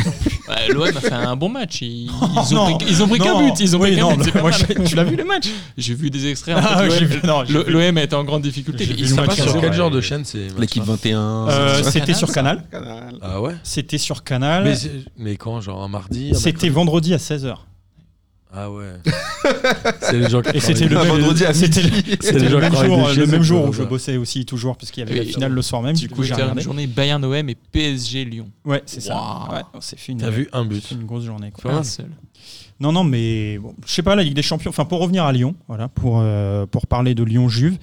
S5: Ouais, L'OM a fait un bon match. Ils, ils
S2: Non.
S5: ont, pris, ils ont pris qu'un
S2: Non.
S5: but. Ils ont pris
S2: Oui,
S5: qu'un
S2: non,
S5: but. c'est pas
S2: moi,
S5: mal.
S2: je- tu l'as vu le match
S5: J'ai vu des extraits. en
S2: Ah,
S5: fait,
S2: ouais,
S5: l'OM-
S2: j'ai vu- non, j'ai
S5: le-
S2: vu.
S5: L'OM était en grande difficulté.
S2: J'ai
S5: Ils
S2: vu
S5: sont
S2: le
S5: pas
S2: match
S5: sur-
S4: Sur
S2: Ouais.
S4: quel genre de chaîne c'est
S1: L'équipe 21.
S2: Euh, C'était
S5: Canal,
S2: sur
S5: ça.
S2: Canal.
S4: Ah ouais
S2: C'était sur Canal.
S4: mais, c'est- mais quand Genre un mardi un
S2: C'était vendredi à 16h.
S4: mercredi Ah ouais. c'est les gens qui
S2: Et c'était le
S4: travaillent.
S1: Un
S2: même,
S1: vendredi à
S2: c'était-
S4: les
S2: c'était le
S4: gens
S2: même
S4: qui travaillent
S2: jour, hein,
S4: de chez
S2: le
S4: eux,
S2: même
S4: c'est
S2: jour
S4: pas
S2: où je
S4: ça.
S2: bossais aussi toujours parce qu'il y avait
S5: Et
S2: la finale le soir même. Du coup, j'ai
S5: faire une
S2: regardé.
S5: journée Bayern OM et PSG Lyon.
S2: Ouais, c'est ça.
S5: Waouh.
S2: Ouais, on s'est fait une,
S4: T'as vu un but.
S2: c'est une grosse journée. quoi. Ah,
S5: Un seul.
S2: Non, non, mais bon, je sais pas, la Ligue des Champions. Enfin, pour revenir à Lyon, voilà, pour, euh, pour parler de Lyon-Juve.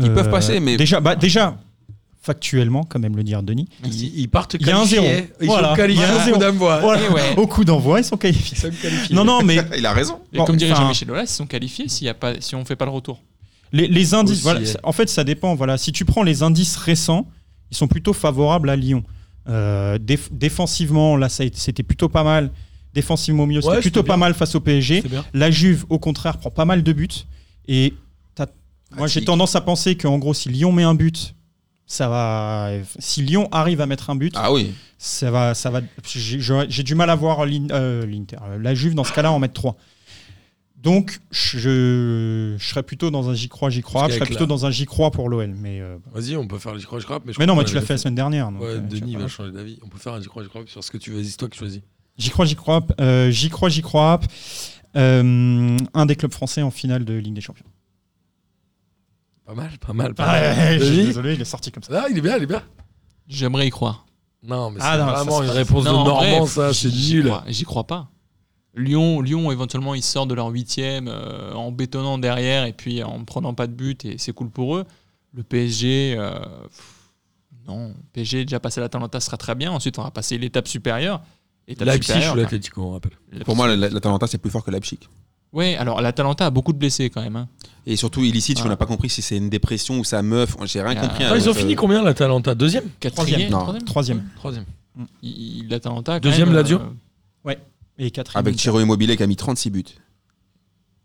S1: Ils peuvent passer, mais-
S2: Déjà, bah, déjà, factuellement, quand même le dire, Denis.
S4: Ils, ils partent
S2: Il y a
S4: comme
S2: un zéro.
S4: chier. Ils
S2: Voilà.
S4: sont qualifiés.
S2: Il y a un
S4: au
S2: zéro.
S4: coup d'envoi.
S2: Voilà,
S5: ouais.
S2: Au coup d'envoi, ils sont qualifiés.
S4: Ils sont qualifiés.
S2: Non, non, mais
S1: Il a raison.
S5: Et
S2: Bon,
S5: comme dirait
S2: enfin-
S5: Jean-Michel Aulas, ils sont qualifiés s'il y a pas, si on fait pas le retour.
S2: les, les indices.
S4: Aussi,
S2: voilà,
S4: ouais.
S2: c'est- en fait, ça dépend. Voilà, si tu prends les indices récents, ils sont plutôt favorables à Lyon. Euh, déf- défensivement, là, ça a été- c'était plutôt pas mal. Défensivement mieux, c'était
S4: Ouais,
S2: plutôt
S4: c'était
S2: pas mal face au PSG.
S4: C'est bien.
S2: La Juve, au contraire, prend pas mal de buts. Et t'as- moi,
S1: Ah,
S2: j'ai
S1: si.
S2: tendance à penser qu'en gros, si Lyon met un but, ça va. Si Lyon arrive à mettre un but,
S1: Ah oui.
S2: ça va, ça va. J'ai j'aurais- j'ai du mal à voir l'In- euh, l'Inter, euh, la Juve dans ce cas-là en mettre 3. Donc, je, je serais plutôt dans un j'y crois, j'y crois.
S4: Parce
S2: Je serais
S4: qu'avec
S2: plutôt
S4: la-
S2: dans un j'y crois pour l'OL. Mais, euh,
S4: Vas-y, on peut faire le je crois, je crois. Mais, je
S2: mais
S4: crois
S2: non, moi,
S4: qu'on
S2: tu l'as
S4: avait
S2: fait la semaine dernière. donc,
S4: Ouais,
S2: euh, tu
S4: Denis
S2: vois
S4: va
S2: pas.
S4: changer d'avis. On peut faire un je crois, je crois sur ce que tu veux. C'est toi qui choisis.
S2: J'y crois, j'y crois. euh, j'y crois, j'y crois. euh, un des clubs français en finale de Ligue des Champions.
S4: Pas mal, pas mal. Pas
S2: Ah,
S4: mal.
S2: je suis
S4: Denis
S2: désolé, il est sorti comme ça.
S4: Ah, il est bien, il est bien.
S5: J'aimerais y croire.
S4: Non, mais c'est
S2: Ah non, ça,
S4: vraiment
S2: c'est
S4: une
S2: pas-
S4: réponse de
S5: Non, en
S4: Normand,
S5: vrai,
S4: ça. C'est
S5: j'y
S4: nul.
S5: crois- J'y crois pas. Lyon, Lyon, éventuellement, ils sortent de leur huitième euh, en bétonnant derrière et puis en prenant pas de but et c'est cool pour eux. Le PSG, euh, pff, non, PSG déjà passé l'Atalanta sera très bien. Ensuite, on va passer l'étape supérieure. Étape
S4: Leipzig
S5: supérieure,
S4: ou
S5: enfin,
S4: l'Atletico, on rappelle.
S5: l'étape
S1: Pour moi, la- l'Atalanta, c'est plus fort que Leipzig.
S5: Ouais, alors l'Atalanta a beaucoup de blessés quand même. hein.
S1: Et surtout, illicite,
S5: Ah.
S1: on n'a pas compris si c'est une dépression ou sa meuf. J'ai rien
S5: Ah.
S1: compris.
S5: Ah,
S4: Ah, ils ont
S1: Euh,
S4: fini combien l'Atalanta Deuxième
S5: Quatrième,
S1: Troisième, non.
S5: troisième.
S2: Troisième.
S4: Troisième.
S5: Il- il- L'Atalanta. quand
S4: Deuxième,
S5: même,
S4: Lazio.
S5: euh,
S2: Et quatrième. bah,
S1: Avec Tiro Immobilier qui a mis 36 buts.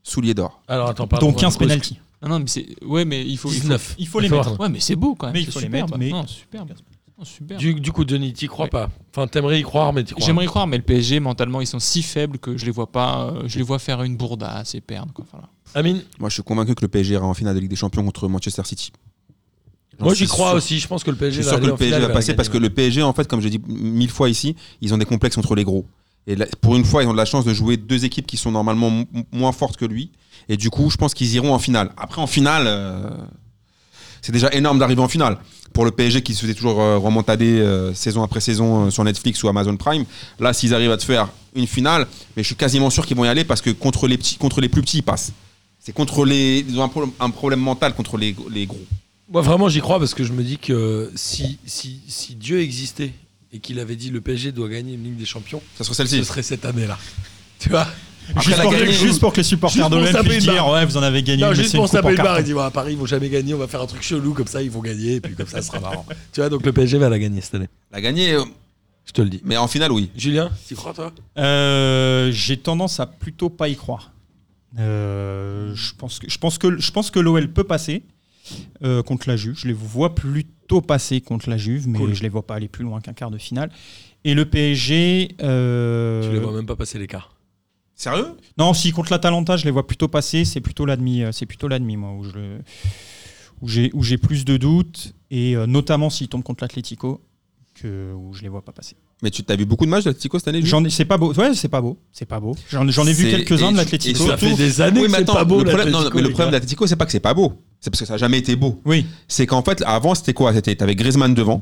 S1: Soulier d'or.
S4: Alors attends, pardon.
S2: Donc 15
S4: Cause-
S2: pénalty.
S5: Non, non, mais c'est. Ouais, mais il faut. il faut-
S4: 19.
S2: Il faut les
S4: D'accord.
S2: mettre.
S5: Ouais, mais c'est beau quand même.
S2: Mais il
S5: c'est
S2: faut les
S5: superbe.
S2: mettre, mais-
S5: Non, superbe. Non, superbe.
S4: Du, du coup, Denis, t'y crois
S5: Ouais.
S4: pas. Enfin, t'aimerais y croire, mais t'y crois.
S5: J'aimerais y croire, mais le PSG, mentalement, ils sont si faibles que je les vois pas. euh, je les vois faire une bourdasse et perdre. Quoi. Voilà.
S4: Amine,
S1: Moi, je suis convaincu que le PSG ira en finale de Ligue des Champions contre Manchester City. J'en
S4: moi
S1: suis
S4: j'y crois
S1: sûr.
S4: aussi. Je pense que le
S1: Je
S4: PSG.
S1: suis sûr que le PSG va passer parce que le PSG, en fait, comme j'ai dit mille fois ici, ils ont des complexes entre les gros. Et là, pour une fois, ils ont de la chance de jouer deux équipes qui sont normalement m- m- moins fortes que lui. Et du coup, je pense qu'ils iront en finale. Après, en finale, euh, c'est déjà énorme d'arriver en finale. Pour le PSG qui se faisait toujours euh, remontader euh, saison après saison euh, sur Netflix ou Amazon Prime, là, s'ils arrivent à te faire une finale, mais je suis quasiment sûr qu'ils vont y aller parce que contre les, petits, contre les plus petits, ils passent. C'est contre les. Ils ont un problème, un problème mental contre les, les gros.
S4: Moi vraiment j'y crois parce que je me dis que si, si, si Dieu existait et qu'il avait dit le PSG doit gagner une Ligue des Champions,
S1: Ça serait celle-ci.
S4: ce serait cette année-là. Tu vois
S1: Après,
S2: Juste
S1: la
S2: pour,
S1: gagner-
S2: juste pour que les supporters
S4: Juste
S2: de
S4: pour
S2: l'OM
S4: taper
S2: puissent
S4: une
S2: dire ouais vous en avez gagné
S4: Non,
S2: mais
S4: juste
S2: c'est une
S4: pour
S2: coupe en
S4: s'appeler le bar et
S2: carton.
S4: dire à Paris ils vont jamais gagner, on va faire un truc chelou comme ça, ils vont gagner et puis comme ça ce sera marrant. tu vois donc le PSG va la gagner cette année.
S1: La gagner, euh,
S4: Je te le dis.
S1: mais en finale, oui.
S4: Julien, t'y crois toi
S2: Euh, J'ai tendance à plutôt pas y croire. Euh, je pense que je pense que je pense que l'OL peut passer euh, contre la Juve. Je les vois plutôt passer contre la Juve, mais
S4: Cool.
S2: je les vois pas aller plus loin qu'un quart de finale. Et le PSG, euh,
S4: Tu les vois même pas passer l'écart.
S1: Sérieux
S2: Non, si contre l'Atalanta, je les vois plutôt passer. C'est plutôt la demi, euh, c'est plutôt la demi, moi, où je le- où j'ai où j'ai plus de doutes et euh, notamment s'ils tombent contre l'Atlético, que où je les vois pas passer.
S1: Mais tu t'as vu beaucoup de matchs d'Atletico cette année Julien
S2: J'en ai, c'est pas beau. Ouais, c'est pas beau. C'est pas beau. J'en j'en ai vu
S1: C'est-
S2: quelques-uns
S1: et-
S2: de
S1: et
S2: l'Atlético.
S1: surtout-
S4: Ça fait des années
S1: Oui,
S4: que
S1: mais
S4: c'est
S1: attends,
S4: pas beau
S1: le problème, non,
S4: l'Atlético,
S1: mais le
S4: les
S1: problème
S4: gars.
S1: d'Atletico, c'est pas que c'est pas beau. C'est parce que ça n'a jamais été beau.
S2: Oui.
S1: C'est qu'en fait, avant, c'était quoi C'était- T'avais Griezmann devant.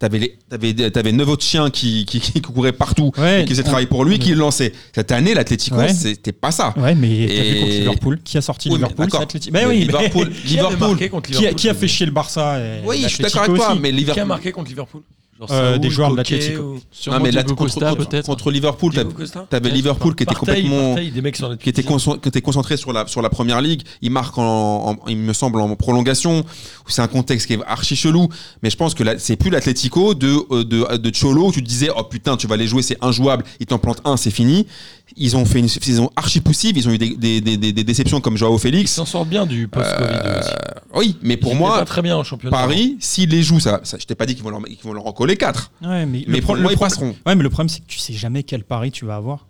S1: T'avais, les, t'avais, t'avais neuf autres chiens qui, qui, qui couraient partout
S2: Ouais,
S1: et qui faisaient
S2: on-
S1: travailler pour lui, qui le lançaient. Cette année, l'Atletico,
S2: Ouais.
S1: c'était pas ça.
S2: Ouais, mais t'as vu contre
S1: Et-
S2: Liverpool qui a sorti
S1: Oui, mais
S2: Liverpool,
S1: d'accord.
S2: c'est Atlético. Ben
S1: Mais
S2: oui, mais-
S1: Liverpool,
S4: Qui avait
S1: Liverpool.
S4: marqué contre
S2: qui, a,
S4: Liverpool
S2: qui a
S4: je
S2: fait
S4: sais
S2: chier le Barça et
S1: Oui, je suis d'accord avec
S2: l'Atlético
S1: toi,
S2: aussi.
S1: mais
S4: Qui a
S1: Liverpool.
S4: marqué contre Liverpool Genre
S2: Euh,
S4: Saoul,
S2: des joueurs de
S4: Coquet
S2: l'Atlético.
S4: ou-
S1: Non,
S5: Sûrement
S1: mais là,
S5: Diego Costa,
S1: contre, contre,
S5: peut-être.
S1: contre Liverpool,
S4: Diego
S1: t'avais,
S4: Costa
S1: t'avais
S5: Ouais,
S1: Liverpool qui était
S4: Partey,
S1: complètement.
S4: Partey, des mecs sur notre
S1: qui était, conso- qui était concentré sur la, sur la première ligue. Il marque, en, en- il me semble, en prolongation. C'est un contexte qui est archi chelou. Mais je pense que là, c'est plus l'Atletico de, euh, de, de Cholo où tu te disais, oh putain, tu vas les jouer, c'est injouable. Ils t'en plantent un, c'est fini. Ils ont fait une saison archi poussive. Ils ont eu des, des, des- des- des déceptions comme Joao
S4: Ils
S1: Félix.
S4: s'en sortent bien du post-Covid
S1: Euh,
S4: aussi.
S1: oui, mais pour
S4: Ils étaient pas
S1: moi,
S4: très bien en championnat.
S1: Paris, s'ils les jouent, ça, ça- je t'ai pas dit qu'ils vont, leur- qu'ils vont leur en coller 4.
S2: Ouais, mais,
S1: Mais
S2: le pro-
S1: pour moi,
S2: le
S1: ils
S2: pro-
S1: passeront.
S2: Ouais, mais le problème, c'est que tu sais jamais quel pari tu vas avoir.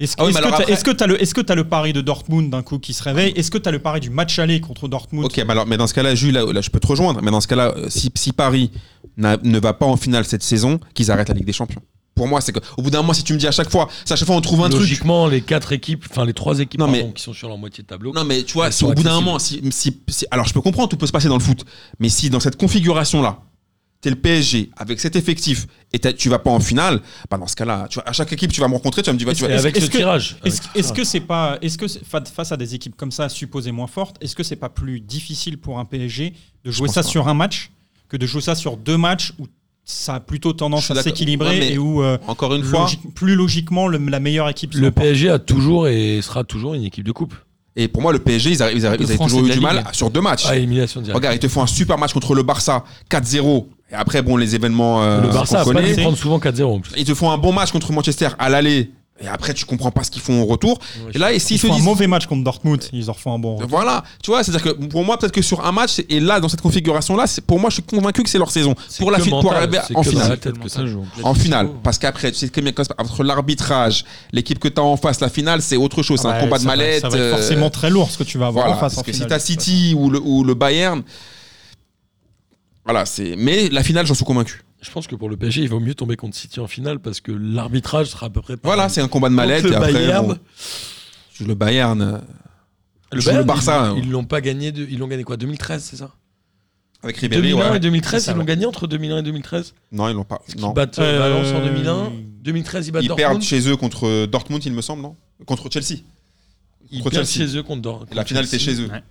S2: Est-ce que
S1: Ah oui,
S2: est-ce
S1: mais
S2: que
S1: alors
S2: t'as-
S1: après-
S2: est-ce que tu as, as le pari de Dortmund d'un coup qui se réveille Est-ce que tu as le pari du match aller contre Dortmund
S1: Ok, bah alors, mais dans ce cas-là, Jules, là, là, je peux te rejoindre. Mais dans ce cas-là, euh, si, si Paris n'a- ne va pas en finale cette saison, qu'ils arrêtent la Ligue des Champions. pour moi, c'est qu'au bout d'un mois, si tu me dis à chaque fois, c'est à chaque fois on trouve un truc.
S4: Logiquement, les quatre équipes, enfin les trois équipes
S1: Non, mais-
S4: pardon, qui sont sur leur moitié de tableau.
S1: Non, mais tu vois,
S4: Elles
S1: si
S4: sont
S1: au bout d'un
S4: accessibles.
S1: moment, si, si- si- alors je peux comprendre, tout peut se passer dans le foot, mais si dans cette configuration-là, t'es le PSG avec cet effectif et t'as- tu vas pas en finale, bah dans ce cas-là, tu vois, à chaque équipe, tu vas me rencontrer, tu vas me dire, bah, tu
S4: et
S1: vois,
S4: avec
S2: est-ce
S4: ce
S2: que-
S4: tirage.
S2: Est-ce
S4: avec-
S2: est-ce que c'est pas, est-ce que c'est- fa- face à des équipes comme ça supposées moins fortes, est-ce que c'est pas plus difficile pour un PSG de jouer
S1: pense
S2: ça
S1: pas.
S2: sur un match que de jouer ça sur deux matchs où ça a plutôt
S1: Je
S2: tendance
S1: suis
S2: à
S1: d'accord.
S2: s'équilibrer
S1: Ouais, mais-
S2: et où euh,
S1: encore une fois,
S2: logique- plus logiquement le- la meilleure équipe
S4: Le
S2: s'emporte.
S4: PSG a toujours et sera toujours une équipe de coupe.
S1: et pour moi, le PSG, ils, arrivent, ils, arrivent-
S5: De
S1: ils avaient
S5: France
S1: toujours
S5: et
S1: eu
S5: de
S1: du
S5: la
S1: mal
S5: Ligue.
S1: sur deux matchs.
S4: À Ah, élimination directe.
S1: Regarde, ils te font un super match contre le Barça, 4-0, et après, bon, les événements euh,
S4: le Barça a
S1: qu'on
S4: pas dû
S1: connaît.
S4: prendre souvent 4-0 en plus.
S1: Ils te font un bon match contre Manchester à l'aller, et après, tu comprends pas ce qu'ils font au retour. Et là, et
S2: Ils
S1: s'ils se
S2: font un
S1: disent, Euh,
S2: mauvais match contre Dortmund, ils leur font un bon. retour.
S1: Voilà, tu vois, c'est-à-dire que pour moi, peut-être que sur un match, et là, dans cette configuration-là, c'est- pour moi, je suis convaincu que c'est leur saison.
S4: C'est
S1: Pour, la
S4: que
S1: fi- pour
S4: mental,
S1: arriver
S4: c'est
S1: en
S4: que dans la
S1: finale.
S4: tête que ça joue.
S1: En finale. Parce qu'après, tu sais très bien que entre l'arbitrage, l'équipe que tu as en face, la finale, c'est autre chose. c'est
S2: Ah
S1: un
S2: bah,
S1: combat
S2: ça
S1: de
S2: va-
S1: mallette.
S2: Ça va être
S1: euh,
S2: forcément très lourd ce que tu vas avoir
S1: Voilà,
S2: en face.
S1: parce
S2: en
S1: que si
S2: finale.
S1: t'as City ou le, ou le Bayern. Voilà, c'est. Mais la finale, j'en suis convaincu.
S4: Je pense que pour le PSG, il vaut mieux tomber contre City en finale parce que l'arbitrage sera à peu près. pareil.
S1: Voilà, c'est un combat de mallette.
S4: Contre
S1: et
S4: le
S1: après,
S4: Bayern.
S1: bon, tu joues le Bayern. euh, Je
S4: Le
S1: joue le
S4: Bayern,
S1: Barça, hein.
S4: ils- Ils l'ont pas gagné. de- Ils l'ont gagné quoi 2013, c'est ça
S1: Avec Ribéry,
S4: 2001 et
S1: ouais.
S4: 2013,
S2: C'est ça,
S4: ils l'ont
S2: ouais.
S4: gagné entre 2001 et 2013.
S1: Non, ils l'ont pas.
S4: Ils
S1: Non.
S4: battent
S2: Euh,
S4: Valence en 2001. 2013, ils battent
S1: Ils perdent
S4: Dortmund.
S1: chez eux contre euh, Dortmund, il me semble, non Contre Chelsea.
S4: Ils
S1: contre
S4: perdent
S1: Chelsea.
S4: chez eux contre Dortmund.
S1: Et la finale, c'est chez eux.
S2: Ouais.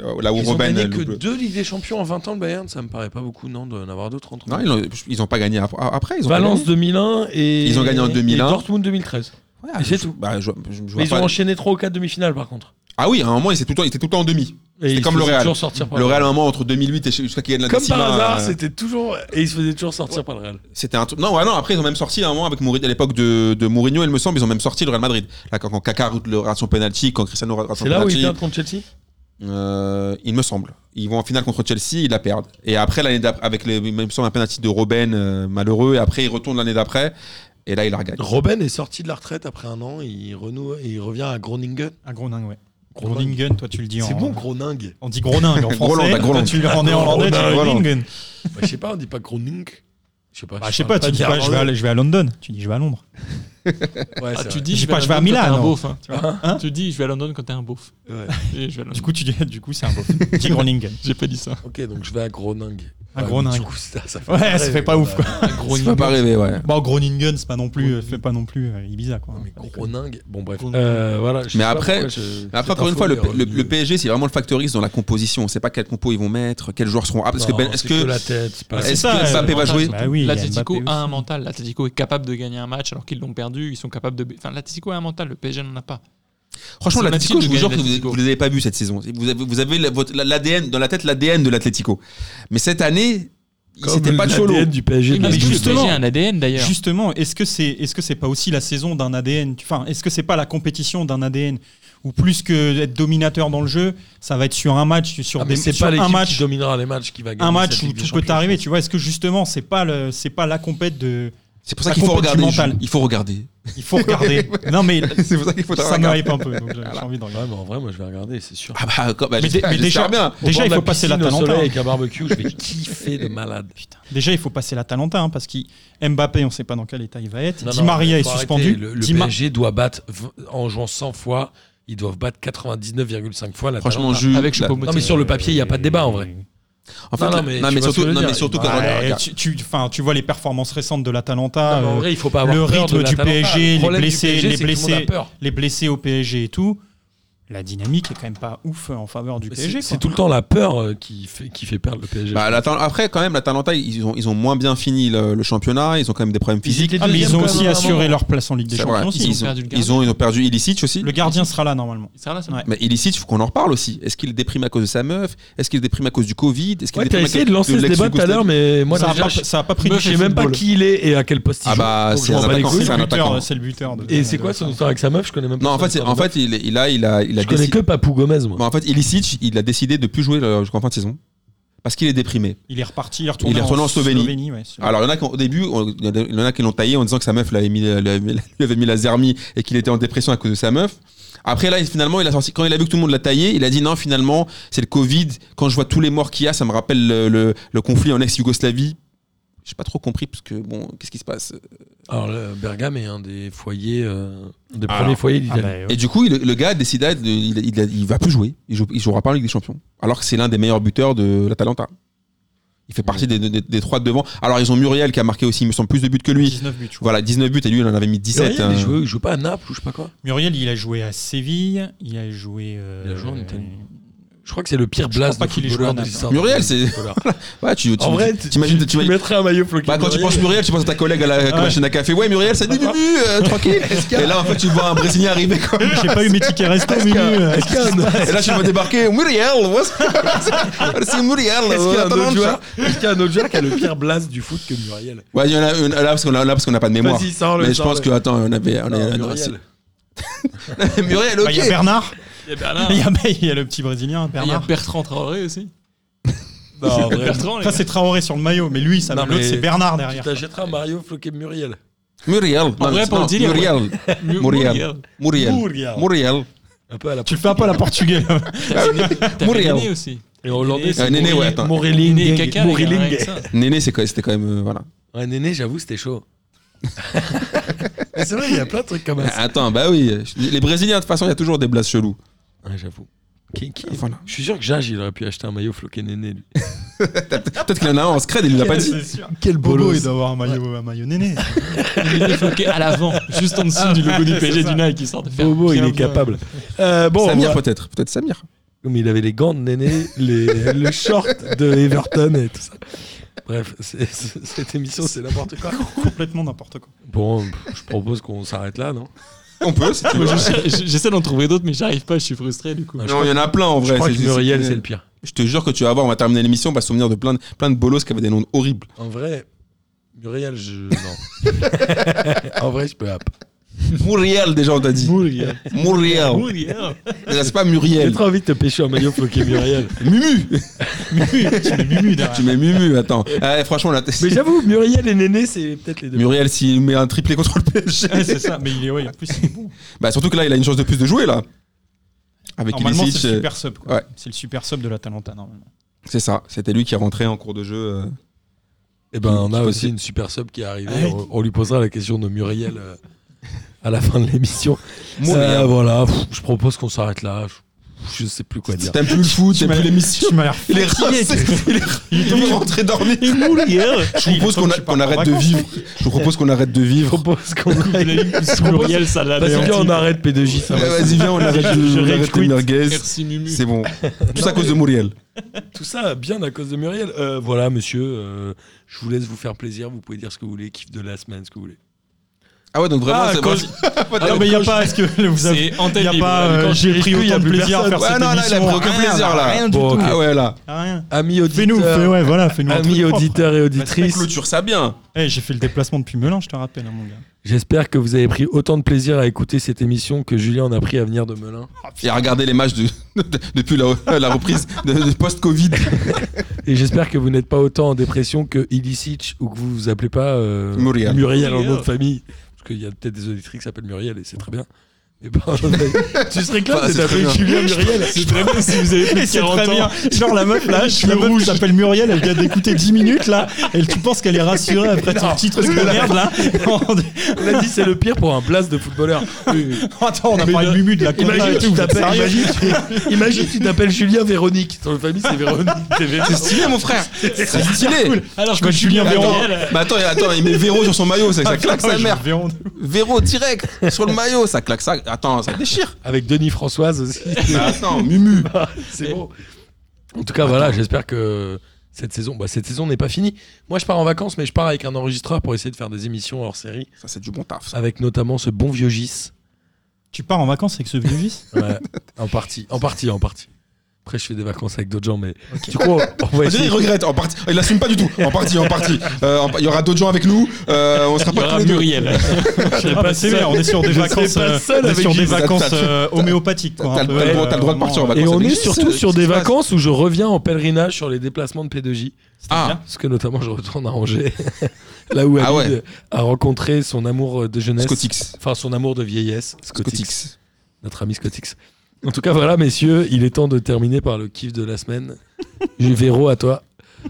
S1: Euh, Là où
S4: Ils ont
S1: Robben.
S4: gagné
S1: loupe
S4: que
S1: le-
S4: deux Ligues des Champions en 20 ans, le Bayern. Ça me paraît pas beaucoup, non, d'en avoir d'autres entre
S1: Non, ils ont, ils ont pas gagné ap- après. Ils ont pas
S4: Valence
S1: gagné.
S4: 2001 et.
S1: Ils ont gagné en 2001.
S4: Et Dortmund 2013.
S1: Ouais,
S4: et c'est
S1: je-
S4: tout.
S1: bah, je- je- je vois
S4: Mais ils
S1: pas-
S4: ont enchaîné 3 ou 4 demi-finales par contre.
S1: Ah oui, à un moment, ils étaient tout le temps, ils étaient tout le temps en demi.
S4: Et
S1: C'est
S4: ils
S1: comme
S4: se
S1: le
S4: faisaient
S1: Real.
S4: toujours sortir par
S1: Le Real, à un moment, entre 2008 et jusqu'à qu'il y ait de la
S4: Comme par
S1: décima,
S4: hasard,
S1: euh,
S4: c'était toujours. Et ils se faisaient toujours sortir par le Real.
S1: C'était un truc. Non, ouais, non, après, ils ont même sorti à un moment avec Mourinho, à l'époque de, de Mourinho, il me semble, ils ont même sorti le Real Madrid. Là, quand, quand Kaká rate le- rate son penalty, quand Cristiano rate son
S4: C'est là où ils
S1: penalty,
S4: perdent contre Chelsea
S1: euh, il me semble. Ils vont en finale contre Chelsea, ils la perdent. Et après, l'année d'après, avec les, il me semble un penalty de Robben, euh, malheureux, et après, ils retournent l'année d'après, et là, ils la regagnent.
S4: Robben est sorti de la retraite après un an. Il, renoue, il revient à Groningen.
S2: Un gros ningue, ouais.
S4: Gros ningue.
S2: Groningen, toi tu le dis en.
S4: C'est bon, Groningue.
S2: On dit Groningue en
S1: Groland,
S2: français.
S1: bah, Groland.
S2: toi, tu le en néerlandais, tu dis
S1: Groland.
S2: Groningen.
S4: Bah, je sais pas, on dit pas Groning. Je sais pas.
S2: Bah, je sais pas, tu dis pas, je vais, aller- je vais à London. Tu dis, je vais à Londres.
S4: Ouais,
S5: Ah,
S4: c'est
S5: tu
S4: vrai.
S5: dis,
S2: Je sais pas, je vais à
S5: Londres quand
S2: Milan,
S5: t'es un
S2: non.
S5: beauf, hein.
S4: Tu vois
S2: Hein
S5: Tu dis, je vais à London quand t'es un beauf.
S4: Ouais.
S5: Et je vais à London.
S2: Du coup, tu dis, du coup, c'est un beau. Petit Groningen.
S5: J'ai pas dit ça.
S4: Ok, donc je vais à Groningue.
S2: Un
S4: Ouais,
S2: gros
S4: du
S2: ningue.
S4: coup, ça, ça fait
S2: Ouais,
S4: pas
S2: ça
S4: rêver,
S2: fait pas ouf, quoi.
S5: Un gros
S1: Ça peut pas rêver, ouais.
S2: Bon, Groningen, c'est pas non plus, euh, fait pas non plus euh, Ibiza, quoi.
S4: Non, mais
S2: Pas déconner.
S4: Groningue. Bon, bref.
S5: Groningue.
S4: Euh, voilà, je sais
S1: Mais
S4: pas
S1: après-
S4: pourquoi je-
S1: Mais après,
S4: cette
S1: encore une fois, le,
S4: info est
S1: le- le
S4: revenue.
S1: PSG, c'est vraiment le factoriste dans la composition. On sait pas quel compo ils vont mettre, quels joueurs seront. Ah, parce que,
S4: Non,
S1: ben, est-ce
S4: c'est
S1: que,
S4: la tête, c'est pas-
S2: c'est
S1: est-ce
S2: ça,
S1: que
S2: euh,
S1: Mbappé va
S5: l'avantage,
S1: jouer
S2: Bah oui, il y a
S5: L'Atletico
S2: Mbappé
S5: a, un
S2: aussi.
S5: mental. L'Atletico est capable de gagner un match alors qu'ils l'ont perdu. Ils sont capables de. Enfin, l'Atletico a un mental. Le PSG n'en a pas.
S1: Franchement,
S5: C'est
S1: l'Atletico,
S5: Mathilde
S1: je vous
S5: qui
S1: jure que
S5: gagne
S1: vous,
S5: l'Atlético.
S1: vous les avez pas vus cette saison. Vous avez, vous avez la- votre- la- l'ADN dans la tête l'ADN de l'Atletico. Mais cette année, il
S4: Comme
S1: s'était pas de
S4: l'ADN
S1: cholo.
S4: du PSG.
S5: Oui,
S4: de
S5: mais
S2: mais
S5: est-ce que le
S2: justement-
S5: PSG a un ADN d'ailleurs.
S2: Justement, est-ce que c'est est-ce que c'est pas aussi la saison d'un ADN tu- Enfin, est-ce que c'est pas la compétition d'un ADN Ou plus que être dominateur dans le jeu, ça va être sur un match, sur,
S4: Ah, mais
S2: des,
S4: c'est
S2: sur
S4: pas
S2: un
S4: l'équipe qui
S2: match,
S4: dominera les matchs qui va gagner.
S2: un match
S4: cette
S2: où
S4: Ligue des
S2: tout peut
S4: Champions.
S2: t'arriver. Tu vois, est-ce que justement, c'est pas le c'est pas la compète de
S1: C'est pour ça
S2: La
S1: qu'il faut
S2: compète
S1: regarder.
S2: du
S1: le jeu.
S2: mental.
S1: Il faut regarder.
S2: il faut regarder. non mais
S1: C'est pour ça qu'il faut
S2: ça me
S1: regarder.
S2: hype un peu. donc j'ai- j'ai envie d'en regarder.
S4: Ouais, mais en vrai, moi, je vais regarder, c'est sûr.
S1: Ah bah, quand- bah,
S2: Mais, dé-
S1: j'espère-
S2: mais
S1: j'espère
S2: déjà,
S1: bien.
S2: déjà,
S4: Au bord
S2: il
S4: de
S2: faut passer la
S4: piscine au
S2: Talenta.
S4: soleil
S2: hein.
S4: avec un barbecue, je vais kiffer de malade.
S2: Déjà, il faut passer la Talenta hein, parce qu'il Mbappé, on sait pas dans quel état il va être.
S4: Non,
S2: Di
S4: non,
S2: Maria
S4: faut
S2: est
S4: arrêter.
S2: suspendu.
S4: Le, le
S2: Di Ma-
S4: PSG doit battre v- en jouant 100 fois. Ils doivent battre 99,5 fois. La
S1: Franchement,
S4: Talenta.
S1: je. Bah,
S5: Avec Choupo-Moting.
S4: Non, mais sur le papier, il n'y a pas de débat en vrai.
S1: En fait,
S4: Non, non,
S1: la- non,
S4: mais tu
S1: mais
S4: vois ce que
S1: surtout,
S4: je veux
S1: non,
S4: dire.
S1: mais surtout quand
S2: Ouais,
S1: regarde, regarde.
S2: tu, tu- enfin, tu vois les performances récentes de
S4: Non,
S2: l'Atalanta.
S4: mais en
S2: euh,
S4: vrai, il faut pas avoir
S2: le
S4: peur de
S2: rythme
S4: la
S2: du
S4: Talenta. Le
S2: PSG, les
S4: problème du
S2: blessés,
S4: PSG, c'est que
S2: les
S4: tout le monde a
S2: blessés.
S4: peur.
S2: les blessés au PSG et tout, la dynamique est quand même pas ouf en faveur du
S4: Mais
S2: PSG.
S4: C'est c'est
S2: quoi.
S4: tout le temps la peur euh, qui fait, qui fait perdre le PSG.
S1: Bah, la Tal- après, quand même, la Talenta, ils ont, ils ont moins bien fini le, le championnat. Ils ont quand même des problèmes physiques.
S2: Ah, mais ils ont
S4: Deuxième
S2: aussi
S4: place,
S2: assuré
S4: vraiment.
S2: leur place en Ligue des
S1: C'est vrai.
S2: Champions.
S5: Ils
S2: aussi.
S5: ont perdu le gardien.
S1: ils ont, ils ont perdu Illicit aussi.
S2: Le gardien sera là normalement.
S5: Il sera là, ça
S2: Ouais.
S1: Mais Illicit, il faut qu'on en reparle aussi. Est-ce qu'il déprime à cause de sa meuf Est-ce qu'il déprime à cause du Covid Est-ce qu'il
S4: Ouais, t'as
S1: déprime à
S4: essayé de
S1: cause
S4: lancer ce débat tout à
S1: l'ex-Yougoslavie
S4: l'heure, mais moi,
S2: ça n'a
S4: déjà,
S2: pas,
S4: je
S2: ça a pas pris
S5: Meuf,
S2: du
S4: je sais même pas qui il est et à quel poste Euh, il
S1: Ah bah,
S4: joue. Donc, je
S1: c'est
S4: m'en
S1: un
S4: bats les
S1: attaquant,
S4: couilles.
S1: c'est
S2: C'est
S1: un
S2: le buteur,
S1: attaquant.
S2: c'est le buteur. de-
S4: Et c'est quoi son histoire avec sa meuf Je connais même pas.
S1: Non, en
S4: son
S1: fait, c'est-
S4: histoire
S1: en
S4: de meuf.
S1: fait, il, est- il a, il a, il a
S4: je connais
S1: décidé.
S4: que Papou Gomez, moi.
S1: Bon, en fait, Ilicic, il a décidé de plus jouer là, jusqu'en fin de saison parce qu'il est déprimé.
S2: Il est reparti, il est retourné,
S1: Il est retourné en Slovénie. Ah,
S2: ouais, c'est-
S1: Alors, il y en a qui, ont- au début, on- il y en a qui l'ont taillé en disant que sa meuf l'avait mis, l'avait- lui avait mis la zermie et qu'il était en dépression à cause de sa meuf. Après, là, il- finalement, il a sorti, quand il a vu que tout le monde l'a taillé, il a dit non, finalement, c'est le Covid. Quand je vois tous les morts qu'il y a, ça me rappelle le, le- le conflit en ex-Yougoslavie. J'ai pas trop compris parce que bon, qu'est-ce qui se passe
S4: Alors, le Bergame est un des foyers, euh, un des
S1: Alors,
S4: premiers foyers
S2: Ah,
S4: d'Italie.
S2: bah, ouais.
S1: Et du coup, il- le gars décida, de- il, il, il va plus jouer. Il, joue- il jouera pas en Ligue des Champions. Alors que c'est l'un des meilleurs buteurs de l'Atalanta. Il fait partie des, des- des trois de devant. Alors ils ont Muriel qui a marqué aussi, il me semble, plus de buts que lui.
S2: 19 buts. je crois.
S1: Voilà, 19 buts et lui, il en avait mis
S4: Et
S1: 17.
S4: Auriel,
S1: hein.
S4: il, joue, il joue pas à Naples ou je sais pas quoi.
S2: Muriel, il a joué à Séville, il a joué. euh,
S4: Il a joué en Italie. Je crois que c'est le pire
S2: Je crois
S4: blast
S2: pas
S4: de
S2: qu'il ait joué
S4: footballeur
S2: en
S4: de
S2: Naples.
S4: l'histoire.
S1: Muriel, c'est.
S4: Footballeur.
S1: Ouais, tu, tu-
S4: En vrai,
S1: tu-
S4: tu,
S1: t'imagines-
S4: tu-
S1: t'imagines-
S4: tu mettrais un maillot floqué.
S1: Bah, quand tu penses Muriel, tu penses à ta collègue à la
S2: Ah ouais.
S1: à la café. Ouais, Muriel, ça dit, Bubu, euh, tranquille. Et là, en fait, tu vois un Brésilien arriver comme.
S2: J'ai pas eu mes tickets resto, mais
S1: Et là, tu vas débarquer. Muriel, what's- c'est Muriel.
S4: Est-ce qu'il y a Oh, un
S1: Atalanta.
S4: autre joueur Est-ce qu'il y a un autre joueur qui a le pire blast du foot que Muriel
S1: Ouais, il y en a une là parce qu'on a, là, parce qu'on a pas de mémoire.
S4: Vas-y, sors-le,
S1: Mais je pense
S4: sors-le.
S1: que, attends, on avait. On
S4: Non,
S1: a-
S4: Muriel. Bah,
S1: c'est- Muriel, ok.
S2: Bah, Il y a Bernard,
S5: Il y a Bernard.
S2: il
S5: Il
S2: y a, il y a le petit Brésilien,
S5: y a
S2: Bernard.
S5: Bertrand Traoré aussi.
S4: Non, en vrai,
S5: Bertrand, les
S2: Ça,
S5: gars.
S2: c'est Traoré sur le maillot, mais lui, ça
S4: Non,
S2: l'autre,
S4: mais-
S2: c'est Bernard
S4: Tu
S2: derrière.
S4: t'achèteras un maillot floqué Muriel.
S1: Muriel. Non,
S5: vrai,
S1: c'est-
S5: pour
S1: non,
S5: le dire,
S1: Muriel. Muriel.
S5: Mu- Muriel.
S1: Muriel.
S4: Muriel.
S1: Muriel.
S4: Un peu à la
S2: Tu le fais un peu à la portugaise. là.
S5: T'avais Néné- t'avais
S1: Muriel.
S5: Néné aussi.
S4: Et en hollandais,
S1: Euh,
S4: c'est
S1: Néné, ouais, attends.
S5: Néné
S4: Moriling.
S5: et Caca. les gars, rien que ça.
S1: Néné, c'est quoi- c'était quand même. euh, Voilà.
S4: Ouais, Néné, j'avoue, c'était chaud. Mais c'est vrai, il y a plein de trucs comme ça.
S1: Attends, bah oui. Les Brésiliens, de toute façon, il y a toujours des blases chelous.
S4: Ouais, j'avoue. Qui- qui-
S1: Voilà.
S4: Je suis sûr que Jage, il aurait pu acheter un maillot floqué Néné. Lui.
S1: Peut-être qu'il en a un en secret, il l'a pas dit.
S2: C'est sûr.
S4: Quel
S2: Bobo, il doit avoir un maillot, un maillot néné.
S5: Il est floqué à l'avant, juste en dessous du logo du
S2: c'est
S5: PSG
S2: ça.
S5: du Nike, histoire de faire.
S4: Bobo, il
S5: bien,
S4: est
S5: bien.
S4: capable. Euh, bon,
S1: Samir,
S4: on va-
S1: peut-être. Peut-être Samir.
S4: mais il avait les gants de Néné, les, le short de Everton et tout ça. Bref, c'est- c'est- cette émission, c'est n'importe quoi.
S2: Complètement n'importe quoi.
S4: Bon, pff, je propose qu'on s'arrête là, non
S1: On peut, si tu veux.
S5: Moi, je- je- J'essaie d'en trouver d'autres, mais j'arrive pas, je suis frustré du coup.
S4: Ouais, je
S1: Non, il y en a plein en vrai.
S4: Je crois
S1: C'est-
S4: que
S1: c'est-
S4: Muriel, c'est le pire.
S1: Je te jure que tu vas voir, on va terminer l'émission, on va se souvenir de plein de, plein de bolos qui avaient des noms horribles.
S4: En vrai, Muriel, je. Non. en vrai, je peux app.
S1: Muriel, déjà, on t'a dit.
S5: Muriel.
S1: Muriel.
S5: Muriel.
S1: Déjà, c'est pas
S4: J'ai
S1: Muriel.
S4: trop envie de te pêcher un maillot floqué Muriel.
S1: Mumu.
S2: Tu mets Mumu
S1: Tu
S2: derrière.
S1: mets Mumu, attends. Eh, franchement, là,
S4: Mais j'avoue, Muriel et Néné, c'est peut-être les deux.
S1: Muriel, s'il met un triplé contre le
S2: Ouais, c'est
S1: PSG.
S2: ça, mais il est, ouais, en plus, il est bon.
S1: bah, surtout que là, il a une chance de plus de jouer, là. Avec
S2: Normalement,
S1: Ilicic.
S2: c'est le
S1: euh,
S2: super sub. quoi.
S1: ouais.
S2: C'est le super sub de la Talenta, normalement.
S1: C'est ça. C'était lui qui est rentré en cours de jeu. euh.
S4: Et ben, on a
S1: Qui- qui-
S4: aussi une super sub qui est arrivée.
S2: Ouais.
S4: On, on lui posera la question de Muriel euh, à la fin de l'émission.
S1: Muriel.
S4: Euh, voilà, pff, je propose qu'on s'arrête là. Je, je sais plus quoi dire.
S1: T'aimes plus le foot, t'aimes plus l'émission.
S2: Tu m'as l'air
S1: Il est
S2: fatigué.
S1: rincé, il est- il est rentré dormir. Je vous propose
S2: Il est temps
S1: qu'on
S2: que
S1: a-
S2: tu
S1: qu'on
S2: partes en
S1: arrête de
S2: vacances,
S1: vivre. Je vous propose qu'on arrête de
S4: Je
S1: vivre.
S4: propose qu'on aille.
S5: Muriel, ça l'a
S4: Vas-y, viens,
S5: anéanti.
S4: on arrête P2J. Ça
S1: Eh,
S4: va.
S1: Vas-y, viens, on arrête
S4: Je- je
S1: de- on
S4: rage
S1: arrête les
S4: quit.
S1: merguez.
S5: Merci Mumu.
S1: C'est bon. Tout ça à cause de Muriel.
S4: Tout ça bien à cause de Muriel. Euh, voilà, monsieur, euh, je vous laisse vous faire plaisir. Vous pouvez dire ce que vous voulez, kiff de la semaine, ce que vous voulez.
S1: Ah ouais, donc vraiment,
S4: Ah,
S1: c'est
S4: quand-
S1: moi-
S2: Ah non, mais il n'y a pas, est-ce que vous avez.
S5: C'est en
S2: Il
S5: tête
S2: n'y a
S5: libre.
S2: pas. euh,
S5: Quand
S2: J'ai pris
S4: plus, y a
S2: autant de
S4: plus
S2: plaisir à
S4: personne.
S2: faire
S1: Ouais,
S2: cette
S1: non, là, il a
S2: émission.
S1: pris aucun
S2: Rien,
S1: plaisir, là.
S2: Rien du
S4: Bon,
S2: tout.
S4: ok.
S1: Ah ouais, là.
S2: Rien.
S4: Amis
S2: Fais-nous, fais,
S4: auditeurs,
S2: ouais, voilà, fais-nous un
S4: amis
S2: truc propre.
S4: auditeurs et
S1: On
S4: auditrices,
S1: clôture ça bien.
S2: Eh, j'ai fait le déplacement depuis Melun, je te rappelle, hein, mon gars.
S4: j'espère que vous avez pris autant de plaisir à écouter cette émission que Julien en a pris à venir de Melun.
S1: Et à regarder les matchs de- de- depuis la, la reprise de, de post-Covid.
S4: Et j'espère que vous n'êtes pas autant en dépression que Ilicic ou que vous vous appelez pas euh,
S1: Muriel.
S4: en nom de famille. Parce qu'il y a peut-être des auditrices qui s'appellent Muriel et c'est très bien. Mais pas- tu serais clair
S1: Bah,
S4: de
S1: c'est très
S4: t'appeler
S1: bien.
S4: Julien Muriel.
S5: C'est très bien si vous avez
S2: Et
S5: plus de
S2: c'est
S5: 40
S2: très bien.
S5: ans.
S2: Genre la meuf là, je la meuf qui s'appelle Muriel, elle vient d'écouter 10 minutes là, elle tu penses qu'elle est rassurée après son petit truc de merde là.
S4: On a dit c'est le pire pour un blast de footballeur.
S2: Attends, on a
S4: Mais
S2: parlé
S4: le-
S2: de Mumu de la compta et
S4: Imagine,
S2: tout,
S4: tu
S2: vous êtes
S4: t'appelles,
S2: sérieux
S4: imagine, tu- imagine, tu t'appelles Julien Véronique. Ton nom de famille, c'est Véronique. T'es Véronique.
S1: C'est stylé, mon frère. C'est stylé.
S5: Alors
S2: Je m'appelle
S5: que Julien
S2: Julien
S5: Véron.
S2: Véron.
S1: Mais attends, attends, il met Véro sur son maillot, ça, ça claque
S2: Ouais,
S1: sa
S2: euh. je
S1: mère.
S2: me verrai.
S1: Véro direct sur le maillot, ça claque ça. Attends, ça déchire.
S4: Avec Denis Françoise aussi.
S1: Mais attends, Mumu.
S4: c'est bon. En tout cas, voilà, j'espère que cette saison, bah, cette saison n'est pas finie. Moi, je pars en vacances, mais je pars avec un enregistreur pour essayer de faire des émissions hors série,
S1: Ça, c'est du bon taf. Ça.
S4: avec notamment ce bon vieux Gis.
S2: Tu pars en vacances avec ce vieux vice
S4: Ouais, en partie, en partie, en partie. Après, je fais des vacances avec d'autres gens, mais du coup, on- on va
S1: On dirait,
S4: essayer.
S1: il regrette, en partie. Il l'assume pas du tout. En partie, en partie. Euh, en- il y aura d'autres gens avec nous. Euh, on sera
S5: Il y
S1: pas
S5: aura
S1: tous les deux.
S5: Muriel.
S2: Ah bah, C'est
S4: seul.
S2: bien, on est sur des
S4: Je
S2: vacances,
S4: serai pas
S2: euh,
S4: seul
S2: on est
S4: avec
S2: sur des
S4: Gis.
S2: vacances
S1: T'as-
S2: euh, homéopathiques. quoi,
S1: T'as
S2: un
S1: le
S2: peu,
S1: droit-
S2: euh,
S1: t'as le droit de partir en
S2: vraiment,
S1: vacances.
S4: Et on
S1: avec
S4: est
S1: Gis,
S4: surtout
S1: c'est-
S4: sur
S1: c'est
S4: des
S1: pas-
S4: vacances où je reviens en pèlerinage sur les déplacements de P2J.
S1: Ah,
S4: Parce que notamment, je retourne à Angers, là où
S1: Ah
S4: Hamid
S1: ouais.
S4: a rencontré son amour de jeunesse.
S1: Scotix.
S4: Enfin, son amour de vieillesse. Scotix.
S1: Scotix.
S4: notre ami Scotix. En tout cas, voilà, messieurs, il est temps de terminer par le kiff de la semaine. Véro, à toi.
S2: euh,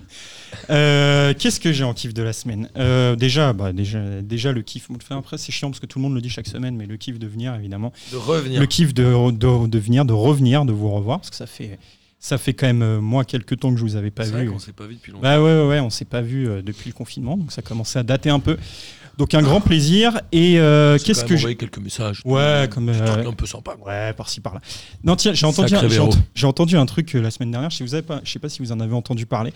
S2: Euh, Qu'est-ce que j'ai en kiff de la semaine Euh, déjà, bah, déjà, déjà, le kiff. Enfin, après, c'est chiant parce que tout le monde le dit chaque semaine, mais le kiff de venir, évidemment.
S4: De revenir.
S2: Le kiff de, de, de venir, de revenir, de vous revoir, parce que ça fait, ça fait quand même, euh, moi, quelques temps que je vous avais pas
S4: C'est vrai
S2: vu.
S4: qu'on s'est pas vu depuis longtemps.
S2: Bah ouais, ouais, ouais, on s'est pas vu euh, depuis le confinement, donc ça commençait à dater un peu. Donc un grand plaisir. Et euh,
S4: J'ai
S2: qu'est-ce
S4: quand
S2: que
S4: même
S2: j'ai
S4: envoyé quelques messages.
S2: Ouais,
S4: Des
S2: comme,
S4: petits trucs
S2: euh,
S4: un peu sympa.
S2: Ouais, par-ci par-là. Non, tiens, j'ai entendu,
S4: Sacré
S2: j'ai
S4: Véro.
S2: ent- j'ai entendu un truc euh, la semaine dernière. Je ne sais pas, je sais pas si vous en avez entendu parler.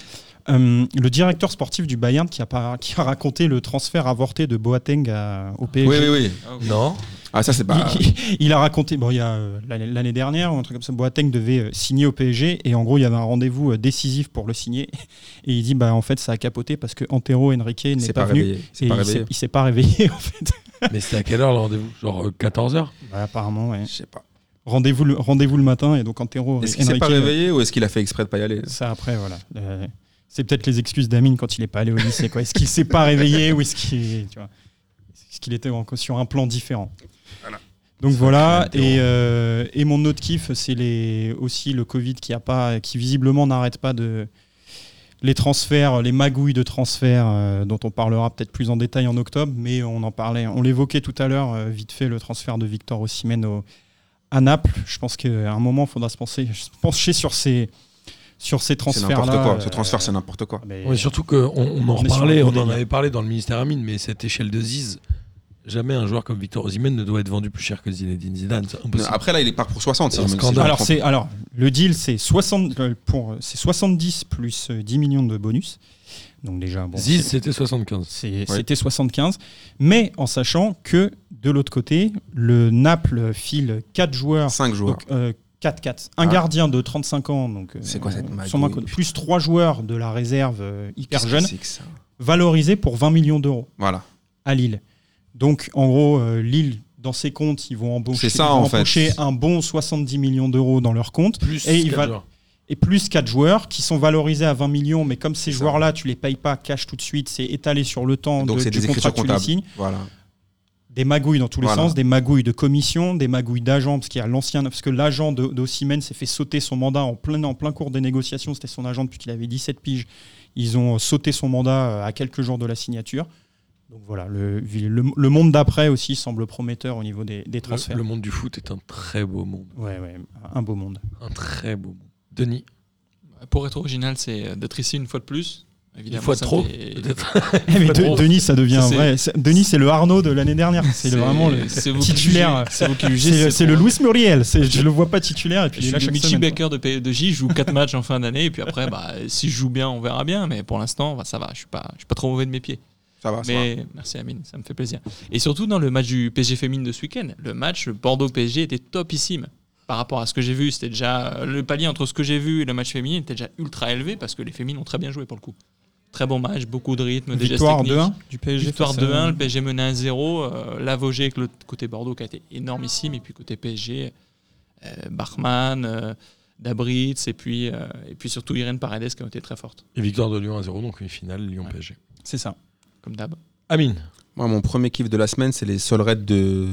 S2: Euh, le directeur sportif du Bayern qui a, par- qui a raconté le transfert avorté de Boateng à- au PSG.
S1: Oui, oui, oui.
S4: Non.
S1: Ah, ça, c'est pas.
S2: Il, il a raconté, bon, il y a euh, l'année l'année dernière, ou un truc comme ça, Boateng devait euh, signer au PSG et en gros, il y avait un rendez-vous euh, décisif pour le signer. Et il dit, bah en fait, ça a capoté parce que Antero Henrique n'est
S1: C'est
S2: pas,
S1: pas
S2: venu.
S1: réveillé.
S2: Et
S1: C'est pas
S2: il s'est-
S1: réveillé.
S2: il s'est pas réveillé en fait.
S4: Mais c'était à quelle heure le rendez-vous Genre euh, 14h
S2: Bah, apparemment, ouais.
S1: Je sais pas.
S2: Rendez-vous le, rendez le matin et donc Antero
S1: Est-ce qu'il s'est pas
S2: Henrique, euh,
S1: réveillé ou est-ce qu'il a fait exprès de pas y aller
S2: Ça après, voilà. Euh, c'est peut-être les excuses d'Amine quand il n'est pas allé au lycée. quoi. Est-ce qu'il s'est pas réveillé ou est-ce qu'il tu vois, est-ce qu'il était en- sur un plan différent Donc voilà.
S4: Sacré
S2: Et,
S4: interro.
S2: euh, et mon autre kiff, c'est les, aussi le Covid qui, a pas, qui visiblement n'arrête pas de... Les transferts, les magouilles de transferts euh, dont on parlera peut-être plus en détail en octobre, mais on en parlait, on l'évoquait tout à l'heure, euh, vite fait, le transfert de Victor Osimhen au, à Naples. Je pense qu'à un moment, il faudra se pencher, se pencher sur ces, sur ces
S1: C'est
S2: transferts-là.
S1: n'importe quoi.
S2: euh,
S1: Ce transfert, c'est n'importe quoi.
S2: mais-
S4: Ouais, surtout qu'on on en
S2: On est sur un
S4: reparlait,
S2: gros
S4: on en
S2: délire.
S4: avait parlé dans le ministère Amine, mais cette échelle de Ziz, jamais un joueur comme Victor Osimhen ne doit être vendu plus cher que Zinedine Zidane. c'est
S1: Mais
S4: impossible.
S2: Ah
S1: Après, là, il est part pour 60. si
S4: Un
S1: je me- si
S4: scandale.
S1: je me
S2: alors,
S1: trompe.
S2: c'est, alors, le deal, c'est 60, euh, pour, euh, c'est 70 plus euh, 10 millions de bonus. Donc déjà, bon,
S4: Ziz, c'était 75.
S2: c'est- c'était 75. Mais en sachant que, de l'autre côté, le Naples file 4 joueurs.
S1: 5 joueurs.
S2: Donc, euh, 4-4. Un
S1: Ah.
S2: gardien de 35 ans, donc euh,
S1: C'est quoi cette
S2: sur ma côte,
S1: magouille
S2: plus 3 joueurs de la réserve euh, hyper
S1: Qu'est-ce que
S2: jeunes,
S1: c'est que ça
S2: valorisés pour 20 millions d'euros.
S1: Voilà.
S2: à Lille. Donc, en gros, euh, Lille, dans ses comptes, ils vont embaucher,
S1: C'est ça,
S2: ils vont
S1: en fait.
S2: embaucher un bon 70 millions d'euros dans leurs comptes.
S4: Plus
S2: Et il
S4: quatre
S2: va-
S4: joueurs.
S2: Et plus 4 joueurs qui sont valorisés à 20 millions, mais comme ces
S1: C'est ça.
S2: joueurs-là, tu les payes pas cash tout de suite, c'est étalé sur le temps
S1: Donc,
S2: de-
S1: c'est
S2: du
S1: des
S2: contrat
S1: écritures
S2: que tu les
S1: comptables.
S2: signes.
S1: Voilà.
S2: Des magouilles dans tous les
S1: Voilà.
S2: sens, des magouilles de commission, des magouilles d'agents, parce qu'il y a l'ancien, parce que l'agent de- d'Ossimène s'est fait sauter son mandat en plein, en plein cours des négociations, c'était son agent depuis qu'il avait 17 piges. Ils ont euh, sauté son mandat euh, à quelques jours de la signature. Donc voilà, le, le, le monde d'après aussi semble prometteur au niveau des, des
S4: Le,
S2: transferts.
S4: le monde du foot est un très beau monde.
S2: Ouais, ouais, un beau monde.
S4: Un très beau monde. Denis,
S5: Pour être original, c'est euh, d'être ici une fois de plus. Évidemment,
S4: une fois de
S5: ça
S4: trop,
S5: fait-
S4: peut-être.
S2: Eh, mais
S5: Pas
S2: De-
S5: drôle.
S2: Denis, ça devient
S5: Ça, c'est-
S2: vrai. C'est- Denis, c'est le Arnaud de l'année dernière. C'est le- vraiment le
S5: c'est vous qui
S2: titulaire.
S5: jugez, C'est vous qui jugez,
S2: C'est le- c'est le
S5: trop.
S2: Louis Muriel. C'est- Je le vois pas titulaire et puis
S5: Je
S2: il est
S5: suis
S2: là
S5: le
S2: chaque
S5: Michi
S2: semaine, quoi.
S5: Baker de P2J, je joue 4 matchs en fin d'année, et puis après, bah, si je joue bien, on verra bien, mais pour l'instant, bah, ça va, je suis pas, je suis pas trop mauvais de mes pieds.
S1: Ça va. Ah, ça va.
S5: Mais merci Amine, ça me fait plaisir. Et surtout dans le match du PSG féminin de ce week-end, le match Bordeaux-PSG était topissime. Par rapport à ce que j'ai vu, c'était déjà euh, le palier entre ce que j'ai vu et le match féminin était déjà ultra élevé parce que les féminines ont très bien joué pour le coup. Très bon match, beaucoup de rythme, euh, des gestes
S2: Victoire
S5: techniques.
S2: 2-1 du PSG.
S5: Victoire
S2: face à-
S5: 2-1, le PSG menait 1-0. Euh, la Vosgée avec le côté Bordeaux qui a été énormissime. Et puis côté PSG, euh, Bachmann, euh, Dabritz et puis, euh, et puis surtout Irène Paredes qui ont été très fortes,
S4: Et victoire de Lyon 1-0, donc une finale Lyon-PSG.
S2: C'est ça.
S5: comme d'hab.
S4: Amine,
S1: Moi, mon premier kiff de la semaine, c'est les solrettes de.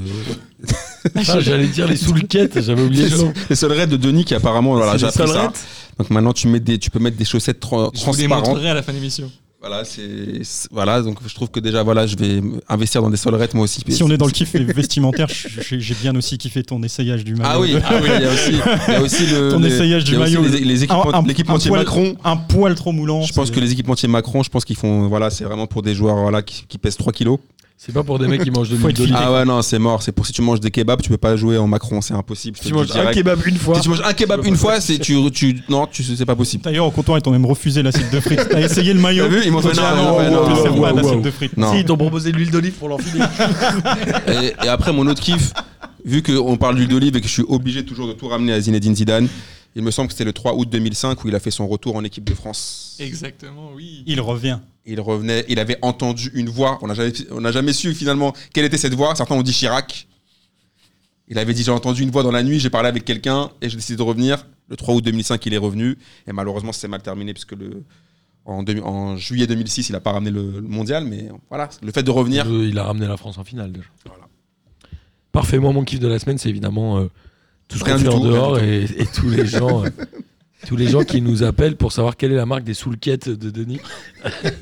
S4: Putain, Ah, j'allais dire les souliquettes, j'avais oublié le nom.
S1: les solrettes de Denis qui apparemment. Voilà,
S4: C'est
S1: j'ai
S4: des
S1: appris ça.
S4: sollerettes
S1: Donc maintenant, tu, mets des, tu peux mettre des chaussettes tra-
S5: Je vous les
S1: transparentes.
S5: montrerai à la fin de l'émission.
S1: Voilà, c'est c'est- voilà. Donc je trouve que déjà, voilà, je vais investir dans des solrettes moi aussi.
S2: Si on est dans le kiff vestimentaire, je- j'ai j'ai bien aussi kiffé ton essayage du maillot.
S1: Ah oui, ah oui, il y a aussi, il y a aussi le.
S2: Ton
S1: les-
S2: essayage du
S1: il y a aussi
S2: maillot.
S1: les- les équipements-
S2: Un- un-
S1: L'équipementier
S2: un poil-
S1: Macron.
S2: Un poil trop moulant.
S1: Je pense
S2: c'est-
S1: que les équipementiers Macron, je pense qu'ils font. Voilà, c'est vraiment pour des joueurs voilà, qui, qui pèsent 3 kilos.
S4: C'est pas pour des mecs qui mangent de
S2: Faut
S4: l'huile
S2: être
S4: d'olive.
S1: Ah ouais, non, c'est mort. C'est pour si tu manges des kebabs, tu peux pas jouer en Macron, c'est impossible. je te
S4: Tu
S1: le
S4: manges
S1: dis
S4: un
S1: direct.
S4: kebab une fois.
S1: Si tu manges un kebab une fois, c'est tu, tu non, tu c'est pas possible.
S2: D'ailleurs, au comptoir, ils t'ont même refusé l'acide de frites. T'as essayé le maillot.
S1: T'as vu, ils m'ont fait,
S2: dit,
S1: non,
S2: ah
S1: non,
S2: on
S1: ouais, non,
S2: peut
S1: non,
S2: faire
S1: ouais,
S2: pas d'acide
S4: ouais.
S2: de frites.
S1: Non.
S4: Si, ils t'ont proposé de l'huile d'olive pour l'enfiler.
S1: Et, et après mon autre kiff, vu qu'on parle d'huile d'olive et que je suis obligé toujours de tout ramener à Zinedine Zidane, il me semble que c'était le 3 août 2005 où il a fait son retour en équipe de France.
S5: Exactement, oui.
S2: Il revient.
S1: Il revenait, il avait entendu une voix. On n'a jamais, on n'a jamais su finalement quelle était cette voix. Certains ont dit Chirac. Il avait dit j'ai entendu une voix dans la nuit, j'ai parlé avec quelqu'un et j'ai décidé de revenir. Le 3 août 2005, il est revenu et malheureusement c'est mal terminé puisque le en, deux- en juillet 2006, il n'a pas ramené le, le mondial. Mais voilà, le fait de revenir,
S4: Euh, Il a ramené la France en finale déjà.
S1: Voilà.
S4: Parfait. Moi, mon kiff de la semaine, c'est évidemment euh, tout ce qu'on
S1: Rien
S4: fait
S1: du
S4: en
S1: tout,
S4: dehors
S1: rien
S4: et, et tous les gens euh, Tous les gens qui nous appellent pour savoir quelle est la marque des soulquettes de Denis.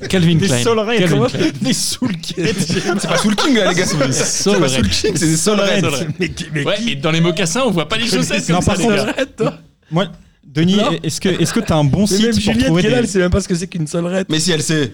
S5: Calvin Klein.
S2: solerettes,
S5: Calvin
S2: comment
S5: Klein.
S4: Des soulquettes
S1: C'est pas Soul King, là, les gars. C'est pas
S5: Solerettes.
S1: Soul King, c'est des Solerettes.
S4: Mais, mais
S5: Ouais, et dans les mocassins, on voit pas les chaussettes comme
S2: Non,
S5: ça,
S2: par
S5: les
S2: contre,
S5: gars.
S2: Moi, Denis,
S4: Non.
S2: est-ce que est-ce que t'as un bon
S4: même
S2: site pour
S4: Juliette,
S2: trouver
S4: quelle
S2: des...
S4: elle sait même pas ce que c'est qu'une solerette.
S1: Mais si elle sait.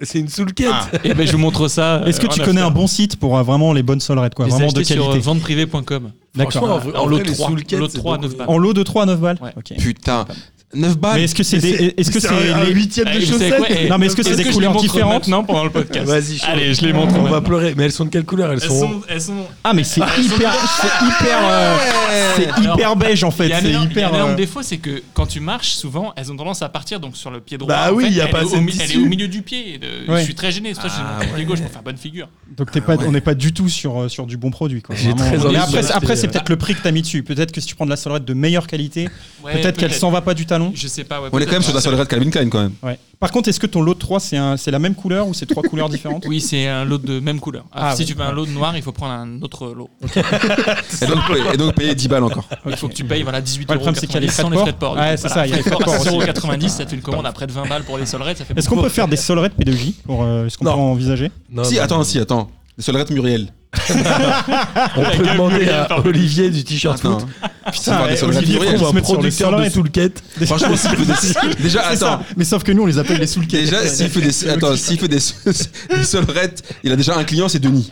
S4: C'est une soulquette.
S1: Ah.
S5: Et ben, je vous montre ça. euh,
S2: Est-ce que
S5: en
S2: tu connais
S5: after.
S2: un bon site pour euh, vraiment les bonnes solerettes, quoi,
S5: Je les ai
S2: vraiment de
S5: achetés sur euh,
S2: qualité
S5: venteprivée.com.
S4: Franchement,
S2: D'accord.
S4: vrai-
S5: En lot
S4: vrai, les
S5: 3,
S4: soulquettes,
S5: lot
S4: c'est
S5: 3 à
S4: beaucoup
S5: 9 balles.
S2: En lot de 3 à 9 balles
S5: Ouais.
S2: Ok.
S1: Putain. 9 balles.
S2: Mais est-ce que
S4: Mais
S2: c'est des est-ce que
S4: c'est
S2: c'est
S4: un- un
S2: les-
S4: huitième de
S5: Eh, vous savez
S4: chaussette
S5: quoi, eh,
S2: Non, mais est-ce que c'est
S5: est-ce
S2: des
S5: je les
S2: couleurs
S5: montre
S2: différentes
S5: maintenant pendant le podcast
S4: Vas-y, chaud.
S5: Allez, je les montre.
S4: On va
S5: maintenant.
S4: pleurer. Mais elles sont de quelle couleur Elles
S5: Elles
S4: sont.
S5: sont. Elles sont...
S2: Ah mais c'est hyper c'est hyper euh, c'est
S5: Alors,
S2: hyper beige en fait,
S5: Il y a un
S2: c'est
S5: énorme- il y a
S2: hyper
S5: un énorme
S2: euh,
S5: défaut, c'est que quand tu marches, souvent, elles ont tendance à partir donc sur le pied droit.
S4: Bah
S5: en
S4: oui,
S5: fait,
S4: il y a
S5: elle
S4: pas
S5: est
S4: assez
S5: au,
S4: de
S5: mi- Elle est
S4: tissu.
S5: au milieu du pied. de-
S2: Ouais.
S5: Je suis très gauche, c'est pour ça que je suis
S1: Ah
S5: mon pied gauche pour faire bonne figure.
S2: donc t'es pas on n'est pas du tout sur euh, sur du bon produit quoi.
S4: J'ai
S2: Vraiment.
S4: très envie
S2: Mais
S4: de
S2: après
S4: acheter,
S2: après c'est
S4: euh,
S2: peut-être le prix que t'as mis dessus. Peut-être que si tu prends de la solerette de meilleure qualité,
S5: Ouais,
S2: peut-être qu'elle s'en va pas du talon.
S5: Je sais pas.
S1: On
S5: ouais,
S1: est quand
S5: peut-être,
S1: même sur de la
S5: ouais.
S1: Solerette Calvin Klein, quand même.
S2: Ouais. Par contre, est-ce que ton lot de 3 c'est un- c'est la même couleur ou c'est trois couleurs différentes
S5: Oui, c'est un lot de même couleur. Ah,
S2: Ah,
S5: si
S2: ouais.
S5: tu veux un lot de noir, il faut prendre un autre lot.
S1: Et donc, et donc payer 10 balles encore.
S5: Il faut que tu payes voilà, 18
S2: Ouais, le problème, c'est qu'il y a les frais de
S5: sans les frais de port.
S2: port.
S5: du
S2: Ouais,
S5: coup,
S2: c'est
S5: voilà.
S2: ça, il y a les frais de
S5: c'est
S2: port aussi.
S5: 0,90, ça te fait une commande à près de 20 balles pour les solerettes. ça fait
S2: Est-ce qu'on
S5: beaucoup.
S2: peut faire des solerettes pédagogiques pour euh, est-ce qu'on peut
S4: Non.
S2: envisager
S4: Non,
S1: si,
S4: non,
S1: attends,
S4: non.
S1: si, attends. Les Solerettes Muriel.
S4: On peut demander
S5: Muriel,
S4: à
S5: pardon.
S4: Olivier du t-shirt
S1: Attends.
S4: foot.
S1: Putain, voir des
S2: ouais,
S1: Solerettes
S2: Ah, Olivier,
S1: Muriel.
S2: on va
S4: un
S2: se mettre sur les
S4: producteur de
S2: solerettes.
S4: soulquettes.
S1: Franchement, s'il fait des. Déjà,
S2: C'est ça.
S1: attends.
S2: Mais sauf que nous on les appelle les soulquets.
S1: Déjà, s'il fait des. Attends, s'il fait des, des Solerettes, il a déjà un client, c'est Denis.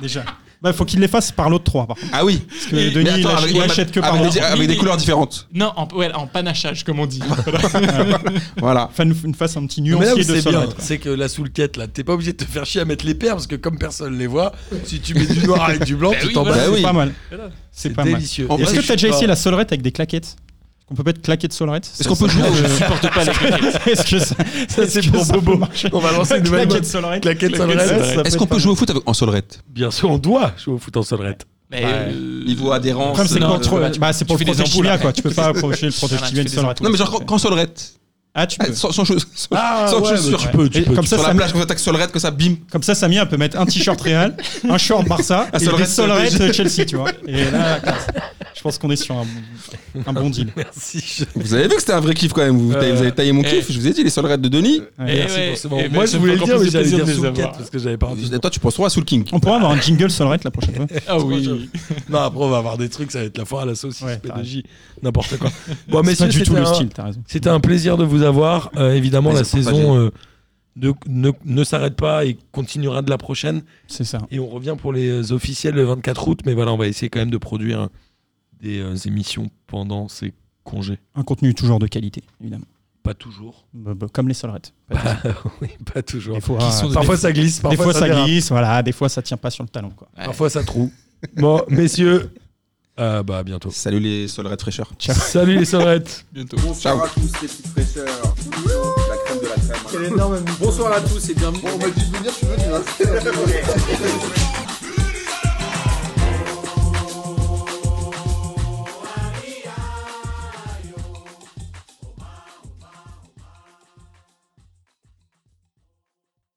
S2: Déjà. Bah, faut qu'il les fasse par lot de 3 par contre.
S1: Ah oui.
S2: Parce que
S5: Mais
S2: Denis il
S1: attends,
S2: ach- il
S1: avec-
S2: achète que par
S1: avec, des,
S2: lot.
S1: avec des couleurs différentes.
S5: Non, en, ouais, en panachage, comme on dit.
S1: Voilà.
S2: Enfin, nous nous fasse un petit
S4: Mais là où
S2: nuancier de
S4: c'est bien,
S2: solerettes. quoi.
S4: c'est que la soulquette, là, t'es pas obligé de te faire chier à mettre les paires parce que comme personne les voit, si tu mets du noir avec du blanc,
S5: Bah
S4: tu
S5: oui,
S4: t'en
S5: voilà.
S4: bats.
S1: Bah
S2: C'est
S1: oui.
S2: pas mal. C'est pas mal.
S4: délicieux.
S1: En vrai,
S4: Et
S2: Est-ce
S4: si
S2: que
S4: je
S2: t'as déjà
S4: suis pas-
S2: essayé la solerette avec des claquettes Est-ce qu'on peut mettre claquettes solerette
S1: Est-ce qu'on peut jouer au
S5: Je supporte pas les
S2: Est-ce que ça,
S4: Ça, c'est
S2: est-ce que
S4: pour
S2: ça peut
S4: Bobo.
S2: marcher
S4: On va lancer une nouvelle
S2: Claquettes
S4: mode.
S2: solerette.
S4: Claquette
S5: Claquette
S4: solerette.
S5: solerette.
S4: ça peut
S1: Est-ce
S4: être
S1: qu'on peut
S4: pas
S1: jouer au foot avec, en Solerette
S4: mal. Bien sûr, on doit jouer au foot en solerette.
S5: euh,
S1: Euh, Niveau euh, adhérent.
S2: Le problème, c'est
S5: Non,
S2: contre.
S5: tu-
S2: bah, c'est pour
S5: tu fais
S2: le
S5: des
S2: protège
S5: ampoules
S2: tibia,
S5: après.
S2: quoi. Tu peux pas approcher le protège
S5: Voilà, tu
S2: tibia de
S5: fais des
S2: solerette.
S5: ampoules.
S1: Non, mais genre, quand, quand Solerette.
S2: Ah, tu
S1: Ah,
S2: peux.
S1: Sans, sans, chauss- sans,
S4: Ah,
S1: sans
S4: ouais,
S1: chaussures.
S4: mais tu peux, tu
S2: Et
S4: peux,
S2: Comme
S4: tu
S2: ça,
S1: sur la
S2: Samy-
S1: plage, quand t'attaques Solerette, que ça bim.
S2: comme ça, Samy, elle peut mettre un t-shirt Real, un short Barça
S1: Un
S2: et des
S1: solerette
S2: solerettes Chelsea, tu vois. Et là, classe. je pense qu'on est sur un, un bon deal.
S4: Merci. je-
S1: Vous avez vu que c'était un vrai kiff quand même. Vous,
S4: Euh,
S1: taillez- vous avez taillé mon
S5: eh.
S1: kiff. Je vous ai dit les Solerettes de Denis.
S2: Ouais.
S5: Eh ouais,
S4: Merci pour ce moment.
S5: eh ben,
S4: Moi,
S5: ça
S4: je
S5: me
S4: voulais
S5: fait
S4: le
S5: encore
S4: dire, mais
S5: plus
S4: j'allais
S5: plaisir
S4: dire
S5: de les
S4: soulquette
S5: avoir.
S4: parce que j'avais pas entendu.
S1: Et toi, tu penses trop à Soul King.
S2: On pourra avoir un jingle solerette la prochaine fois.
S5: Ah oui.
S4: Non, après, on va avoir des trucs, ça va être la foire à la saucisse,
S2: Ouais,
S4: PDJ, n'importe quoi. Bon,
S2: C'est pas
S4: messieurs,
S2: du tout
S4: c'était
S2: le
S4: un-
S2: style, t'as raison.
S4: C'était un plaisir de vous avoir. Euh, évidemment,
S1: Plaisir
S4: la saison euh, ne, ne- ne s'arrête pas et continuera de la prochaine.
S2: C'est ça.
S4: Et on revient pour les euh, officiels le 24 août. Mais voilà, on va essayer quand même de produire hein, des euh, émissions pendant ces congés.
S2: Un contenu toujours de qualité, évidemment.
S4: Pas toujours.
S2: Bah, bah, Comme les solerettes.
S4: oui, pas toujours.
S2: Des fois,
S5: Qui sont
S2: euh,
S5: des-
S4: Parfois ça glisse,
S2: des
S4: parfois,
S2: fois, ça
S4: dérape,
S2: glisse, voilà. Des fois, ça tient pas sur le talon, quoi.
S4: parfois ça troue. Bon, messieurs, euh, bah, à bientôt.
S1: Salut les Solerettes fraîcheurs.
S2: Ciao.
S4: Salut les solettes
S5: Bientôt.
S3: Bonsoir à tous les petites fraîcheurs.
S6: La crème de la crème.
S3: énorme
S6: Bonsoir à tous et bienvenue.
S3: On m'a dit de venir, tu veux, tu vas.